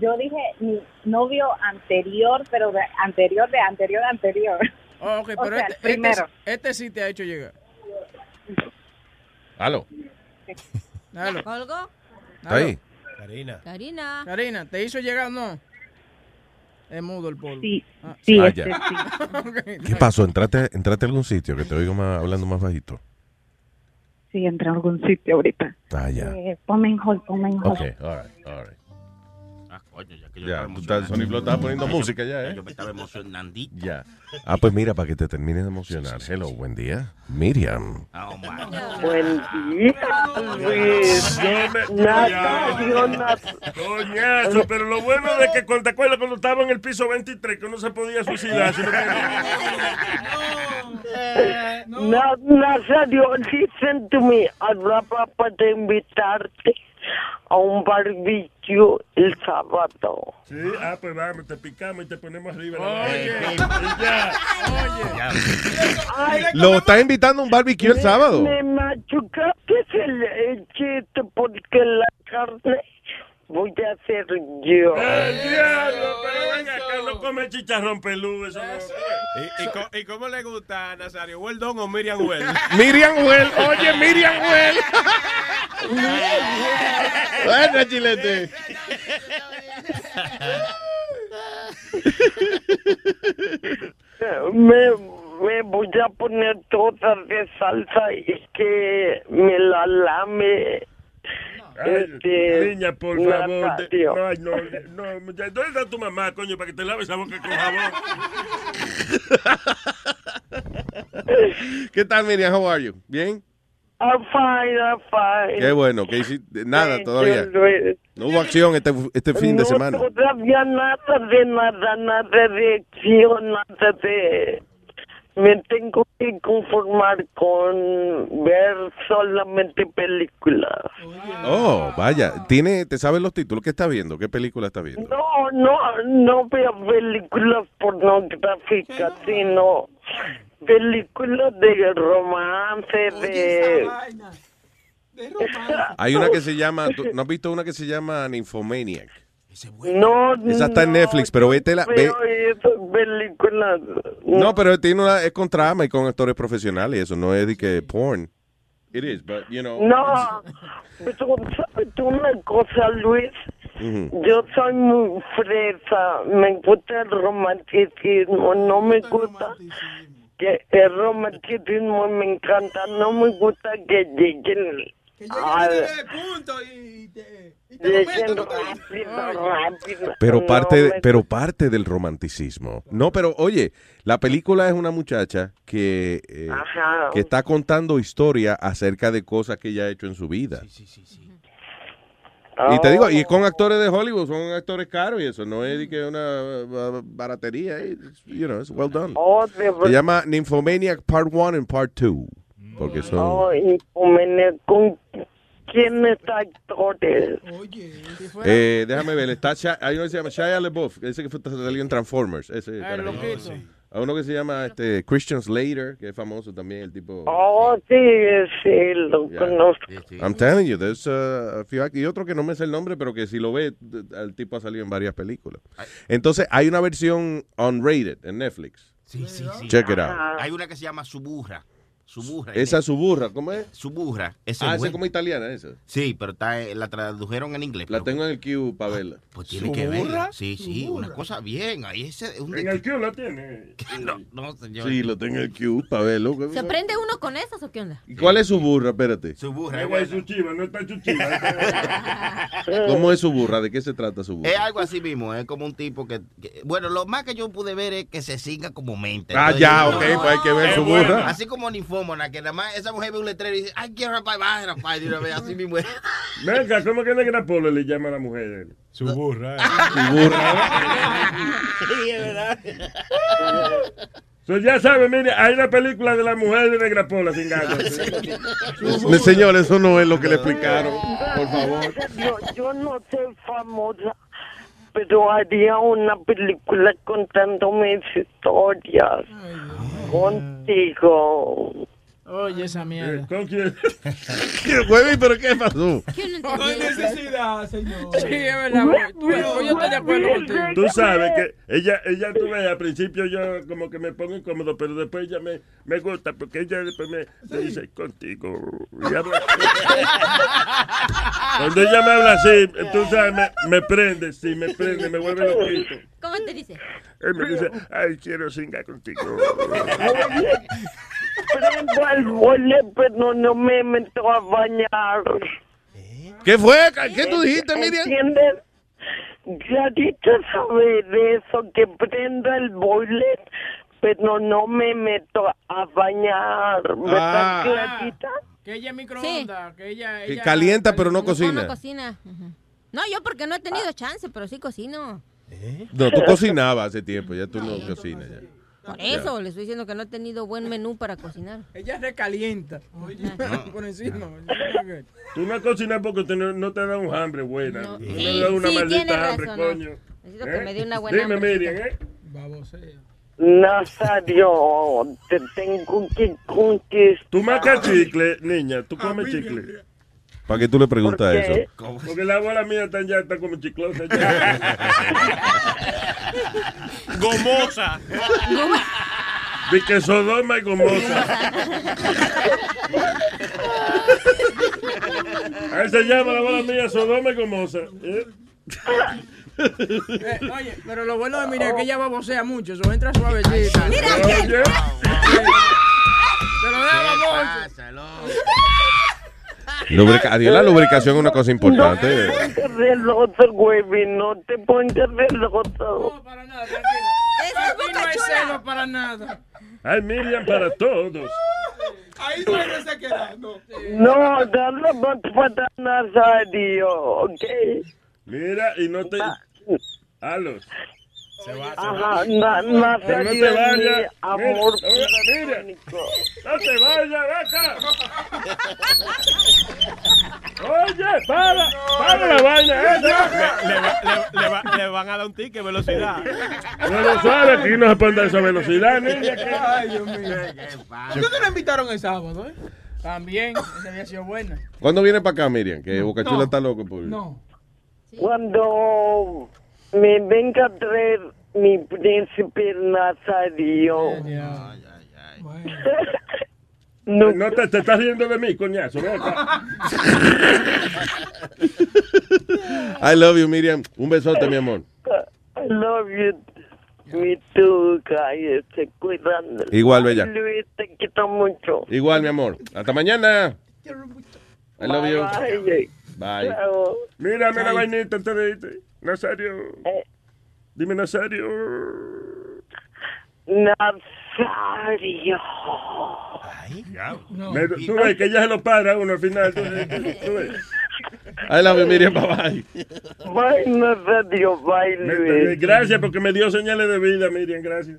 Speaker 19: yo dije mi novio anterior, pero de anterior, de anterior, anterior.
Speaker 9: Oh, ok,
Speaker 19: o
Speaker 9: pero
Speaker 19: sea,
Speaker 9: este,
Speaker 19: el primero.
Speaker 9: Este, este sí te ha hecho llegar.
Speaker 7: Aló.
Speaker 9: Dale.
Speaker 10: ¿Colgo?
Speaker 7: ¿Está ahí?
Speaker 12: Karina.
Speaker 10: Karina.
Speaker 9: Karina, ¿te hizo llegar o no? Es mudo el polvo.
Speaker 19: Sí,
Speaker 9: Ah.
Speaker 7: sí, Ah, este ya. sí.
Speaker 9: Ok,
Speaker 7: ¿Qué pasó? Entrate, entrate a algún sitio que te oigo más, hablando más bajito.
Speaker 19: Sí, entré a algún sitio ahorita.
Speaker 7: Ah, ya.
Speaker 19: Eh, ponme en hold, ponme en hold.
Speaker 7: Ok, all right, all right.
Speaker 20: Ah,
Speaker 7: Ya, tú estás, Sony Flow estaba poniendo música ya, ¿eh?
Speaker 20: Yo me estaba emocionando.
Speaker 7: Ya. Ah, pues mira, para que te termines de emocionar. Hello, buen día. Miriam.
Speaker 20: Ah,
Speaker 18: Buen día, Luis.
Speaker 11: Nada,
Speaker 18: Dios,
Speaker 11: Coñazo, pero lo bueno de que cuando te acuerdas cuando estaba en el piso 23 que uno se podía suicidar. sino que-
Speaker 18: Na- Nazario, listen to me. Hablaba para invitarte a un barbecue el sábado.
Speaker 11: Sí, ah, pues vamos, te picamos y te ponemos arriba.
Speaker 18: Oye.
Speaker 11: Y ya.
Speaker 18: Ay,
Speaker 7: Lo está invitando a un barbecue el sábado.
Speaker 18: Me machucaste el, el chiste porque la carne voy a hacer yo.
Speaker 11: El diablo, pero ven acá, no come chicharrón peludo. Eso no.
Speaker 12: ¿Y, y co- y cómo le gusta a Nazario? ¿Weldon o Miriam Well?
Speaker 7: Miriam Well, oye, Miriam Well. Buena, chilete.
Speaker 18: Me, me le voy a poner toda de salsa y que me la lame. Este,
Speaker 11: Niña, por favor. de-
Speaker 18: Nazario.
Speaker 11: no, ay, no, no, muchacha. ¿Dónde está tu mamá, coño, para que te laves la boca con jabón?
Speaker 7: ¿Qué tal, Miriam? How are you? ¿Bien?
Speaker 18: I'm Ah, fine, I'm fine.
Speaker 7: Qué bueno, que hiciste nada todavía.
Speaker 18: Yo lo-
Speaker 7: No hubo acción este, este fin de
Speaker 18: no,
Speaker 7: semana.
Speaker 18: Todavía nada de nada, nada de acción, nada de. Me tengo que conformar con ver solamente películas.
Speaker 7: Oh, vaya. ¿Tiene, ¿Te sabes los títulos? ¿Qué está viendo? ¿Qué película está viendo?
Speaker 18: No, no, no veo películas pornográficas, sino películas de romance, de...
Speaker 7: Hay una que se llama, ¿tú- ¿no has visto una que se llama Nymphomaniac?
Speaker 18: No,
Speaker 7: Esa está en Netflix, pero vete la... ve-
Speaker 18: veo esas películas.
Speaker 7: no, pero tiene una, es con trama y con actores profesionales, eso no es de que porn. It is, but you know.
Speaker 18: No, pero ¿sabes una cosa, Luis? Yo soy muy fresa, me gusta el romanticismo, no me gusta que el romanticismo me encanta, no me gusta que lleguen al... Lleguen rápido, rápido.
Speaker 7: Pero
Speaker 18: No pues
Speaker 7: parte, de-
Speaker 18: me-
Speaker 7: pero parte del romanticismo. No, pero oye, la película es una muchacha que, eh,
Speaker 18: Ajá.
Speaker 7: que está contando historia acerca de cosas que ella ha hecho en su vida. Y te digo, y con
Speaker 18: Oh.
Speaker 7: actores de Hollywood, son actores caros y eso, no es de que una eh, baratería, eh, you know, it's well done.
Speaker 18: Oh, de
Speaker 7: Se
Speaker 18: ver-
Speaker 7: llama Nymphomaniac Part 1 and Part 2.
Speaker 18: Mm.
Speaker 7: Porque son...
Speaker 18: No, y convener con quién está actores.
Speaker 7: Eh, déjame ver, está Shia- hay uno que se llama Shia LaBeouf, que dice que fue salió en Transformers. Ese,
Speaker 18: Ah, el loquito.
Speaker 7: Hay uno que se llama este, Christian Slater, que es famoso también, el tipo...
Speaker 18: Oh, sí, sí, lo
Speaker 7: Yeah.
Speaker 18: conozco.
Speaker 7: I'm telling you, there's uh, a few act- y otro que no me sé el nombre, pero que si lo ve, d- el tipo ha salido en varias películas. Entonces, hay una versión unrated en Netflix.
Speaker 8: Sí, sí, sí. Ah,
Speaker 7: Check it out.
Speaker 8: Hay una que se llama Suburra. Suburra.
Speaker 7: Esa es su burra, ¿cómo es?
Speaker 8: Suburra.
Speaker 7: ah, esa es como italiana, esa.
Speaker 8: Sí, pero está, eh, la tradujeron en inglés.
Speaker 7: La tengo en el queue para verla.
Speaker 8: Pues tiene que verla. Sí, sí, una cosa bien. Ahí ese es un
Speaker 11: En el queue la tiene.
Speaker 8: No, no, señor.
Speaker 7: Sí, lo tengo en el queue para verlo.
Speaker 10: ¿Se aprende uno con esas o qué onda?
Speaker 7: ¿Y cuál es su burra? Espérate.
Speaker 8: Eh, Su burra.
Speaker 11: Ahí va su chiva, no está su
Speaker 7: ¿Cómo es su burra? ¿De qué se trata su burra?
Speaker 8: Es algo así mismo, es como un tipo que, que- Bueno, lo más que yo pude ver es que se siga como mente.
Speaker 7: Ah,
Speaker 8: Entonces,
Speaker 7: ya,
Speaker 8: yo,
Speaker 7: ok, pues hay que ver
Speaker 8: es
Speaker 7: su
Speaker 8: bueno.
Speaker 7: burra.
Speaker 8: Así como ninfómana, que nada más esa mujer ve un letrero y dice, ay, quiero rapar, baja rapar, de una vez, así mismo es.
Speaker 11: Venga, ¿cómo que negra polo le llama a la mujer? Su burra.
Speaker 7: Su burra.
Speaker 8: Sí, es verdad.
Speaker 11: So, ya sabe, mire, hay una película de la mujer de negra pola sin ganas.
Speaker 7: Me- Señor, eso no es lo que le explicaron. Por favor.
Speaker 18: Yo, yo no soy famosa, pero haría una película contando mis historias contigo.
Speaker 9: Oye, esa mierda.
Speaker 7: ¿Qué, güey? ¿Pero qué pasó?
Speaker 4: No hay necesidad, señor.
Speaker 9: Sí, es verdad,
Speaker 10: pues,
Speaker 9: güey. Yo- yo estoy de acuerdo contigo.
Speaker 11: Tú sabes que ella, ella tú ves, al principio yo como que me pongo incómodo, pero después ella me, me gusta porque ella después me, me dice contigo. Y habla- Cuando ella me habla así, tú sabes, me, me prende, sí, me prende, me vuelve loquito.
Speaker 10: ¿Cómo te dice?
Speaker 11: Él me dice, ay, quiero singa contigo.
Speaker 18: Prendo el mole, pero pues, no me meto a bañar.
Speaker 7: ¿Qué fue? ¿Qué
Speaker 18: Eh,
Speaker 7: tú dijiste, Miriam?
Speaker 18: ¿Entiendes? Clarito sabe de eso, que prendo el boiler, pero no me meto a bañar. ¿Verdad,
Speaker 7: Ah.
Speaker 18: Clarita?
Speaker 9: Que ella es microondas, que ella,
Speaker 7: Que
Speaker 9: ella-
Speaker 7: calienta, pero no
Speaker 10: No
Speaker 7: cocina.
Speaker 10: cocina. Ujú. No, yo porque no he tenido chance, pero sí cocino.
Speaker 7: ¿Eh? No, tú cocinabas hace tiempo, ya tú no cocinas. ya.
Speaker 10: Por
Speaker 7: Ya.
Speaker 10: eso le estoy diciendo que no he tenido buen menú para cocinar.
Speaker 9: Ella recalienta. Por encima.
Speaker 11: Tú no cocinas porque tú no, no te da un hambre buena. No,
Speaker 10: Sí,
Speaker 11: le da una
Speaker 10: sí, tiene
Speaker 11: maldita hambre,
Speaker 10: razón.
Speaker 11: coño.
Speaker 10: no. Necesito que
Speaker 11: ¿Eh?
Speaker 10: me dé una buena
Speaker 11: Dime,
Speaker 10: hambrecita.
Speaker 11: Miriam, ¿eh?
Speaker 18: Nazario, te tengo que conquistar.
Speaker 11: Tú marcas chicle, niña, tú comes chicle.
Speaker 7: ¿Para qué tú le preguntas
Speaker 11: ¿Por qué?
Speaker 7: eso?
Speaker 11: Porque la bola mía está ya está como chiclosa. gomosa. De que Sodoma y gomosa. Ahí se llama la bola mía Sodoma y gomosa. ¿eh?
Speaker 9: Eh, oye, pero lo bueno de mira es que ella babosea mucho, eso entra suavecita.
Speaker 18: Mira, Ángel.
Speaker 9: Oye. Te lo dejo baboso.
Speaker 7: Lubrica- Adiós, la lubricación es una cosa importante.
Speaker 2: No te pongas celoso, güey, no te pongas celoso.
Speaker 9: Aquí no hay celo para nada.
Speaker 11: Hay Miriam para todos.
Speaker 4: Ahí no hay resequedad, no.
Speaker 2: No, dale más para Nazario, ¿ok? Ah.
Speaker 11: Mira, y no te. Alos. Se va,
Speaker 2: Ajá, na-
Speaker 11: No
Speaker 2: Nazario
Speaker 11: te
Speaker 2: es mi
Speaker 11: vayas.
Speaker 2: amor
Speaker 11: Mira, mira, eh, no te vayas, vaca. Oye, para, para la vaina. esa.
Speaker 12: Le, le va- le- le va- le van a dar un ticket, velocidad.
Speaker 11: No lo sabes, aquí no se puede andar esa velocidad, niña. que-
Speaker 4: Ay, Dios mío. ¿Por qué no la invitaron el sábado, eh?
Speaker 9: También, esa había sido buena.
Speaker 7: ¿Cuándo viene para acá, Miriam? Que Boca Chula
Speaker 2: No.
Speaker 7: está loco por
Speaker 2: Cuando me venga a traer mi príncipe Nazario.
Speaker 11: No, te, te estás riendo de mí, coñazo. ven acá.
Speaker 7: I love you, Miriam. Un besote, mi amor.
Speaker 2: I love you. Me too, guys. Te cuidan.
Speaker 7: Igual, bella.
Speaker 2: este, Luis, te quito mucho.
Speaker 7: Igual, mi amor. Hasta mañana. I love you.
Speaker 2: Bye.
Speaker 7: Bye.
Speaker 11: Mírame la
Speaker 7: Ay.
Speaker 11: vainita, te leíste. Nazario.
Speaker 2: Eh.
Speaker 11: Dime, Nazario.
Speaker 2: Nazario.
Speaker 11: Me- tú ves que ya se lo para uno al final. tú ves, tú ves.
Speaker 7: I love you, Miriam. Bye bye.
Speaker 2: Bye, Nazario. Bye,
Speaker 11: Eh,
Speaker 2: Luis.
Speaker 11: Gracias porque me dio señales de vida, Miriam, gracias.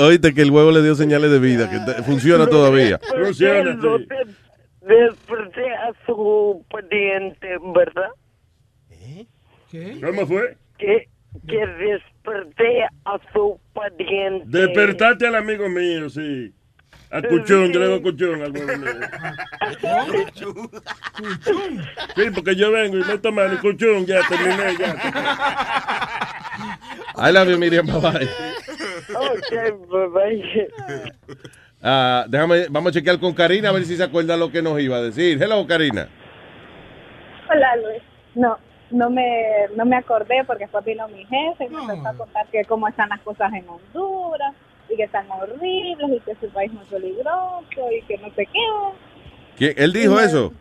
Speaker 7: Oíste que el huevo le dio señales de vida, que te- funciona todavía.
Speaker 11: Funciona, sí.
Speaker 2: Desperté a su pariente, ¿verdad?
Speaker 11: ¿Cómo fue?
Speaker 2: Que, que desperté a su pariente.
Speaker 11: Despertaste al amigo mío, sí. A Cuchón, yo le digo Cuchón al huevo mío. Sí, porque yo vengo y meto mano, Cuchón, ya terminé, ya.
Speaker 7: I love you, Miriam. Bye bye.
Speaker 2: Ok, bye,
Speaker 4: pues,
Speaker 2: bye.
Speaker 7: Ah, déjame, vamos a chequear con Karina a ver si se acuerda lo que nos iba a decir. Hello, Karina.
Speaker 19: Hola Luis. No, no me, no me acordé porque después vino mi jefe y me empezó a contar que cómo están las cosas en Honduras y que están horribles y que es un país muy peligroso y que no sé qué.
Speaker 7: ¿Quién- ¿Él dijo eso?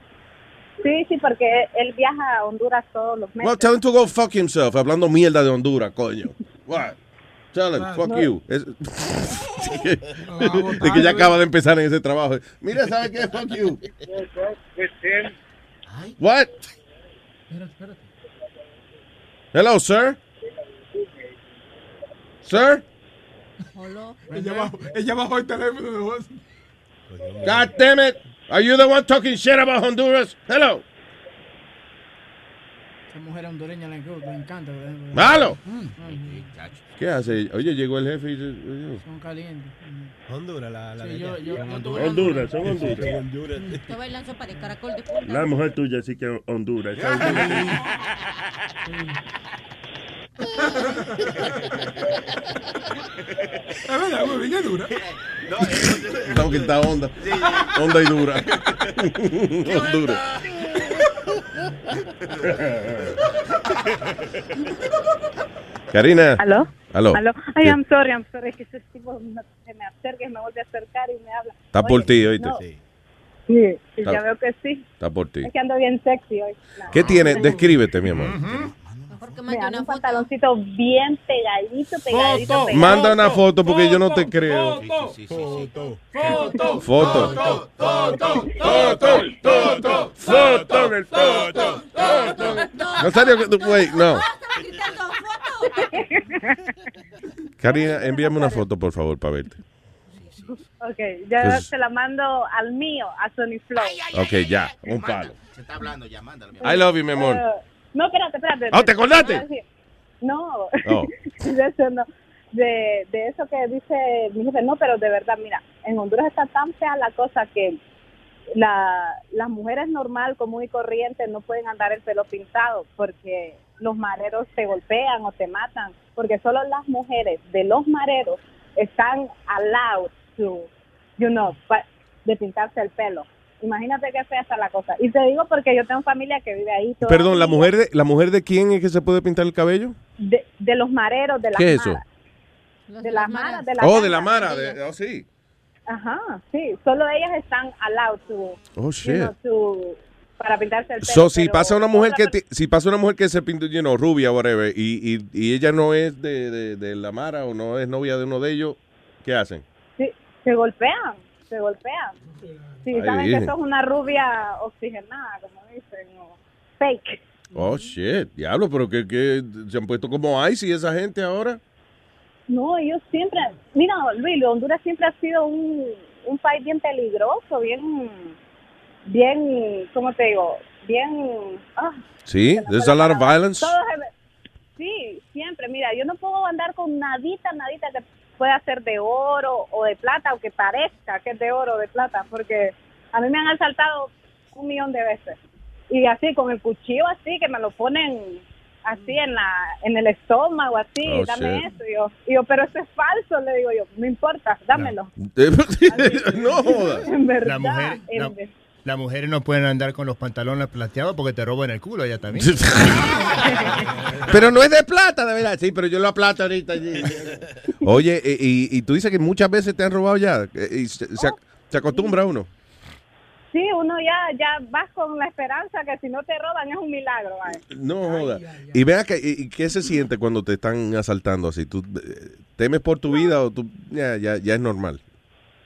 Speaker 19: Sí, sí, porque él viaja a Honduras todos los meses.
Speaker 7: Well, tell him to go fuck himself. Hablando mierda de Honduras, coño. What? Tell him,
Speaker 19: Ah,
Speaker 7: fuck
Speaker 19: no.
Speaker 7: you. Es- de que ya acaba de empezar en ese trabajo. Mira, ¿sabe qué? Fuck you. What? Hello, sir. Sir?
Speaker 4: Ella bajó, ella bajó el teléfono de vos.
Speaker 7: God damn it. Are you the one talking shit about Honduras? Hello.
Speaker 9: Esa mujer hondureña le encanta, le encanta. ¿verdad?
Speaker 7: Malo.
Speaker 9: Mm.
Speaker 7: ¿Qué hace? Oye, llegó el jefe y... oye.
Speaker 9: Son calientes.
Speaker 12: Honduras, la, la
Speaker 9: Sí,
Speaker 12: de
Speaker 9: yo-
Speaker 12: allá.
Speaker 9: yo-
Speaker 11: Honduras, son Honduras.
Speaker 3: Te bailan sopa de caracol de
Speaker 11: La mujer tuya sí que es Honduras. esa Honduras.
Speaker 4: Es verdad, güey, bien dura.
Speaker 7: Estamos que está onda. Onda y dura. Honduras. Karina.
Speaker 19: ¿Aló?
Speaker 7: Aló.
Speaker 19: Aló. Ay,
Speaker 7: ¿Qué?
Speaker 19: I'm sorry, I'm sorry. Es que ese tipo no- se me acerca y me vuelve a acercar y me habla.
Speaker 7: Está por
Speaker 19: Oye,
Speaker 7: ti, oíste.
Speaker 19: no.
Speaker 7: Sí.
Speaker 19: Sí, sí,
Speaker 7: Está-
Speaker 19: ya veo que sí.
Speaker 7: Está por ti.
Speaker 19: Es que ando bien sexy hoy. No.
Speaker 7: ¿Qué tiene? Descríbete, mi amor.
Speaker 19: Me dan un pantaloncito bien pegadito, pegadito, pegadito.
Speaker 7: Manda una foto porque yo no te creo.
Speaker 4: Foto.
Speaker 7: Foto.
Speaker 4: Foto. Foto. Foto.
Speaker 7: Foto
Speaker 4: del foto.
Speaker 7: No serio que tú, wait, no. Karina, envíame una foto, por favor, para verte.
Speaker 19: Ok, ya
Speaker 7: Pues-
Speaker 19: se la mando al mío, a Sony Flow.
Speaker 7: Ok, ya, un palo.
Speaker 8: Se está hablando ya, mándalo.
Speaker 7: I love you, mi amor.
Speaker 19: Eh, no, espérate, espérate.
Speaker 7: Ah, ¿te acordaste?
Speaker 19: No,
Speaker 7: Oh.
Speaker 19: de eso no. De, de eso que dice mi jefe, no, pero de verdad, mira, en Honduras está tan fea la cosa que la, las mujeres normal, común y corriente no pueden andar el pelo pintado porque los mareros te golpean o te matan, porque solo las mujeres de los mareros están allowed to, you know, pa- de pintarse el pelo. Imagínate qué fea está la cosa. Y te digo porque yo tengo familia que vive ahí. toda-
Speaker 7: Perdón, ¿la mujer, de, ¿la mujer de quién es que se puede pintar el cabello?
Speaker 19: De, de los mareros, de las
Speaker 7: ¿Qué es eso?
Speaker 19: maras. De las maras. De las
Speaker 31: Oh, de la
Speaker 19: maras.
Speaker 31: Mara. de- oh, sí.
Speaker 19: Ajá, sí. Solo ellas están allowed to,
Speaker 7: Oh,
Speaker 19: you
Speaker 7: shit.
Speaker 19: know, to- para pintarse el pelo.
Speaker 7: So, si
Speaker 19: pero
Speaker 7: pasa una mujer
Speaker 19: otra
Speaker 7: que
Speaker 19: persona-
Speaker 7: ti- si pasa una mujer que se pinta, you know, rubia, whatever, y, y, y ella no es de, de, de la Mara o no es novia de uno de ellos, ¿qué hacen?
Speaker 19: Sí, se golpean, se golpean. Sí,
Speaker 7: Ay,
Speaker 19: saben que
Speaker 7: virgen.
Speaker 19: eso es una rubia oxigenada, como dicen, o fake.
Speaker 7: Oh, shit, diablo, pero que, que se han puesto como Icy esa gente ahora.
Speaker 19: No, ellos siempre, mira, Luis, Honduras siempre ha sido un, un país bien peligroso, bien, bien, ¿cómo te digo? Bien, ah,
Speaker 7: Sí, there's a lot of violence.
Speaker 19: todo se- sí, siempre, mira, yo no puedo andar con nadita, nadita que pueda ser de oro o de plata, o que parezca que es de oro o de plata, porque a mí me han asaltado un millón de veces. Y así, con el cuchillo así, que me lo ponen así en la en el estómago, así,
Speaker 7: Oh,
Speaker 19: dame
Speaker 7: shit.
Speaker 19: eso. Y yo, y yo, pero eso es falso, le digo yo, no importa, dámelo.
Speaker 7: no
Speaker 19: jodas. En verdad,
Speaker 14: La mujer-
Speaker 19: en
Speaker 14: la-
Speaker 19: ver-
Speaker 14: Las mujeres no pueden andar con los pantalones plateados porque te roban el culo allá también.
Speaker 7: Pero no es de plata, de verdad. Sí, pero yo lo aplato ahorita. Oye, eh, y, y- y tú dices que muchas veces te han robado ya. eh, y se, se ac-
Speaker 19: Oh.
Speaker 7: se acostumbra uno.
Speaker 19: Sí, uno ya ya vas con la esperanza que si no te roban es un milagro. vaya.
Speaker 7: No joda. Y vea que, y, y qué se siente cuando te están asaltando así. ¿Tú eh, temes por tu vida o tú ya, ya, ya es normal?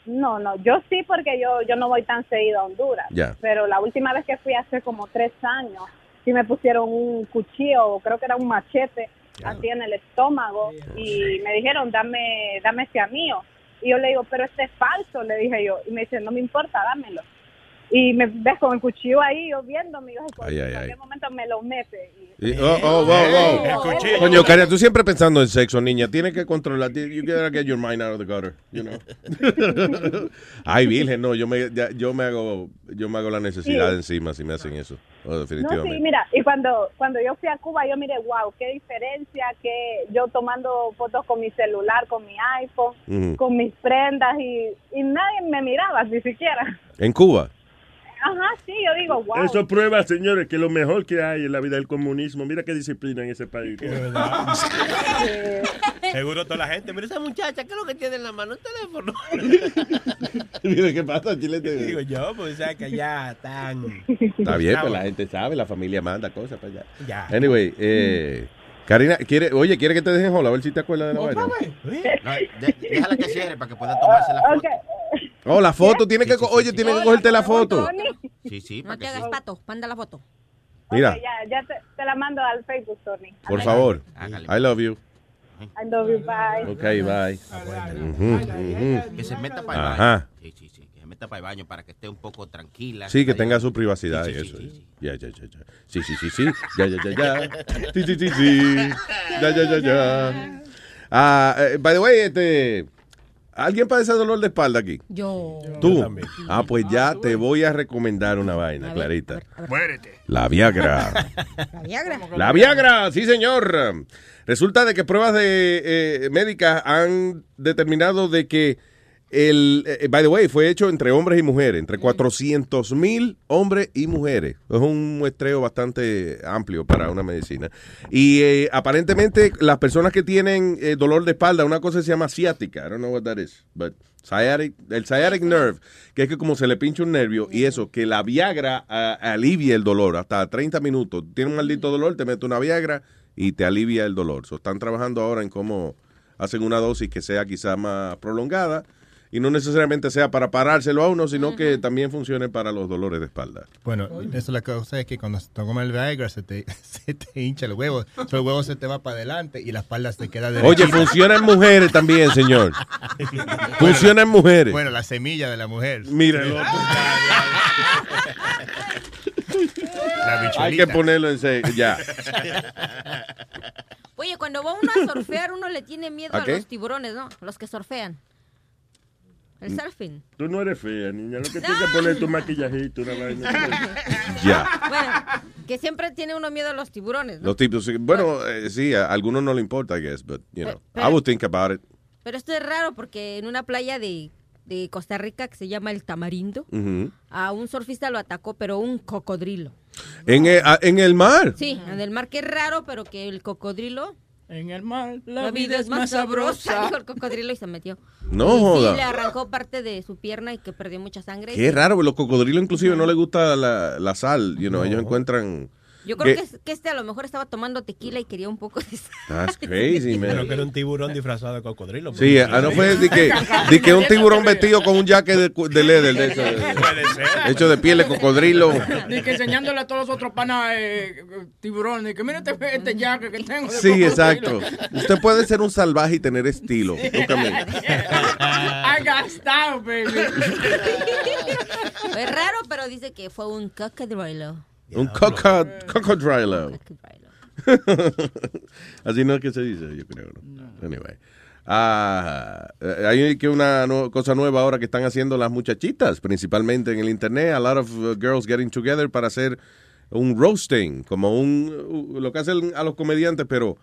Speaker 19: No, no, yo sí porque yo yo no voy tan seguido a Honduras.
Speaker 7: Ya.
Speaker 19: Pero la última vez que fui hace como tres años, sí me pusieron un cuchillo, creo que era un machete, así en el estómago y me dijeron, dame, dame ese anillo. Y yo le digo, pero este es falso, le dije yo. Y me dice, no me importa, dámelo. Y me ves con el cuchillo ahí, yo viéndome, y yo, pues,
Speaker 7: Ay, ay,
Speaker 19: en
Speaker 7: ay.
Speaker 19: cualquier momento me lo mete. Y-
Speaker 7: Y- oh, oh, wow, wow.
Speaker 19: El cuchillo.
Speaker 7: Coño, Karia, tú siempre pensando en sexo, niña. Tienes que controlar. You gotta get your mind out of the gutter, you know. Ay, virgen, no. Yo me, ya- yo me hago, yo me hago la necesidad
Speaker 19: Sí.
Speaker 7: encima si me hacen eso. Oh,
Speaker 19: No, sí,
Speaker 7: definitivamente.
Speaker 19: mira, y cuando, cuando yo fui a Cuba, yo miré, wow, qué diferencia que yo tomando fotos con mi celular, con mi iPhone,
Speaker 7: Ujú.
Speaker 19: con mis prendas y, y nadie me miraba, ni siquiera.
Speaker 7: En Cuba.
Speaker 19: Ajá, sí, yo digo, wow.
Speaker 11: Eso prueba, señores, que lo mejor que hay en la vida es el comunismo. Mira qué disciplina en ese país.
Speaker 12: Seguro toda la gente. Mira esa muchacha, ¿qué es lo que tiene en la mano? Un teléfono.
Speaker 7: Mira, ¿qué pasa, Chile?
Speaker 12: Digo yo, pues o sea que ya están.
Speaker 7: Está bien,
Speaker 12: Ah,
Speaker 7: pues la
Speaker 12: bueno.
Speaker 7: gente sabe, la familia manda cosas para allá.
Speaker 12: Ya.
Speaker 7: Anyway, eh, Karina, ¿quiere, oye, ¿quiere que te dejen hola? A ver si te acuerdas de la vaina.
Speaker 8: No, de- déjala que cierre para que pueda tomarse la foto.
Speaker 7: Oh, la foto, tiene que, co- oye, tiene que cogerte la foto.
Speaker 8: Sí, sí,
Speaker 10: No te hagas pato, manda la foto.
Speaker 7: Mira,
Speaker 19: Ya, ya te, te la mando al Facebook, Tony.
Speaker 7: por favor. I love you.
Speaker 19: I love you, bye.
Speaker 7: Ok, bye. Ujú, ujú.
Speaker 8: Que se meta para el baño.
Speaker 7: Ajá.
Speaker 8: Sí, sí, sí. Que se meta para el baño para que esté un poco tranquila.
Speaker 7: Sí, que
Speaker 8: Ahí.
Speaker 7: tenga su privacidad
Speaker 8: Sí,
Speaker 7: y
Speaker 8: sí,
Speaker 7: eso.
Speaker 8: sí,
Speaker 7: Ya, ya, ya, ya. Sí, sí, sí, sí. Ya, ya, ya, ya. Sí, sí, sí, sí. Ya, ya, ya, ya. Ah, eh, by the way, este. ¿Alguien padece dolor de espalda aquí?
Speaker 10: Yo.
Speaker 7: ¿Tú? Ah, pues ya te voy a recomendar una vaina, Clarita.
Speaker 10: Muérete.
Speaker 7: La Viagra.
Speaker 10: La Viagra.
Speaker 7: La Viagra, sí señor. Resulta de que pruebas de eh, médicas han determinado de que el, eh, by the way, fue hecho entre hombres y mujeres, entre 400 mil hombres y mujeres. Es un muestreo bastante amplio para una medicina. Y eh, aparentemente las personas que tienen eh, dolor de espalda, una cosa se llama ciática, I don't know what that is, but sciatic, el sciatic nerve, que es que como se le pincha un nervio y eso, que la Viagra ah, alivia el dolor hasta 30 minutos. Tiene un maldito dolor, te mete una Viagra y te alivia el dolor. So, están trabajando ahora en cómo hacen una dosis que sea quizá más prolongada y no necesariamente sea para parárselo a uno, sino que también funcione para los dolores de espalda.
Speaker 14: Bueno, eso es la cosa es que cuando se toma el Viagra se te, se te hincha el huevo. O sea, el huevo se te va para adelante y la espalda se queda de
Speaker 7: Oye, funciona en mujeres también, señor. Funciona en mujeres.
Speaker 14: Bueno, la semilla de la mujer.
Speaker 7: Mira el otro.
Speaker 14: La bicholita.
Speaker 7: Hay que ponerlo en serio, ya.
Speaker 10: Oye, cuando va uno a surfear, uno le tiene miedo
Speaker 7: ¿A
Speaker 10: a,
Speaker 7: qué?
Speaker 10: los tiburones, ¿no? Los que surfean.
Speaker 7: Mm.
Speaker 10: El surfing.
Speaker 11: Tú no eres fea, niña. Lo que tienes que poner es tu maquillajito, una vaina.
Speaker 7: Ya.
Speaker 10: Bueno, que siempre tiene uno miedo a los tiburones, ¿no?
Speaker 7: Los tipos, sí, bueno, eh, sí, a algunos no le importa, I guess, but, you know,
Speaker 10: Pero-
Speaker 7: I would think about it.
Speaker 10: Pero esto es raro porque en una playa de de Costa Rica que se llama el Tamarindo.
Speaker 7: Ujú.
Speaker 10: A un surfista lo atacó, pero un cocodrilo.
Speaker 7: en, el, a- en el mar.
Speaker 10: Sí, en el mar, que es raro, pero que el cocodrilo.
Speaker 9: En el mar, la, vida es más sabrosa.
Speaker 10: Dijo el cocodrilo y se metió.
Speaker 7: No
Speaker 10: Y sí,
Speaker 7: joda.
Speaker 10: le arrancó parte de su pierna y que perdió mucha sangre.
Speaker 7: Qué raro, los cocodrilos inclusive no les gusta la, la sal, you know, ellos encuentran...
Speaker 10: Yo creo que, es- que este a lo mejor estaba tomando tequila y quería un poco de sal.
Speaker 7: That's crazy, man.
Speaker 12: Pero que era un tiburón disfrazado de cocodrilo. pues.
Speaker 7: Sí, ah, no fue de que, de que un tiburón vestido con un jaque de, cu- de leather, de eso, de- hecho de piel de cocodrilo.
Speaker 9: Dice que enseñándole a todos los otros panas eh, tiburones. Que mira este, este jaque que tengo. de
Speaker 7: Sí,
Speaker 9: cocodrilo".
Speaker 7: exacto. Usted puede ser un salvaje y tener estilo. Nunca me-
Speaker 9: I got style, baby.
Speaker 10: Es raro, pero dice que fue un cocodrilo.
Speaker 7: Un coco- cocodrilo. Así no es que se dice, yo creo. ¿no? Anyway. Ah, eh, hay que una nu- cosa nueva ahora que están haciendo las muchachitas, principalmente en el internet. A lot of uh, girls getting together para hacer un roasting, como un uh, lo que hacen a los comediantes, pero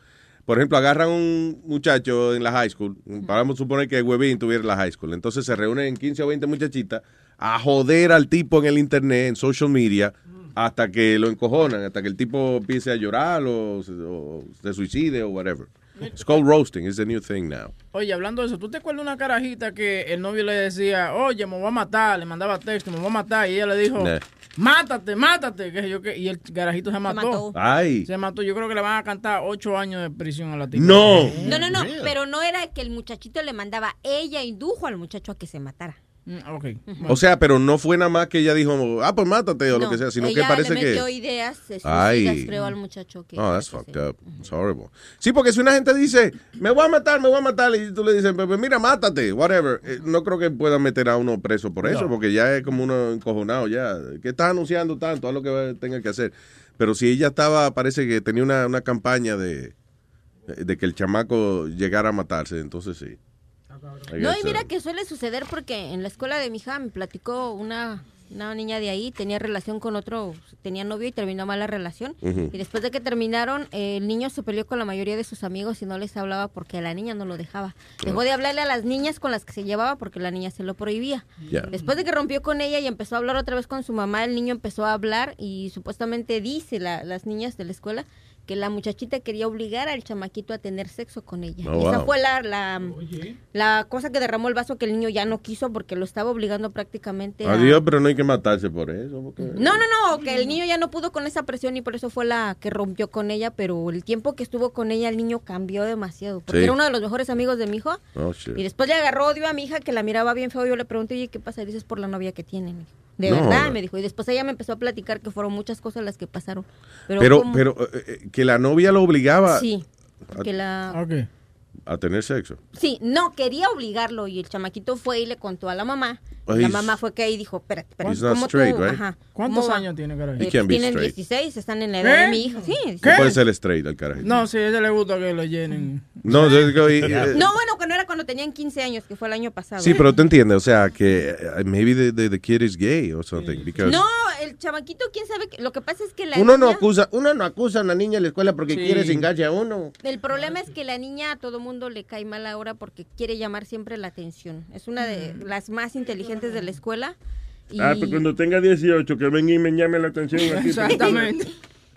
Speaker 7: por ejemplo, agarran un muchacho en la high school, vamos a suponer que Huevín tuviera la high school, entonces se reúnen 15 o 20 muchachitas a joder al tipo en el internet, en social media, hasta que lo encojonan, hasta que el tipo empiece a llorar o, se- o se suicide o whatever. It's called roasting, it's the new thing now.
Speaker 9: Oye, hablando de eso, ¿tú te acuerdas de una carajita que el novio le decía, oye, me voy a matar? Le mandaba texto, me voy a matar. Y ella le dijo,
Speaker 7: Nah.
Speaker 9: mátate, mátate. Que yo, que, y el carajito se mató.
Speaker 10: mató.
Speaker 7: Ay.
Speaker 9: Se mató. Yo creo que le van a cantar ocho años de prisión a la tipa.
Speaker 7: No.
Speaker 10: No, no, no, pero no era que el muchachito le mandaba, ella indujo al muchacho a que se matara.
Speaker 9: Ok.
Speaker 7: O sea, pero no fue nada más que ella dijo, ah, pues mátate o lo
Speaker 10: No,
Speaker 7: que sea, sino
Speaker 10: ella
Speaker 7: que parece
Speaker 10: le
Speaker 7: que...
Speaker 10: metió ideas eh, suicidas,
Speaker 7: Ay.
Speaker 10: creo, al muchacho que...
Speaker 7: No, that's fucked up. It's horrible. Sí, porque si una gente dice, me voy a matar, me voy a matar, y tú le dices, "Pues mira, mátate, whatever. eh, No creo que puedan meter a uno preso por eso,
Speaker 32: No.
Speaker 7: porque ya es como uno encojonado, ya. ¿Qué estás anunciando tanto? Haz lo que tenga que hacer. Pero si ella estaba, parece que tenía una, una campaña de, de que el chamaco llegara a matarse, entonces sí. I
Speaker 10: No, y
Speaker 7: guess,
Speaker 10: mira
Speaker 7: uh,
Speaker 10: que suele suceder porque en la escuela de mi hija me platicó una, una niña de ahí, tenía relación con otro, tenía novio y terminó mala relación.
Speaker 22: Ujú.
Speaker 10: Y después de que terminaron, eh, el niño se peleó con la mayoría de sus amigos y no les hablaba porque la niña no lo dejaba. Dejó de hablarle a las niñas con las que se llevaba porque la niña se lo prohibía.
Speaker 22: Ya.
Speaker 10: Después de que rompió con ella y empezó a hablar otra vez con su mamá, el niño empezó a hablar y supuestamente dice la- las niñas de la escuela que la muchachita quería obligar al chamaquito a tener sexo con ella.
Speaker 22: Oh,
Speaker 10: Y Esa
Speaker 22: wow.
Speaker 10: fue la, la, la cosa que derramó el vaso que el niño ya no quiso porque lo estaba obligando prácticamente a-
Speaker 7: Adiós, pero no hay que matarse por eso. porque-
Speaker 10: No, no, no, que el niño ya no pudo con esa presión y por eso fue la que rompió con ella, pero el tiempo que estuvo con ella el niño cambió demasiado, porque
Speaker 7: Sí.
Speaker 10: era uno de los mejores amigos de mi hijo
Speaker 7: Oh, shit.
Speaker 10: y después le agarró odio a mi hija que la miraba bien feo, yo le pregunté, oye, ¿qué pasa? Y dices, por la novia que tienen. hijo". De
Speaker 7: No,
Speaker 10: verdad,
Speaker 7: no.
Speaker 10: me dijo, y después ella me empezó a platicar que fueron muchas cosas las que pasaron. Pero,
Speaker 7: Pero,
Speaker 10: como-
Speaker 7: pero, ah, eh, eh, que la novia lo obligaba
Speaker 10: Sí,
Speaker 7: a-
Speaker 10: que la...
Speaker 7: a tener sexo.
Speaker 10: Sí, no, quería obligarlo y el chamaquito fue y le contó a la mamá.
Speaker 7: Oh,
Speaker 10: la
Speaker 7: he's-
Speaker 10: mamá fue que ahí dijo, espérate, espérate.
Speaker 7: He's not
Speaker 10: ¿cómo tú?
Speaker 7: straight, right?
Speaker 10: Ajá,
Speaker 9: ¿Cuántos
Speaker 10: ¿cómo va?
Speaker 9: años tiene, carajo?
Speaker 7: He can't be
Speaker 10: Tienen
Speaker 7: straight.
Speaker 10: 16, están en la edad
Speaker 9: ¿Qué?
Speaker 10: de mi hijo. Sí, sí.
Speaker 7: No puede ser straight al carajito.
Speaker 9: No, sí, a ella le gusta que lo llenen.
Speaker 7: No, yo digo, y- y-
Speaker 10: No, bueno, que no era cuando tenían 15 años, que fue el año pasado.
Speaker 7: eh, Sí, pero te entiendes, o sea, que eh, maybe the, the, the kid is gay or something. Because
Speaker 10: No, el chamaquito, quién sabe, qué- lo que pasa es que la
Speaker 33: Uno no
Speaker 10: niña-
Speaker 33: acusa, uno no acusa a una niña en la escuela porque
Speaker 7: Sí.
Speaker 33: quiere cingarse a uno.
Speaker 10: El problema es que la niña a todo mundo le cae mal ahora porque quiere llamar siempre la atención. Es una de
Speaker 9: Mm.
Speaker 10: las más inteligentes de la escuela. Y,
Speaker 11: Ah, pues cuando tenga 18, que venga y me llame la atención. Aquí,
Speaker 10: Exactamente.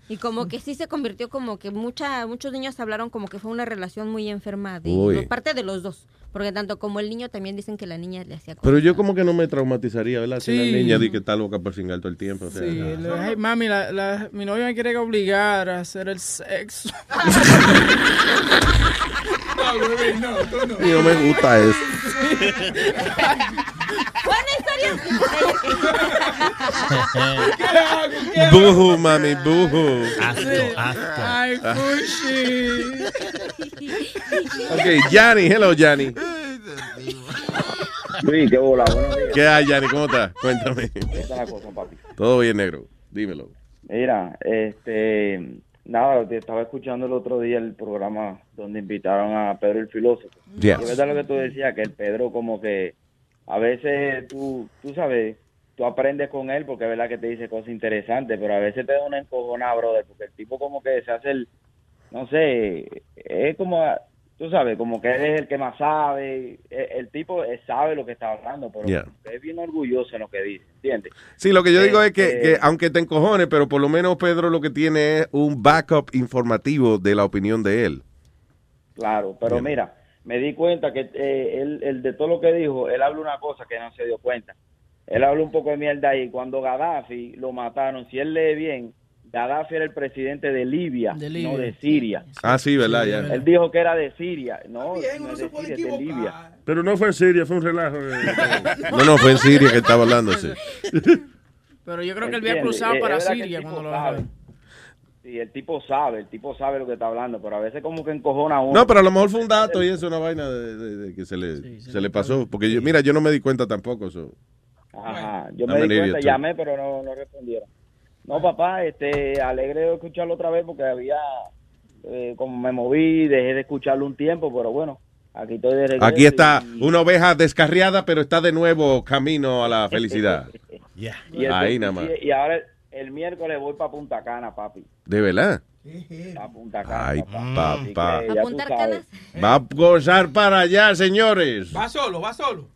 Speaker 10: y como que sí se convirtió como que mucha, muchos niños hablaron como que fue una relación muy enferma de
Speaker 7: Uy.
Speaker 10: por parte de los dos. Porque tanto como el niño también dicen que la niña le hacía cosas.
Speaker 7: Pero yo como que no me traumatizaría, ¿verdad? Si
Speaker 10: Sí.
Speaker 7: una niña di que está loca por cingar todo el tiempo. O sea,
Speaker 9: Sí,
Speaker 7: no.
Speaker 9: le- ay, mami, la- la- mi novia me quiere obligar a hacer el sexo.
Speaker 7: Y no me gusta eso.
Speaker 10: Buena historia.
Speaker 7: Buhu, mami, Ah. buhu.
Speaker 9: Ay, fushi.
Speaker 7: Ok, Yanni, hello, Yanni.
Speaker 1: Luis, qué bola, buenos días.
Speaker 7: ¿Qué hay, Yanni? ¿Cómo estás? Cuéntame.
Speaker 1: ¿Cómo está la cosa, papi?
Speaker 7: Todo bien, negro. Dímelo.
Speaker 1: Mira, este, nada, te estaba escuchando el otro día el programa donde invitaron a Pedro el filósofo.
Speaker 7: Yes.
Speaker 1: Y es verdad lo que tú decías, que el Pedro como que a veces tú, tú sabes, tú aprendes con él porque es verdad que te dice cosas interesantes, pero a veces te da una encojonada, brother, porque el tipo como que se hace el, no sé, es como, tú sabes, como que él es el que más sabe, el, el tipo eh, sabe lo que está hablando, pero
Speaker 7: Yeah.
Speaker 1: es bien orgulloso en lo que dice, ¿entiendes?
Speaker 7: Sí, lo que yo
Speaker 1: Eh,
Speaker 7: digo es que,
Speaker 1: eh,
Speaker 7: que aunque te encojones, pero por lo menos Pedro lo que tiene es un backup informativo de la opinión de él.
Speaker 1: Claro, pero
Speaker 7: Bien.
Speaker 1: mira, me di cuenta que eh, él, él de todo lo que dijo, él habla una cosa que no se dio cuenta. Él habla un poco de mierda ahí. Cuando Gaddafi lo mataron, si él lee bien, Gaddafi era el presidente de Libia, no de Siria.
Speaker 7: Ah, sí, ¿verdad? Ya.
Speaker 1: Él dijo que era de Siria. No, no es de Siria, es de Libia.
Speaker 11: Pero no fue en Siria, fue un relajo.
Speaker 7: No, no, fue en Siria que estaba hablando sí.
Speaker 9: Pero yo creo que él había cruzado
Speaker 1: Eh, Es
Speaker 9: para
Speaker 1: verdad que el
Speaker 9: Siria
Speaker 1: tipo
Speaker 9: cuando lo
Speaker 1: sabe. Sí, el tipo sabe, el tipo sabe lo que está hablando, pero a veces como que encojona a uno.
Speaker 7: No, pero a lo mejor fue un dato y eso, una vaina de, de- de que se le, se le pasó. Porque yo, mira, yo no me di cuenta tampoco. so.
Speaker 1: Ajá, yo
Speaker 7: No
Speaker 1: me
Speaker 7: me
Speaker 1: di
Speaker 7: alivio,
Speaker 1: cuenta,
Speaker 7: tú.
Speaker 1: llamé, pero no, no respondieron. No, papá, este, alegre de escucharlo otra vez porque había, eh, como me moví, dejé de escucharlo un tiempo, pero bueno, aquí estoy de regreso.
Speaker 7: Aquí está una oveja descarriada, pero está de nuevo camino a la felicidad.
Speaker 1: Y, y el-
Speaker 7: Ahí nada más.
Speaker 1: y- y ahora el, el miércoles voy para Punta Cana, papi.
Speaker 7: ¿De verdad?
Speaker 1: Pa' Punta Cana.
Speaker 7: Ay,
Speaker 1: Así
Speaker 7: papá.
Speaker 1: que ya tú sabes.
Speaker 7: Va a gozar para allá, señores.
Speaker 4: Va solo, va solo.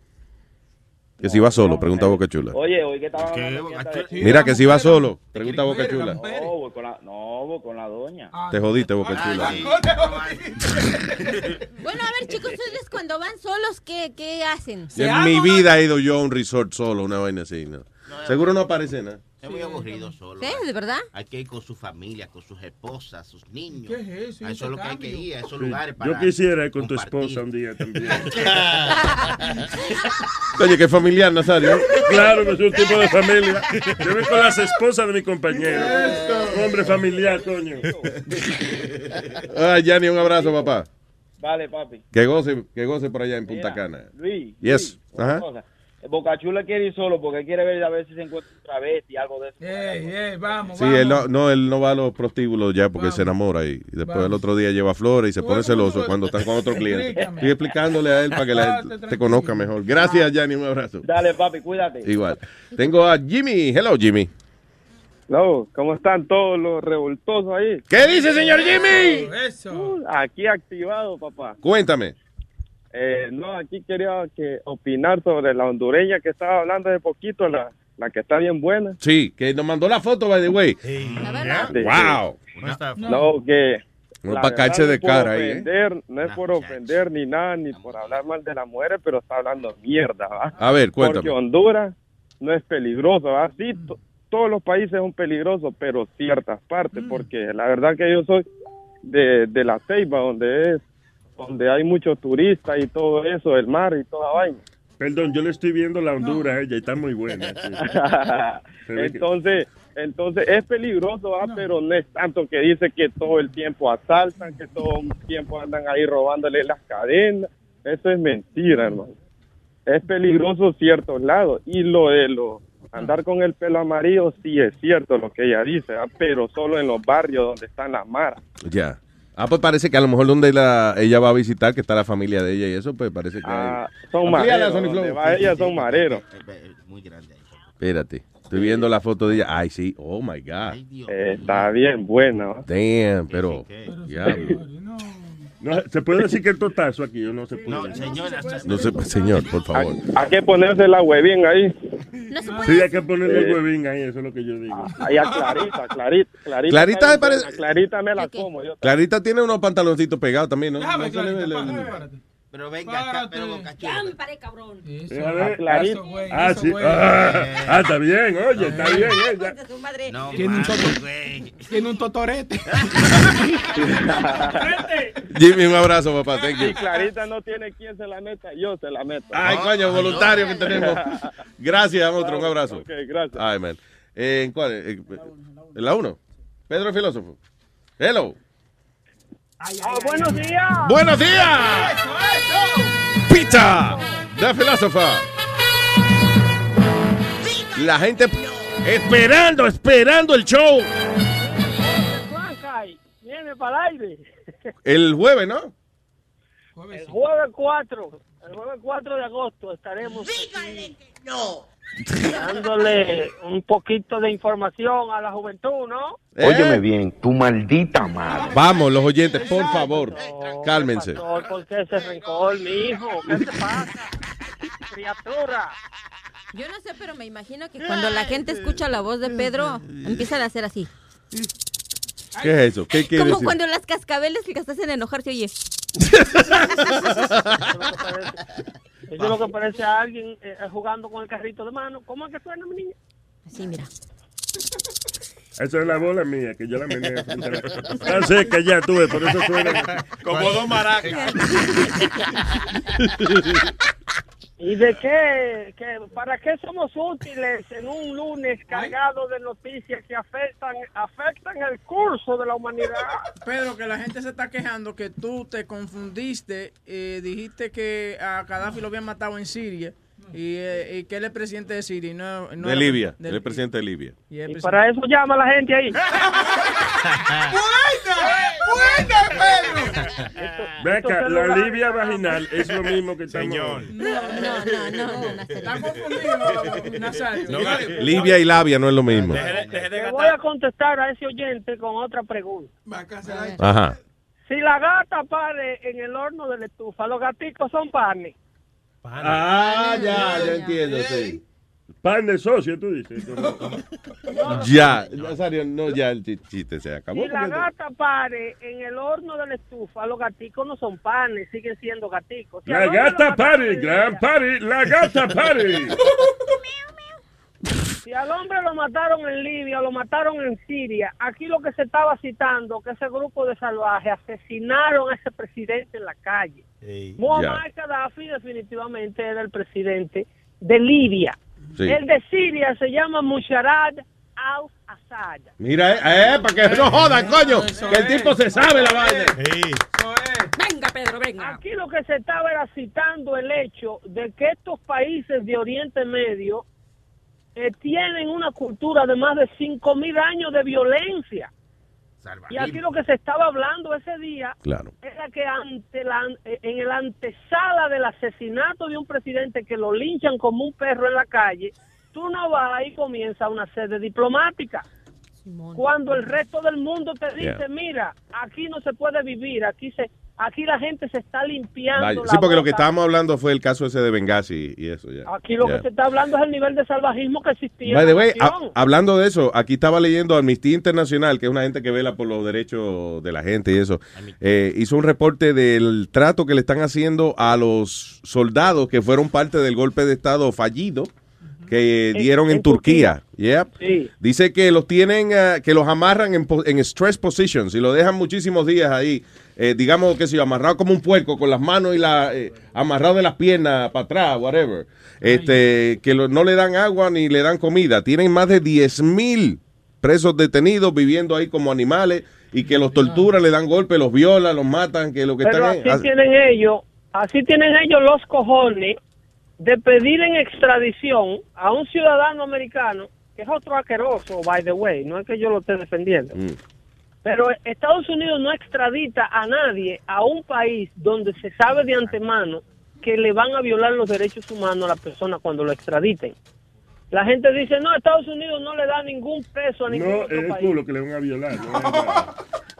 Speaker 7: Que si va solo, pregunta Boca Chula.
Speaker 1: Oye, hoy que estaban hablando mierda de-
Speaker 7: Mira, que si va solo, pregunta Boca Chula.
Speaker 1: No, voy con la, no, voy con la doña.
Speaker 7: Te jodiste, Boca Chula.
Speaker 10: Bueno, a ver, chicos, ustedes cuando van solos, ¿qué, qué hacen?
Speaker 7: En mi vida he ido yo a un resort solo, una vaina así. ¿no? Seguro no aparece nada.
Speaker 8: Es muy aburrido solo.
Speaker 10: ¿Sí? ¿De verdad?
Speaker 8: Hay que ir con su familia, con sus esposas, sus niños.
Speaker 4: ¿Qué es eso?
Speaker 8: A eso es lo que hay que ir, a esos
Speaker 4: Sí.
Speaker 8: lugares para...
Speaker 11: Yo quisiera ir con tu esposa un día también.
Speaker 7: Oye, qué familiar, ¿eh? Nazario.
Speaker 11: Claro, que es un tipo de familia. Yo voy con las esposas de mi compañero. Un hombre familiar, coño.
Speaker 7: Ay, Yanni, Ah, un abrazo, papá.
Speaker 1: Vale, papi.
Speaker 7: Que goce, que goce por allá en Punta
Speaker 1: Mira,
Speaker 7: Cana.
Speaker 1: Luis,
Speaker 7: Yes.
Speaker 1: una
Speaker 7: Ajá.
Speaker 1: cosa. Bocachula quiere ir solo porque quiere ver a ver si se encuentra un travesti, algo de eso.
Speaker 4: vamos,
Speaker 7: Sí, él no, no, él no va a los prostíbulos ya porque se enamora y, y después
Speaker 4: Vamos.
Speaker 7: el otro día lleva flores y se pone celoso cuando está con otro cliente.
Speaker 1: Explícame.
Speaker 7: Estoy explicándole a él para que la gente te conozca mejor. Gracias, Yanni, un abrazo.
Speaker 1: Dale, papi, cuídate.
Speaker 7: Igual. Tengo a Jimmy. Hello, Jimmy.
Speaker 24: No, ¿cómo están todos los revoltosos ahí?
Speaker 7: ¿Qué dice, señor Jimmy?
Speaker 24: Eso. Aquí activado, papá.
Speaker 7: Cuéntame.
Speaker 24: Eh, no, aquí quería que opinar sobre la hondureña que estaba hablando de poquito, la, la que está bien buena.
Speaker 7: Sí, que nos mandó la foto, by the way.
Speaker 24: Sí,
Speaker 7: Wow.
Speaker 24: No, que...
Speaker 7: Un
Speaker 24: la
Speaker 7: pacache
Speaker 24: verdad,
Speaker 7: de
Speaker 24: no por
Speaker 7: cara ahí, ¿eh?
Speaker 24: ofender, No es por ofender ni nada, ni por hablar mal de las mujeres, pero está hablando mierda, ¿va?
Speaker 7: A ver,
Speaker 24: Porque
Speaker 7: cuéntame.
Speaker 24: Honduras no es peligroso, ¿va? Sí, to- todos los países son peligrosos, pero ciertas partes,
Speaker 11: Mm.
Speaker 24: porque la verdad que yo soy de, de la Ceiba, donde es, donde hay muchos turistas y todo eso, el mar y toda vaina.
Speaker 11: Perdón, yo le estoy viendo la Honduras a ella y está muy buena. sí. Se ve que-
Speaker 24: entonces, entonces es peligroso, ¿va? pero no es tanto que dice que todo el tiempo asaltan, que todo el tiempo andan ahí robándole las cadenas. Eso es mentira, hermano. Es peligroso ciertos lados. Y lo de lo andar con el pelo amarillo sí es cierto lo que ella dice, ¿va? pero solo en los barrios donde están las maras.
Speaker 7: Ya. Ah, pues parece que a lo mejor donde la- ella va a visitar, que está la familia de ella y eso, pues parece que...
Speaker 24: Ah,
Speaker 7: hay-
Speaker 24: son
Speaker 7: Amplíala,
Speaker 24: mareros.
Speaker 7: Sonny Flow.
Speaker 24: Donde va ella son mareros.
Speaker 7: Espérate. Estoy viendo la foto de ella. Ay, sí. Oh, my God.
Speaker 24: Eh, está bien buena. ¿va?
Speaker 7: Damn, pero... diablo.
Speaker 11: No, ¿Se puede decir que el totazo aquí o no se puede? No,
Speaker 8: señora.
Speaker 7: No sé, pues, señor, por favor.
Speaker 24: Hay que ponerse la huevín ahí.
Speaker 11: Sí, hay que ponerle
Speaker 24: Eh.
Speaker 11: el huevín ahí, eso es lo que yo digo.
Speaker 24: Ah, Ahí a Clarita, Clarita, Clarita.
Speaker 7: Clarita
Speaker 24: me
Speaker 7: me parece-
Speaker 24: buena, Clarita me la como yo.
Speaker 7: Clarita tiene unos pantaloncitos pegados también, ¿no?
Speaker 24: Déjame,
Speaker 7: No se le ve la-
Speaker 8: Pero venga acá, pero Boca Chula.
Speaker 11: A
Speaker 24: Ah,
Speaker 11: ver,
Speaker 24: Clarita.
Speaker 11: Ah, sí. Ah, ah, está bien, oye, está bien. ella.
Speaker 8: No,
Speaker 24: Tiene un toto-
Speaker 4: Tiene un totorete.
Speaker 7: Jimmy, un abrazo, papá. Thank
Speaker 24: Si
Speaker 7: you.
Speaker 24: Clarita no tiene quien se la meta, yo se la meto.
Speaker 7: Ay, coño, voluntario que tenemos. Gracias, otro. Un abrazo.
Speaker 24: Ok, gracias.
Speaker 7: Ay, man. Eh, ¿En cuál? Eh, eh, ¿En la 1? Pedro el filósofo. Hello.
Speaker 6: Ah,
Speaker 2: buenos días.
Speaker 7: ¡Buenos días! Pizza, The Philosopher. La gente esperando, esperando el show.
Speaker 6: Huancay, viene para el aire.
Speaker 7: El jueves, ¿no?
Speaker 6: El jueves 4, el jueves 4 de agosto estaremos. aquí.
Speaker 2: no.
Speaker 6: dándole un poquito de información a la juventud, ¿no?
Speaker 7: Óyeme
Speaker 34: bien, tu maldita madre.
Speaker 7: Eh. Vamos, los oyentes, por favor, cálmense.
Speaker 6: Pastor, Eh, ¿por qué ese rencor, mi hijo? ¿Qué te pasa? Criatura.
Speaker 10: Yo no sé, pero me imagino que cuando la gente escucha la voz de Pedro, empiezan a hacer así.
Speaker 7: ¿Qué es eso? ¿Qué quiere
Speaker 10: Como
Speaker 7: decir?
Speaker 10: cuando las cascabeles que estás en enojar se oye.
Speaker 6: Eso es lo que parece a alguien eh, jugando con el carrito de mano. ¿Cómo es que suena, mi niña?
Speaker 10: Sí, mira.
Speaker 11: Esa es la bola mía, que yo la meneo frente a la Está seca ya, tú ves, por eso suena.
Speaker 35: Como dos maracas.
Speaker 6: ¿Y de qué, qué- ¿Para qué somos útiles en un lunes cargado de noticias que afectan, afectan el curso de la humanidad?
Speaker 9: Pedro, que la gente se está quejando que tú te confundiste, eh, dijiste que a Gaddafi lo habían matado en Siria y, eh, y que él es presidente de Siria. y No, no
Speaker 7: De
Speaker 9: era-
Speaker 7: Libia,
Speaker 9: de-
Speaker 7: el presidente de Libia.
Speaker 9: y es
Speaker 6: Y para eso llama la gente ahí.
Speaker 4: ¡Buena,
Speaker 11: Ve acá,
Speaker 4: Entonces,
Speaker 11: la
Speaker 4: no la-
Speaker 11: Libia vaginal es lo mismo que estamos... Señor.
Speaker 10: No, no, no.
Speaker 9: Está confundido, Nazario. eh,
Speaker 35: No,
Speaker 7: Libia y labia no es lo mismo.
Speaker 6: Le voy a contestar a ese oyente con otra pregunta.
Speaker 7: Ajá.
Speaker 6: Si la gata pare en el horno de la estufa, los gaticos son panes.
Speaker 7: Ah, ya, ya entiendo, sí.
Speaker 11: Pan de socio, tú dices.
Speaker 7: Ya, Nazario, no, ya el chi- chiste se acabó.
Speaker 6: Si la gata pare en el horno de la estufa, los gaticos no son panes, siguen siendo gaticos. Si
Speaker 11: La
Speaker 6: al horno de
Speaker 11: gata
Speaker 6: los gaticos
Speaker 11: party,
Speaker 6: le
Speaker 11: gran party, la gata party.
Speaker 6: Si al hombre lo mataron en Libia, lo mataron en Siria, aquí lo que se estaba citando, que ese grupo de salvajes asesinaron a ese presidente en la calle. Muammar Gaddafi definitivamente era el presidente de Libia.
Speaker 7: Sí.
Speaker 6: El de Siria se llama Musharraf al-Assad.
Speaker 7: Mira, eh, eh, para que no jodan, coño, que el tipo se sabe la vaina.
Speaker 6: Venga, Pedro, venga. Aquí lo que se estaba era citando el hecho de que estos países de Oriente Medio eh, tienen una cultura de más de 5.000 años de violencia. Y aquí lo que se estaba hablando ese día
Speaker 7: Claro.
Speaker 6: era que ante la, en el antesala del asesinato de un presidente que lo linchan como un perro en la calle, tú no vas y comienza una sede diplomática. Cuando el resto del mundo te dice,
Speaker 7: Yeah.
Speaker 6: mira, aquí no se puede vivir, aquí se aquí la gente se está limpiando.
Speaker 7: Vaya.
Speaker 6: la
Speaker 7: Sí, porque lo que
Speaker 6: boca".
Speaker 7: estábamos hablando fue el caso ese de Benghazi y eso ya.
Speaker 6: Aquí lo
Speaker 7: Ya.
Speaker 6: que se está hablando es el nivel de salvajismo que existía. en
Speaker 7: By the
Speaker 6: la
Speaker 7: way, a-
Speaker 6: nación.
Speaker 7: hablando de eso, aquí estaba leyendo Amnistía Internacional, que es una gente que vela por los derechos de la gente y eso, eh, hizo un reporte del trato que le están haciendo a los soldados que fueron parte del golpe de Estado fallido que dieron en, Turquía. Yep.
Speaker 6: Sí.
Speaker 7: Dice que los tienen, eh, que los amarran en, po- en stress positions y lo dejan muchísimos días ahí, eh, digamos que si amarrado como un puerco, con las manos y la eh, amarrado de las piernas para atrás, whatever. Este, que lo- no le dan agua ni le dan comida. Tienen más de 10 mil presos detenidos viviendo ahí como animales y que los torturan, le dan golpes, los violan, los matan, que lo que
Speaker 6: Pero
Speaker 7: están
Speaker 6: así tienen ellos, así tienen ellos los cojones de pedir en extradición a un ciudadano americano, que es otro asqueroso, by the way, no es que yo lo esté defendiendo. Pero Estados Unidos no extradita a nadie a un país donde se sabe de antemano que le van a violar los derechos humanos a la persona cuando lo extraditen. La gente dice, no, Estados Unidos no le da ningún peso a ningún
Speaker 11: No,
Speaker 6: otro
Speaker 11: es el
Speaker 6: país.
Speaker 11: culo que le van a violar. ¿no?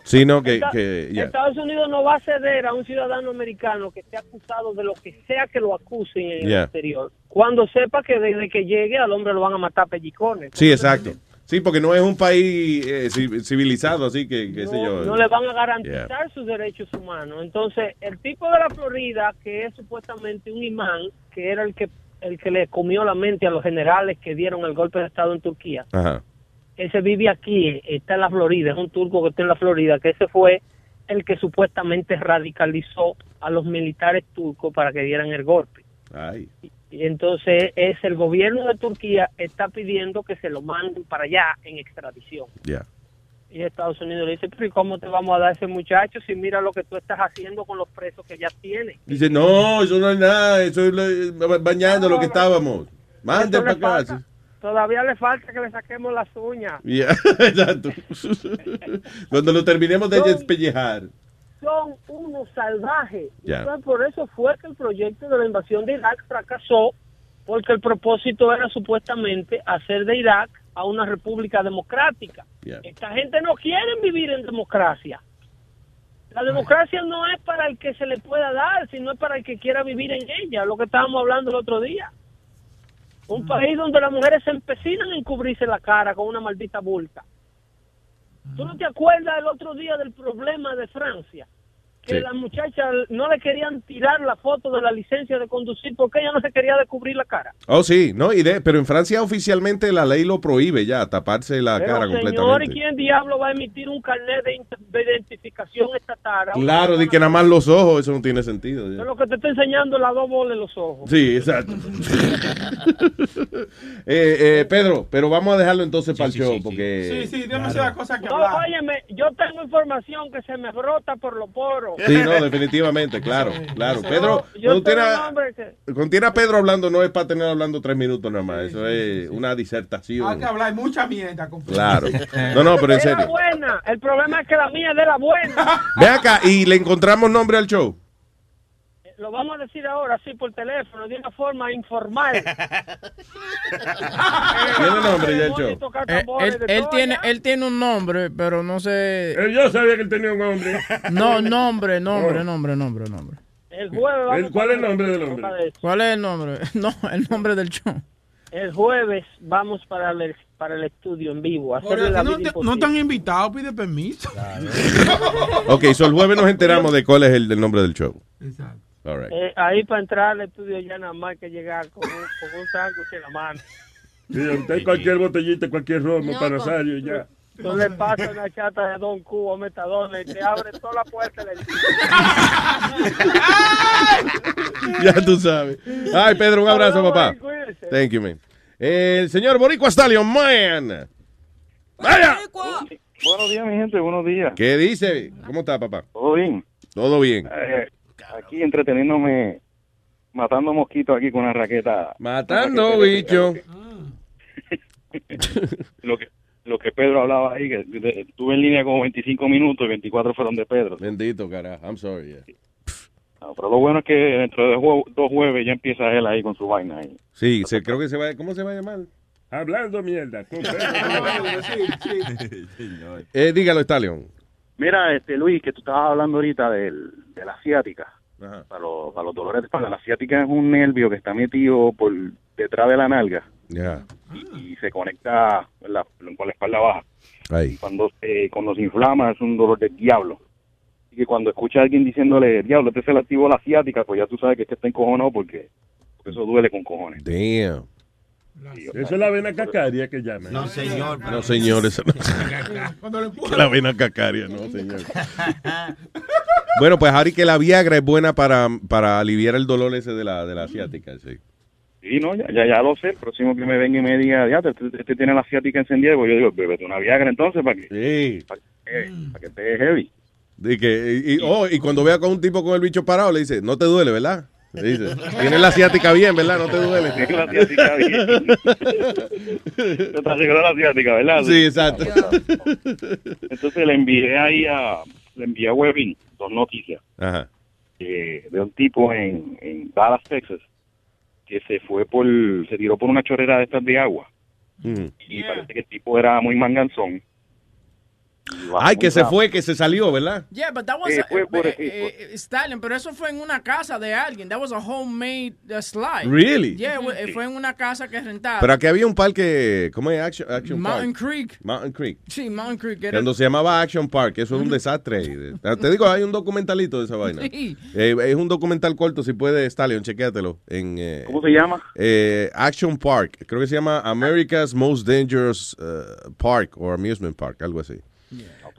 Speaker 7: Sí, no, que,
Speaker 6: Esta-
Speaker 7: que- ya.
Speaker 6: Estados Unidos no va a ceder a un ciudadano americano que esté acusado de lo que sea que lo acusen en
Speaker 7: Yeah.
Speaker 6: el exterior, cuando sepa que desde que llegue al hombre lo van a matar a pellicones.
Speaker 7: Sí, exacto. Sí, porque no es un país eh, ci- civilizado, así que, qué sé yo.
Speaker 6: No le van a garantizar sus derechos humanos. Entonces, el tipo de la Florida, que es supuestamente un imán, que era el que el que le comió la mente a los generales que dieron el golpe de Estado en Turquía,
Speaker 7: Ajá.
Speaker 6: ese vive aquí, está en la Florida, es un turco que está en la Florida, que ese fue el que supuestamente radicalizó a los militares turcos para que dieran el golpe.
Speaker 7: Ay.
Speaker 6: Y entonces es el gobierno de Turquía está pidiendo que se lo manden para allá en extradición.
Speaker 7: Ya.
Speaker 6: Y Estados Unidos le dice, pero ¿y cómo te vamos a dar ese muchacho si mira lo que tú estás haciendo con los presos que ya tienes?
Speaker 7: Dice, no, eso no es nada, eso es lo- ba- bañando lo que estábamos. Mande
Speaker 6: Eso le
Speaker 7: para acá.
Speaker 6: falta. Todavía le falta que le saquemos las uñas.
Speaker 7: sí. Ya, exacto. Cuando lo terminemos de despellejar.
Speaker 6: Son unos salvajes.
Speaker 7: Ya.
Speaker 6: Entonces, por eso fue que el proyecto de la invasión de Irak fracasó, porque el propósito era supuestamente hacer de Irak a una república democrática.
Speaker 18: Yeah.
Speaker 6: Esta gente no quiere vivir en democracia. La democracia no es para el que se le pueda dar, sino es para el que quiera vivir en ella, lo que estábamos hablando el otro día. Un país donde las mujeres se empecinan en cubrirse la cara con una maldita bulta. ¿Tú no te acuerdas el otro día del problema de Francia? Que
Speaker 18: Sí.
Speaker 6: las muchachas no le querían tirar la foto de la licencia de conducir porque ella no se quería descubrir la cara.
Speaker 7: Oh, sí, no, y de- pero en Francia oficialmente la ley lo prohíbe ya, taparse la
Speaker 6: Pero,
Speaker 7: cara
Speaker 6: señor, ¿y
Speaker 7: completamente.
Speaker 6: quién diablo va a emitir un carnet de, inte- de identificación estatal?
Speaker 7: Claro, de que nada más los ojos, eso no tiene sentido. ya.
Speaker 6: Lo que te está enseñando las dos bolas en los ojos.
Speaker 7: Sí, exacto. Eh, eh, Pedro, pero vamos a dejarlo entonces para el show, porque...
Speaker 6: demasiadas cosas que No, óyeme, yo tengo información que se me brota por los poros.
Speaker 7: Sí, no, definitivamente, claro, claro. Pedro,
Speaker 6: yo
Speaker 7: cuando tiene,
Speaker 6: tengo
Speaker 7: a-
Speaker 6: un hombre que...
Speaker 7: cuando tiene a Pedro hablando, no es para tener hablando tres minutos nada más, eso es una
Speaker 4: Hay
Speaker 7: disertación.
Speaker 6: Ah,
Speaker 4: que hablar mucha mierda. con-
Speaker 7: Claro. No, no, pero en
Speaker 6: Es la
Speaker 7: serio.
Speaker 6: buena. El problema es que la mía es de la buena.
Speaker 7: Ve acá, y le encontramos nombre al show.
Speaker 6: Lo vamos a decir ahora, así por teléfono, de una forma informal.
Speaker 7: Tiene nombre ya el show.
Speaker 6: Eh,
Speaker 9: él, él tiene, él tiene un nombre, pero no sé.
Speaker 11: Eh, Yo sabía que él tenía un hombre.
Speaker 9: No, nombre, nombre, nombre, nombre, nombre.
Speaker 6: El jueves vamos
Speaker 11: ¿El- ¿Cuál es el
Speaker 6: para-
Speaker 11: nombre del hombre?
Speaker 9: ¿Cuál es el nombre? No, el nombre del show.
Speaker 6: El jueves vamos para el, para el estudio en vivo. a
Speaker 4: Pero
Speaker 6: Hacerle
Speaker 4: es
Speaker 6: la
Speaker 4: que
Speaker 6: vida
Speaker 4: no, te, no
Speaker 6: imposible.
Speaker 4: te han invitado, pide permiso.
Speaker 7: Ok, so el jueves nos enteramos de cuál es el, el nombre del show. Exacto. All right.
Speaker 6: Eh, ahí para entrar al estudio ya nada más hay que llegar con un, con un sándwich en la mano.
Speaker 11: Sí, usted cualquier botellita, cualquier romo
Speaker 6: No,
Speaker 11: para
Speaker 6: con-
Speaker 11: Rosario y ya.
Speaker 6: Tú le pasas una chata de Don Cubo Metadona y te abre toda la puerta del
Speaker 7: Ya tú sabes. Ay, Pedro, un abrazo,
Speaker 6: Hola,
Speaker 7: papá.
Speaker 6: Mike, cuídense.
Speaker 7: Stallion. Thank you, man. El señor Boricua Stallion, man. ¡Vaya!
Speaker 25: Buenos días, mi gente, buenos días.
Speaker 7: ¿Qué dice? ¿Cómo está, papá?
Speaker 25: ¿Todo bien?
Speaker 7: Todo bien.
Speaker 25: Eh, aquí entreteniéndome, matando mosquitos aquí con una raqueta.
Speaker 7: Matando,
Speaker 25: Una raqueta
Speaker 7: bicho.
Speaker 25: Lo que, lo que Pedro hablaba ahí, que de- estuve en línea como 25 minutos y 24 fueron de Pedro.
Speaker 7: Bendito, carajo. I'm sorry. yeah.
Speaker 25: No, pero lo bueno es que dentro de jue- dos jueves ya empieza él ahí con su vaina. Ahí.
Speaker 7: Sí, se, creo que se va. ¿Cómo se va a llamar?
Speaker 11: Hablando mierda. con Pedro.
Speaker 7: Eh, dígalo, Stallion.
Speaker 25: Mira, este Luis, que tú estabas hablando ahorita del, de la asiática. Para, los, para los dolores de espalda. La asiática es un nervio que está metido por detrás de la nalga.
Speaker 7: Ya.
Speaker 25: y se conecta con la, con la espalda baja.
Speaker 7: Ahí.
Speaker 25: Cuando se, cuando se inflama es un dolor del diablo. Así que cuando escucha a alguien diciéndole, diablo, este se le activó la asiática, pues ya tú sabes que este está encojonado porque, porque eso duele con cojones.
Speaker 7: Damn.
Speaker 11: Eso es la vena cacaria que llaman. No,
Speaker 36: señor.
Speaker 7: No, señores.
Speaker 11: Cuando lo empujan.
Speaker 7: Que la vena cacaria, no, señor. Bueno, pues ahora y que la Viagra es buena para, para aliviar el dolor ese de la, de la asiática, sí.
Speaker 25: Sí, no, ya, ya, ya lo sé. El próximo que me venga y me diga, diablo, este, este tiene la asiática encendida, pues yo digo, bébete una Viagra entonces para que,
Speaker 7: Sí.
Speaker 25: para que, para que te dé heavy.
Speaker 7: Y, que, y, y- oh, y cuando vea con un tipo con el bicho parado, le dice, no te duele, ¿verdad? Le dice, tienes la asiática bien, ¿verdad? No te duele.
Speaker 25: Tienes la asiática bien. Te está arreglando la asiática, ¿verdad?
Speaker 7: Sí, exacto.
Speaker 25: Entonces le envié ahí a, le envié a Webin dos noticias
Speaker 7: Ajá.
Speaker 25: eh, de un tipo en, en Dallas, Texas, que se fue por, se tiró por una chorrera de estas de agua
Speaker 7: Mm.
Speaker 25: y parece que el tipo era muy manganzón. Y bajó
Speaker 7: Ay, que
Speaker 25: muy
Speaker 7: se
Speaker 25: rápido.
Speaker 7: fue, que se salió, ¿verdad?
Speaker 9: Yeah, but that was
Speaker 25: Eh, fue
Speaker 9: eh,
Speaker 25: por-
Speaker 9: eh, eh, Stalin, pero eso fue en una casa de alguien. That was a homemade uh, slide.
Speaker 7: Really?
Speaker 9: Yeah, we- eh, fue en una casa que rentaba.
Speaker 7: Pero aquí había un parque, ¿cómo es? Action, Action
Speaker 9: Mountain
Speaker 7: Park.
Speaker 9: Creek.
Speaker 7: Mountain Creek.
Speaker 9: Sí, Mountain Creek. Era...
Speaker 7: Cuando se llamaba Action Park, eso es un desastre. Te digo, hay un documentalito de esa vaina.
Speaker 9: Sí.
Speaker 7: Eh, es un documental corto, si puede, Stallion, chequéatelo. En, eh,
Speaker 25: ¿Cómo se llama?
Speaker 7: eh, Action Park. Creo que se llama America's Most Dangerous uh, Park or Amusement Park, algo así.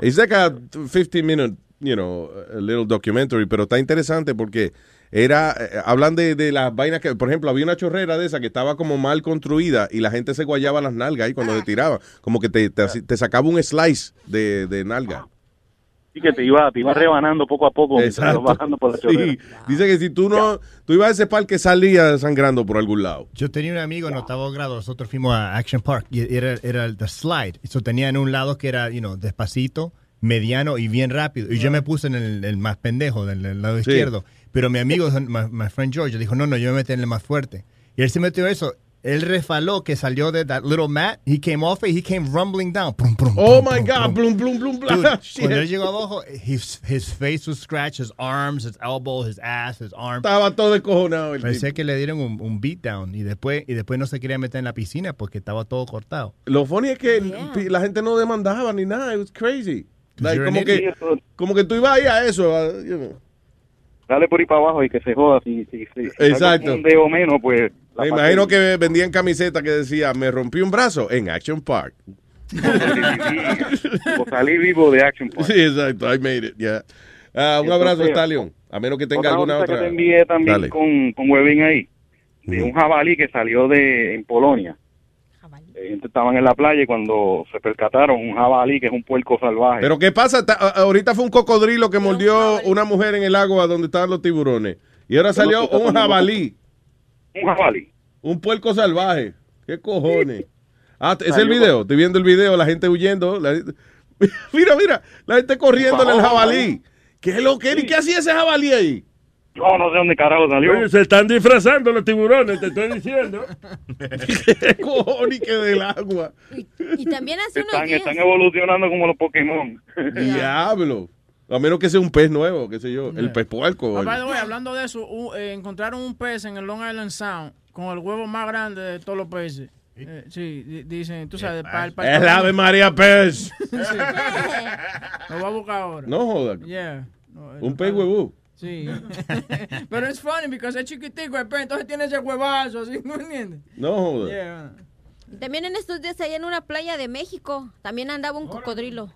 Speaker 7: It's like a 15 minute, you know, a little documentary, pero está interesante porque era, eh, hablan de, de las vainas que, por ejemplo, había una chorrera de esa que estaba como mal construida y la gente se guayaba las nalgas ahí cuando se tiraba, como que te, te, te sacaba un slice de, de nalga.
Speaker 25: Sí, que te iba, te iba rebanando poco a poco. mientras
Speaker 7: Exacto.
Speaker 25: ibas bajando por la chorrera.
Speaker 7: Sí. Dice que si tú no, tú ibas a ese parque salías sangrando por algún lado.
Speaker 14: Yo tenía un amigo en octavo grado, nosotros fuimos a Action Park y era, era el the slide. Eso tenía en un lado que era, you know, despacito, mediano y bien rápido. Y yo me puse en el, el más pendejo, del, del lado
Speaker 7: Sí.
Speaker 14: izquierdo. Pero mi amigo, my, my friend George, dijo, no, no, yo me metí en el más fuerte. Y Y él se metió eso. Él refaló que salió de that little mat. He came off it. He came rumbling down. Prum, prum,
Speaker 7: Oh my God, blum, blum, blum, blum.
Speaker 14: Dude, cuando él llegó abajo, his, his face was scratched, his arms, his elbow, his ass, his arm.
Speaker 7: Estaba todo descojonado. el
Speaker 14: Pensé que le dieron un, un beatdown y después, y después no se quería meter en la piscina porque estaba todo cortado.
Speaker 7: Lo funny es que pi- la gente no demandaba ni nada. It was crazy. Like,
Speaker 14: you're
Speaker 7: como,
Speaker 14: an
Speaker 7: que, como que tú ibas ahí a eso. a- you know.
Speaker 25: Dale por ahí para abajo y que se joda. Si, si, si, si
Speaker 7: Exacto.
Speaker 25: saco Un dedo menos, pues. la
Speaker 7: Me imagino
Speaker 25: parte-
Speaker 7: que vendían camisetas que decía, me rompí un brazo en Action Park.
Speaker 25: O salí vivo de Action Park.
Speaker 7: Sí, exacto. I made it, yeah. Ah, un
Speaker 25: Entonces,
Speaker 7: abrazo, Stallion. A menos que tenga
Speaker 25: otra
Speaker 7: alguna
Speaker 25: noticia
Speaker 7: otra.
Speaker 25: que te envié también
Speaker 7: Dale.
Speaker 25: con, con Webin ahí, de un jabalí que salió de en Polonia. Eh, gente estaban en la playa y cuando se percataron, un jabalí que es un puerco salvaje.
Speaker 7: Pero ¿qué pasa? Ta- a- ahorita fue un cocodrilo que mordió una mujer en el agua donde estaban los tiburones. Y ahora salió un jabalí.
Speaker 25: Un jabalí.
Speaker 7: Un puerco salvaje. ¿Qué cojones? Ah, t- es el
Speaker 25: Salió-
Speaker 7: video. Estoy viendo el video, la gente huyendo. la gente- mira, mira, la gente corriendo en el jabalí. ¿Qué es lo que ¿Qué hacía ese jabalí ahí?
Speaker 25: No, no sé dónde carajo salió.
Speaker 11: Oye, se están disfrazando los tiburones, te estoy diciendo.
Speaker 7: ¿Qué cojones que del agua?
Speaker 10: Y también hace unos
Speaker 25: Están,
Speaker 10: días.
Speaker 25: están evolucionando como los Pokémon.
Speaker 7: Diablo. A menos que sea un pez nuevo, qué sé yo. El pez puerco.
Speaker 9: Ah,
Speaker 7: el-
Speaker 9: by the way, hablando de eso, u- eh, encontraron un pez en el Long Island Sound con el huevo más grande de todos los peces. Eh, sí, di- dicen, tú sabes, para el
Speaker 7: El ave María pez.
Speaker 9: Lo voy a buscar ahora.
Speaker 7: No joda.
Speaker 9: Yeah. No, eh,
Speaker 7: Un pez huevú.
Speaker 9: Sí. Pero es funny because es chiquitico el pez, entonces tiene ese huevazo, ¿sí? ¿No entiendes?
Speaker 7: No joda.
Speaker 9: Yeah.
Speaker 10: También en estos días allá en una playa de México, también andaba un cocodrilo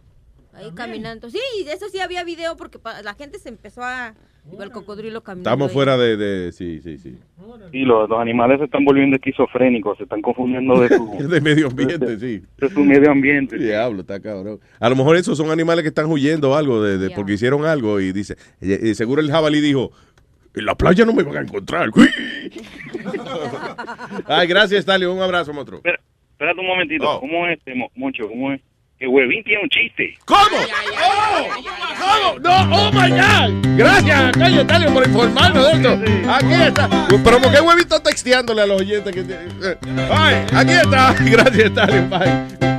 Speaker 10: ahí caminando. Sí, de eso sí había video porque pa- la gente se empezó a... Iba el cocodrilo caminando.
Speaker 7: Estamos
Speaker 10: ahí.
Speaker 7: fuera de, de- Sí, sí, sí.
Speaker 25: Y los, los animales se están volviendo esquizofrénicos, se están confundiendo de su,
Speaker 7: De medio ambiente, sí.
Speaker 25: de su medio ambiente.
Speaker 7: Diablo, está cabrón. A lo mejor esos son animales que están huyendo o algo, de, de- porque hicieron algo y dice, y- y seguro el jabalí dijo, en la playa no me van a encontrar. Ay, gracias, Stalin. Un abrazo, monstruo.
Speaker 25: Espérate un momentito, ¿cómo es este, Mo- Moncho? ¿Cómo es? Que Huevín tiene un chiste.
Speaker 7: ¿Cómo?
Speaker 16: ¿Cómo? No, oh my God. Gracias, calle Italia, por informarnos de esto. Aquí está.
Speaker 7: Pero ¿por qué huevito texteándole a los oyentes que tiene? Eh, Ay, aquí está. Gracias, Stalin. Bye.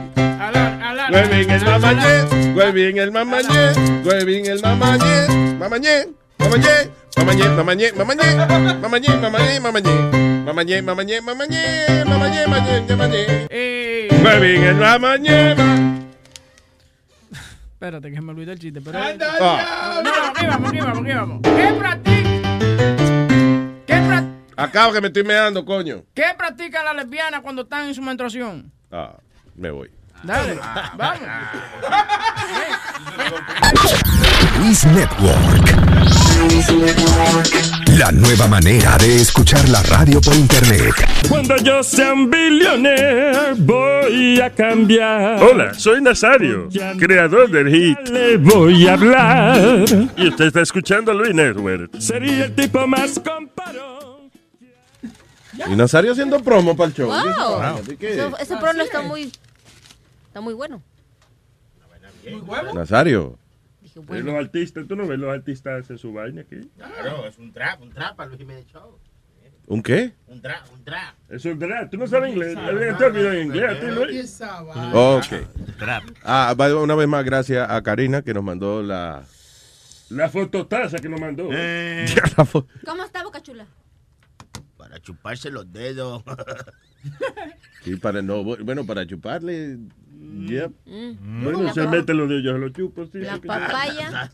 Speaker 7: Huevín el mamañé, huevín el mamañé, huevín el mamañé, mamañé, mamañé, mamañé, mamañé, mamañé, mamañé, mamañé, mamañé, mamañé, mamañé, mamañé, mamañé, mamañé, mamañé.
Speaker 9: Eh,
Speaker 7: Huevín el mamañé.
Speaker 9: Espérate, que me olvidé el chiste. Pero...
Speaker 7: Ah.
Speaker 9: No, aquí vamos, aquí vamos, aquí vamos. ¿Qué practica, qué, pra-
Speaker 7: Acabo que me estoy meando, coño.
Speaker 9: qué practican las lesbianas cuando están en su menstruación?
Speaker 7: Ah, me voy. Ah.
Speaker 9: Dale, vamos.
Speaker 5: Luis Network. La nueva manera de escuchar la radio por internet.
Speaker 11: Cuando yo sea un billionaire, voy a cambiar. Hola, soy Nazario, creador del hit. Le voy a hablar. Y usted está escuchando Luis Network. Sería el tipo más
Speaker 7: Y Nazario haciendo promo para el show. ¿Y eso?
Speaker 10: ¡Wow!
Speaker 7: Ah, ¿de qué?
Speaker 10: Eso- Ese prono está muy... Está muy bueno.
Speaker 7: Nazario.
Speaker 11: Y los artistas, tú no ves los artistas hacen su vaina aquí.
Speaker 8: Claro, es un trap, un trap para Luis Jiménez Show.
Speaker 7: ¿Un qué?
Speaker 8: Un trap, un trap.
Speaker 11: Eso es verdad. Tú no sabes inglés. Alguien te olvidó en inglés, ¿tú, Luis?
Speaker 7: Ok. Ah, by the way, una vez más, gracias a Karina que nos mandó la.
Speaker 11: La fototaza que nos mandó.
Speaker 7: la fo-
Speaker 10: ¿Cómo está, Boca Chula?
Speaker 8: Para chuparse los dedos.
Speaker 7: Sí, para no, bueno, para chuparle. yep.
Speaker 11: Bueno, se mete los dedos, yo se los chupo, sí.
Speaker 10: La papaya.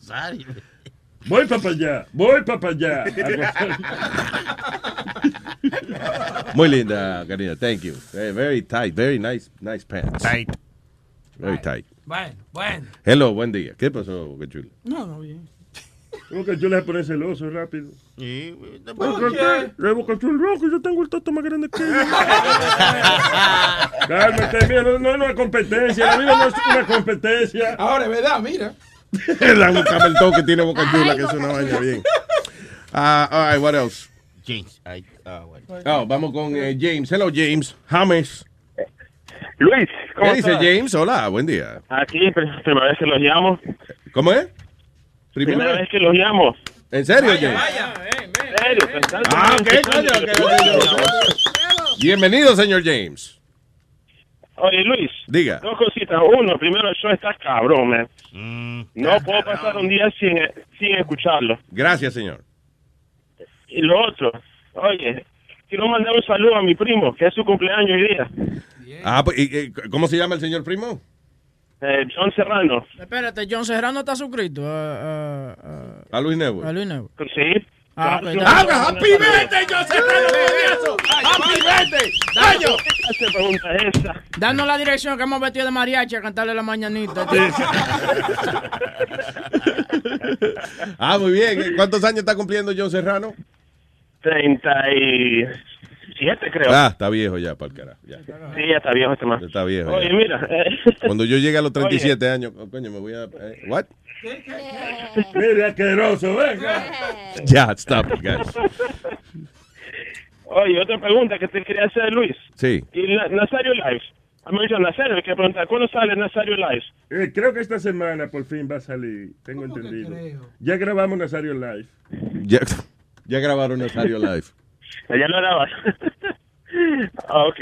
Speaker 11: Voy para allá, voy para allá.
Speaker 7: Muy linda, Karina. Thank you. Eh, very tight, very nice, nice pants. Tight. Very tight.
Speaker 4: Bueno, bueno.
Speaker 7: Hello, buen día. ¿Qué pasó, Boca Chula?
Speaker 4: No, no, bien.
Speaker 11: Como que yo le voy a poner celoso rápido.
Speaker 8: Sí,
Speaker 4: ¿Por
Speaker 11: qué? Le busco el rojo, yo tengo el toto más grande que
Speaker 4: Ah,
Speaker 11: ella. Cálmate, mira, no, no es una competencia, la vida no es una competencia.
Speaker 4: Ahora, es verdad, mira.
Speaker 7: La boca mentón que tiene Boca Chula, que es una vaina bien. Ah, all right, what else?
Speaker 8: James, ay, ah, bueno.
Speaker 7: Oh, vamos con eh, James. Hello, James. James.
Speaker 17: Luis,
Speaker 7: ¿Qué
Speaker 17: ¿cómo
Speaker 7: dice
Speaker 17: estás?
Speaker 7: James? Hola, buen día.
Speaker 17: Aquí, pr- primera vez que los llamo.
Speaker 7: ¿Cómo es?
Speaker 17: Primera, vez que los llamo.
Speaker 7: ¿En serio, James?
Speaker 17: En serio, pensando-
Speaker 7: Ah, ok, coño, ok, ok, ok. Bienvenido, señor James.
Speaker 4: Oye, Luis.
Speaker 7: Diga.
Speaker 4: Dos cositas. Uno, primero, el show está cabrón, man. no puedo pasar un día sin, eh, sin escucharlo.
Speaker 7: Gracias, señor.
Speaker 4: Y lo otro, oye, quiero mandar un saludo a mi primo, que es su cumpleaños hoy día.
Speaker 7: Ah, pues, ¿y, eh, ¿Cómo se llama el señor primo?
Speaker 4: Eh, John Serrano.
Speaker 9: Espérate, John Serrano está suscrito a, a-
Speaker 7: A Luis Network.
Speaker 9: a- a Luis Network.
Speaker 4: Sí. pues,
Speaker 9: Ah, ok, está bien.
Speaker 37: ¡Habla, happy birthday, yo sé ¡Happy birthday! ¡Daño!
Speaker 9: Danos la dirección que hemos vestido de mariachi a cantarle la mañanita.
Speaker 7: Ah, muy bien. ¿Cuántos años está cumpliendo John Serrano?
Speaker 4: 37, creo.
Speaker 7: Ah, está viejo ya, para el carajo. ya.
Speaker 4: Sí, ya está viejo este man.
Speaker 7: Está viejo.
Speaker 4: Oye,
Speaker 7: ya.
Speaker 4: mira. eh,
Speaker 7: Cuando yo llegue a los 37 años, oh, coño, me voy a. eh, ¿What?
Speaker 11: Mira, asqueroso, venga.
Speaker 7: Ya, stop it, guys.
Speaker 4: Oye, otra pregunta que te quería hacer, Luis.
Speaker 7: Sí.
Speaker 4: Y Na- Nazario Lives. A mí Nazario, hay que preguntar, ¿cuándo sale Nazario Lives?
Speaker 11: Eh, creo que esta semana por fin va a salir, tengo entendido. Ya grabamos Nazario Live.
Speaker 7: Ya, ya grabaron Nazario Live.
Speaker 4: Ya lo grabas. Ah, ok.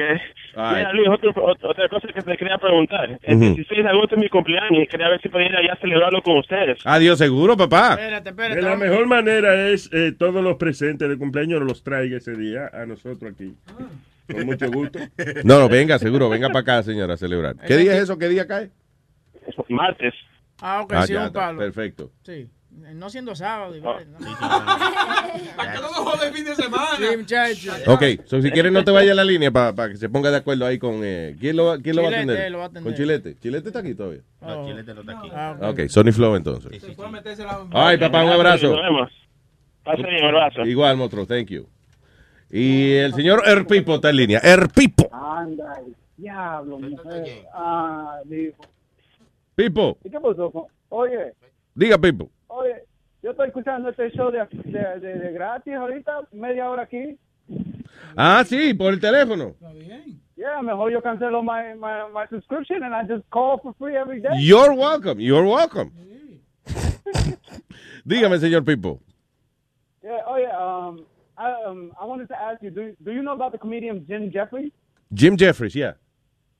Speaker 7: All
Speaker 4: Mira,
Speaker 7: right.
Speaker 4: Luis, otro- ot- otra cosa que te quería preguntar. El
Speaker 7: Ujú.
Speaker 4: 16 de agosto es mi cumpleaños y quería ver si podía ir allá a celebrarlo con ustedes.
Speaker 7: Adiós, Ah, seguro, papá.
Speaker 9: Espérate,
Speaker 11: De la mejor manera es eh, todos los presentes de cumpleaños los traiga ese día a nosotros aquí.
Speaker 9: Ah.
Speaker 11: Con mucho gusto.
Speaker 7: No, no, venga, seguro, venga para acá, señora, a celebrar. ¿Qué día es eso? ¿Qué día cae?
Speaker 4: Martes.
Speaker 9: Ah, ok,
Speaker 7: Ah,
Speaker 9: sí,
Speaker 7: ya,
Speaker 9: un palo.
Speaker 7: perfecto.
Speaker 9: Sí. No siendo sábado, igual. ¿no?
Speaker 37: ¿Para qué no me jode el fin de semana?
Speaker 9: Sí, muchachos.
Speaker 7: Ok, so, si quieres no te vayas a la línea para que se ponga de acuerdo ahí con... eh, ¿Quién, lo, va- quién lo va a
Speaker 9: Chilete,
Speaker 7: atender?
Speaker 9: lo va a atender.
Speaker 7: Con Chilete. Chilete está aquí todavía.
Speaker 9: Oh. Ah, ok.
Speaker 7: Ok, Sony Flow entonces. Ay, papá, un abrazo.
Speaker 4: Ah, Nos vemos. Pasa bien, abrazo.
Speaker 7: Igual, monstruo, thank you. Y el señor Erpipo está en línea. Erpipo.
Speaker 2: Anda, el diablo, mujer. Ah, dijo.
Speaker 7: Pipo,
Speaker 2: ¿Y qué pasó? con- Oye,
Speaker 7: diga Pipo.
Speaker 2: oye, yo estoy escuchando este show de, de, de- de gratis ahorita, media hora aquí.
Speaker 7: Ah, sí, por el teléfono.
Speaker 2: Yeah, mejor yo cancelo my, my, my subscription and I just call for free every day.
Speaker 7: You're welcome, you're welcome. Dígame, señor Pipo.
Speaker 2: Yeah, oh yeah, um, I, um, I wanted to ask you, do, do you know about the comedian Jim Jeffries?
Speaker 7: Jim Jeffries, yeah.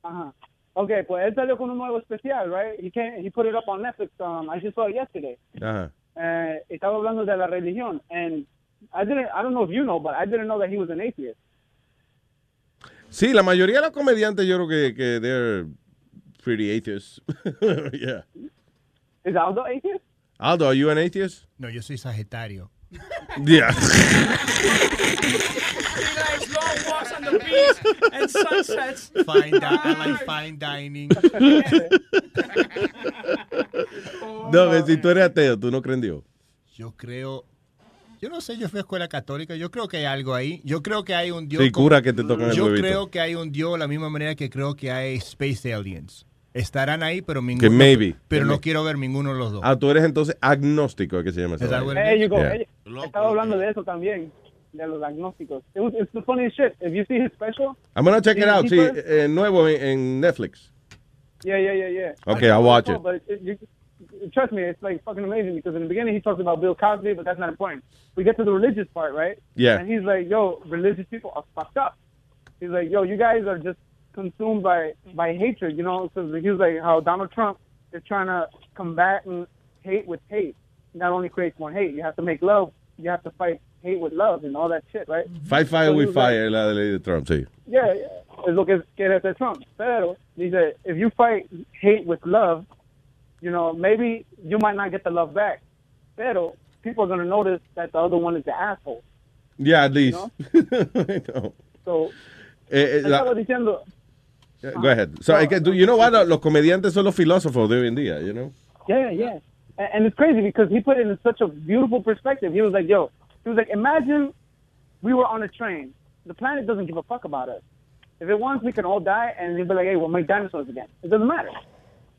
Speaker 2: Ajá. Okay, pues él salió con un nuevo especial, right? He, came, he put it up on Netflix, um, I just saw it yesterday.
Speaker 7: Ajá.
Speaker 2: eh, estaba hablando de la religión and I didn't I don't know if you know but I didn't know that he was an atheist.
Speaker 7: Sí, la mayoría de los comediantes yo creo que, que they're pretty atheists. yeah.
Speaker 2: Is Aldo atheist?
Speaker 7: Aldo, are you an atheist?
Speaker 14: No, yo soy Sagitario.
Speaker 7: Yeah.
Speaker 14: Fine, di- I like fine dining.
Speaker 7: No, ve, si tú eres ateo, tú no crees en Dios.
Speaker 14: Yo creo. Yo no sé, yo fui a escuela católica. Yo creo que hay algo ahí. Yo creo que hay un Dios.
Speaker 7: Sí, cura que te tocan el
Speaker 14: Yo
Speaker 7: huevito.
Speaker 14: creo que hay un Dios, la misma manera que creo que hay Space Aliens. Estarán ahí, pero ninguno.
Speaker 7: Que maybe.
Speaker 14: Pero no
Speaker 7: Maybe.
Speaker 14: quiero ver ninguno de los dos.
Speaker 7: Ah, tú eres entonces agnóstico, ¿qué se llama eso?
Speaker 14: Is that what it
Speaker 2: Hey, you go.
Speaker 7: Yeah.
Speaker 2: Hey, estaba hablando de eso también de los agnósticos. It was, it's the funniest shit. If you see his special,
Speaker 7: I'm gonna check it
Speaker 2: he-
Speaker 7: out.
Speaker 2: he
Speaker 7: Sí,
Speaker 2: first-
Speaker 7: eh, nuevo en, en Netflix.
Speaker 2: yeah, yeah, yeah, yeah.
Speaker 7: Okay, I'll watch it.
Speaker 2: But it, you, trust me, it's like fucking amazing because in the beginning he talks about Bill Cosby, but that's not the point. We get to the religious part, right?
Speaker 7: Yeah.
Speaker 2: And he's like, "Yo, religious people are fucked up." He's like, "Yo, you guys are just consumed by by hatred, you know." So he was like, "How Donald Trump is trying to combat and hate with hate. Not only creates more hate, you have to make love. You have to fight hate with love and all that shit, right?"
Speaker 7: Fight fire
Speaker 2: So he
Speaker 7: with
Speaker 2: was like,
Speaker 7: fire, la ley de Trump, sí.
Speaker 2: yeah, yeah, es lo que quiere hacer Trump. Pero dice, if you fight hate with love, you know, maybe you might not get the love back. Pero people are going to notice that the other one is the asshole.
Speaker 7: Yeah, at least.
Speaker 2: No.
Speaker 7: No.
Speaker 2: So,
Speaker 7: Eh, eh, la-
Speaker 2: estaba diciendo,
Speaker 7: Yeah, Go ahead. So, es que, tú- you know what? Los comediantes son los filósofos de hoy en día, you know?
Speaker 2: yeah, yeah. And, and it's crazy because he put it in such a beautiful perspective. He was like, yo, he was like, imagine we were on a train. The planet doesn't give a fuck about us. If it wants, we can all die, and he'd be like, hey, we'll make dinosaurs again. It doesn't matter.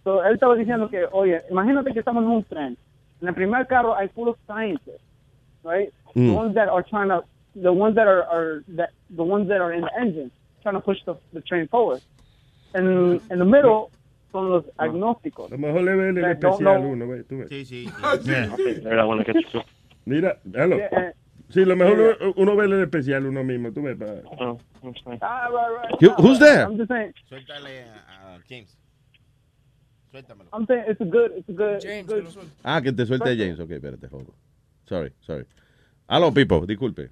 Speaker 2: So él estaba diciendo que, oye, imagínate que estamos en un tren. En el primer carro hay puros scientists, right? The
Speaker 18: Mm.
Speaker 2: ones that are trying to, the ones that are, are that, the ones that are in the engine, trying to push the, the train forward. And in the middle, son los agnósticos.
Speaker 11: Ah. A lo mejor le ven el
Speaker 2: that don't
Speaker 11: especial
Speaker 2: know-
Speaker 11: uno, ve, tú ves. Sí, sí.
Speaker 2: sí.
Speaker 11: Mira, hello.
Speaker 2: Yeah, and-
Speaker 11: Sí, lo mejor uno, uno ve el especial uno mismo, tú ves. pa-
Speaker 2: Ah,
Speaker 7: You- who's there?
Speaker 2: I'm just saying.
Speaker 8: Suéltale a, a James. Suéltamelo.
Speaker 2: I'm saying it's a good, it's a good, good.
Speaker 7: Ah, que te suelte James. Ok, espérate, joder. Sorry, sorry. Aló, Pipo, disculpe.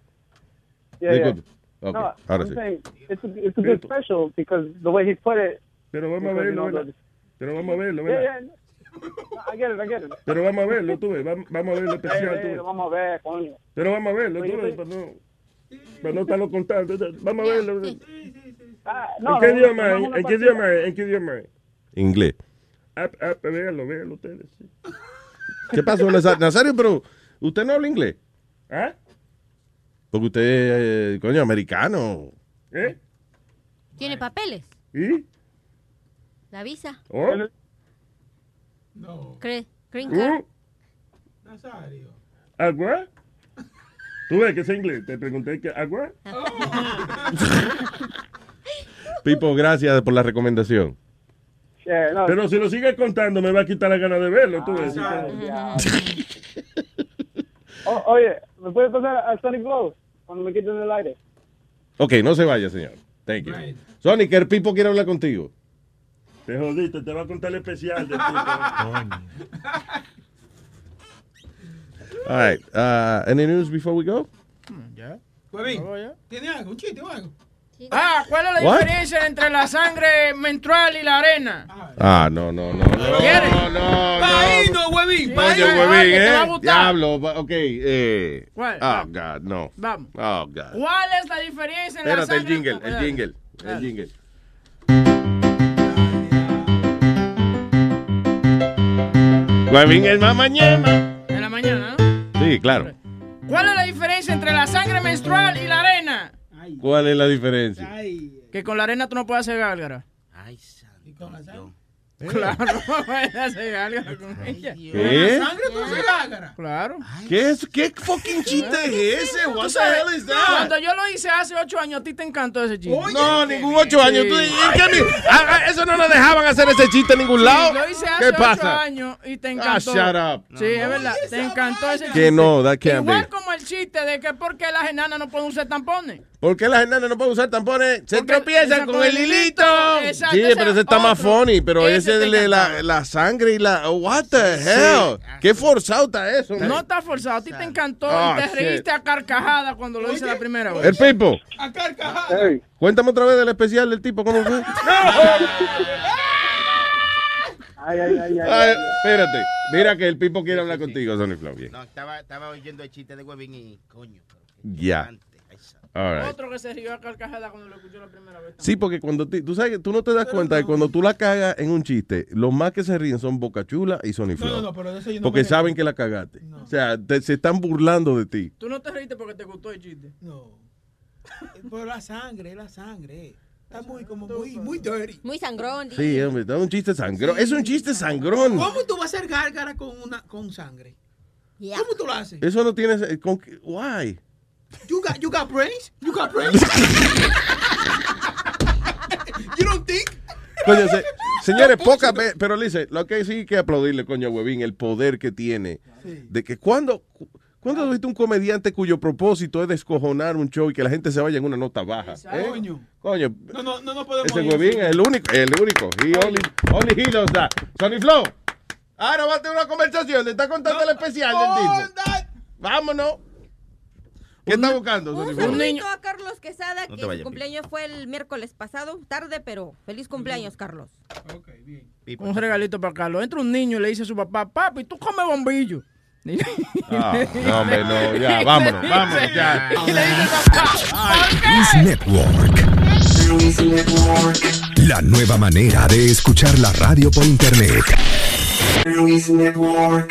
Speaker 2: Yeah, yeah.
Speaker 7: Disculpe. Ok,
Speaker 2: No,
Speaker 7: ahora
Speaker 2: I'm
Speaker 7: sí.
Speaker 2: saying it's a, it's a good special because the way he put it.
Speaker 11: Pero vamos a
Speaker 2: because, you know,
Speaker 11: verlo,
Speaker 2: the-
Speaker 11: ¿verdad? Pero vamos a verlo,
Speaker 2: Yeah,
Speaker 11: ¿verdad?
Speaker 2: yeah. No, I get it, I get it.
Speaker 11: Pero vamos a verlo, tú ves. vam- Vamos a ver el especial, tú
Speaker 2: Hey,
Speaker 11: ves.
Speaker 2: lo vamos a ver, coño.
Speaker 11: Pero vamos a verlo, tú ves, para no, para no estarlo contando. Vamos a verlo.
Speaker 2: Ah,
Speaker 11: ¿En
Speaker 2: no,
Speaker 11: qué
Speaker 2: no,
Speaker 11: idioma
Speaker 2: no,
Speaker 11: es?
Speaker 2: no,
Speaker 11: ¿En qué
Speaker 2: no,
Speaker 11: idioma es? ¿En qué idioma es?
Speaker 7: Inglés.
Speaker 11: Ah, ah, véanlo, véanlo ustedes. sí.
Speaker 7: ¿Qué pasó, Nazario? Nazario, pero usted no habla inglés.
Speaker 11: ¿Ah?
Speaker 7: Porque usted, eh, coño, americano.
Speaker 11: ¿Eh?
Speaker 10: ¿Tiene papeles?
Speaker 11: ¿Y?
Speaker 10: ¿La visa?
Speaker 11: ¿Oh?
Speaker 10: ¿Cree?
Speaker 7: ¿Eh?
Speaker 10: ¿Green card?
Speaker 11: ¿Uh? ¿Agua? ¿Tú ves que es inglés? Te pregunté que agua.
Speaker 7: Pipo, gracias por la recomendación.
Speaker 2: Yeah, no.
Speaker 11: Pero si lo sigues contando, me va a quitar la gana de verlo. ¿tú ves?
Speaker 2: O- Oh, oye, ¿me puedes pasar a Sonic Glow cuando me quiten el aire?
Speaker 7: Ok, no se vaya, señor. Thank you. Sonic, el Pipo quiere hablar contigo.
Speaker 11: Te jodiste, te va a contar el especial. De tipo.
Speaker 7: All right. Uh, any news before we go?
Speaker 4: Mm,
Speaker 9: ¿Ya?
Speaker 4: Huevín,
Speaker 14: Oh,
Speaker 4: ¿tiene algo? ¿Un chiste o algo?
Speaker 9: Ah, ¿cuál es la
Speaker 7: What?
Speaker 9: diferencia entre la sangre menstrual y la arena?
Speaker 7: Ah, no, no, no. no.
Speaker 9: ¿Quieres?
Speaker 7: No, no,
Speaker 4: no, huevín,
Speaker 7: Oye,
Speaker 9: Vaya,
Speaker 7: huevín,
Speaker 9: que te va a
Speaker 7: ¿eh?
Speaker 9: gustar.
Speaker 7: Diablo. va- Ok, eh.
Speaker 9: ¿Cuál?
Speaker 7: Oh, God, no.
Speaker 9: Vamos.
Speaker 7: Oh, God.
Speaker 9: ¿Cuál es la diferencia entre la
Speaker 7: Espérate, el
Speaker 9: sangre
Speaker 7: jingle, el jingle, el jingle. Huevín es más mañana.
Speaker 9: de la mañana?
Speaker 7: Sí, claro.
Speaker 9: ¿no? ¿Cuál es la diferencia entre la sangre menstrual y la arena?
Speaker 7: ¿Cuál es la diferencia?
Speaker 9: Que con la arena tú no puedes hacer gárgara.
Speaker 4: Eh.
Speaker 9: Ay, santo. Claro, no puedes hacer gárgara con ella.
Speaker 7: ¿Qué?
Speaker 4: ¿Sangre tú se lágara?
Speaker 9: Claro.
Speaker 7: ¿Qué es? ¿Qué fucking chiste es ese? What
Speaker 9: Tú
Speaker 7: the
Speaker 9: sabes,
Speaker 7: hell is that?
Speaker 9: Cuando yo lo hice hace ocho años, a ti te encantó ese chiste.
Speaker 7: No, ningún ocho años. Tú- ¿en qué mi- Ah, ah, eso no lo dejaban hacer ese chiste en ningún lado.
Speaker 9: Lo hice hace
Speaker 7: ¿Qué
Speaker 9: ocho
Speaker 7: pasa? Ah,
Speaker 9: años y te encantó.
Speaker 7: shut up.
Speaker 9: Sí, es verdad. Te encantó ese chiste.
Speaker 7: Que no, that can't
Speaker 9: Igual
Speaker 7: be.
Speaker 9: como el chiste de que por qué las enanas no pueden usar tampones.
Speaker 7: ¿Por qué las hermanas no pueden usar tampones? Se tropiezan con el hilito.
Speaker 9: Exacto, oh,
Speaker 7: Sí,
Speaker 9: ese
Speaker 7: pero ese está
Speaker 9: otro.
Speaker 7: más funny. Pero
Speaker 9: Ese
Speaker 7: ese
Speaker 9: te
Speaker 7: de la, la sangre y la. What the hell? Qué forzado está eso. man.
Speaker 9: No está forzado. A ti te encantó
Speaker 7: Ah,
Speaker 9: y te
Speaker 7: shit.
Speaker 9: reíste a carcajada cuando lo hice la primera vez.
Speaker 7: El Pipo.
Speaker 4: A carcajada.
Speaker 7: Cuéntame otra vez del especial del tipo. ¿Cómo fue?
Speaker 2: Ay, ay, ay, ay.
Speaker 7: Ay, espérate. Mira que el Pipo quiere hablar contigo, Sonny Flow. Bien.
Speaker 8: No, estaba, estaba oyendo el chiste de huevín y coño.
Speaker 7: Ya. All right.
Speaker 9: Otro que se rió a carcajada cuando lo escuchó la primera vez.
Speaker 7: Sí, porque cuando ti- tú sabes que tú no te das cuenta de cuando tú la cagas en un chiste, los más que se ríen son Boca Chula y Sony Flow.
Speaker 9: no, no, pero de eso yo no
Speaker 7: porque
Speaker 9: me río.
Speaker 7: saben que la cagaste. O sea, te- se están burlando de ti.
Speaker 9: Tú no te reíste porque te gustó el chiste. No.
Speaker 4: Pero la sangre, la sangre. Está muy, como muy, muy dirty.
Speaker 10: Muy sangrón.
Speaker 7: Sí, hombre, es un chiste sangrón. Es un chiste sangrón.
Speaker 4: ¿Cómo tú vas a hacer gárgara con, una, con sangre? ¿Cómo tú lo haces?
Speaker 7: Eso no tiene. se- Con, qué- why?
Speaker 4: You got, you got brains? You got brains? you don't think?
Speaker 7: Coño, se- señores, pocas veces. Pero dice, lo que sí hay que aplaudirle, coño, a huevín, el poder que tiene. De que cuando. cu- ¿Cuándo has visto un comediante cuyo propósito es descojonar un show y que la gente se vaya en una nota baja? ¿Eh?
Speaker 4: Coño.
Speaker 7: Coño,
Speaker 4: No, no, no, no podemos.
Speaker 7: Ese
Speaker 4: ir.
Speaker 7: huevín es el único, el único. He only, only he does that. Sonny Flow. Ahora va a tener una conversación. Le está contando el especial del tipo. Vámonos. ¿Qué está buscando, Sonny Flow?
Speaker 10: Un saludo a Carlos Quesada,
Speaker 7: No te
Speaker 10: que su
Speaker 7: vayas,
Speaker 10: cumpleaños fue el miércoles pasado, tarde, pero feliz cumpleaños, Carlos.
Speaker 7: pues,
Speaker 9: Un regalito para Carlos. Entra un niño y le dice a su papá, papi, tú comes bombillo.
Speaker 7: Ah, no, hombre, no. Ya, vámonos, vámonos, ya.
Speaker 5: Luis Network. La nueva manera de escuchar la radio por internet. Luis Network.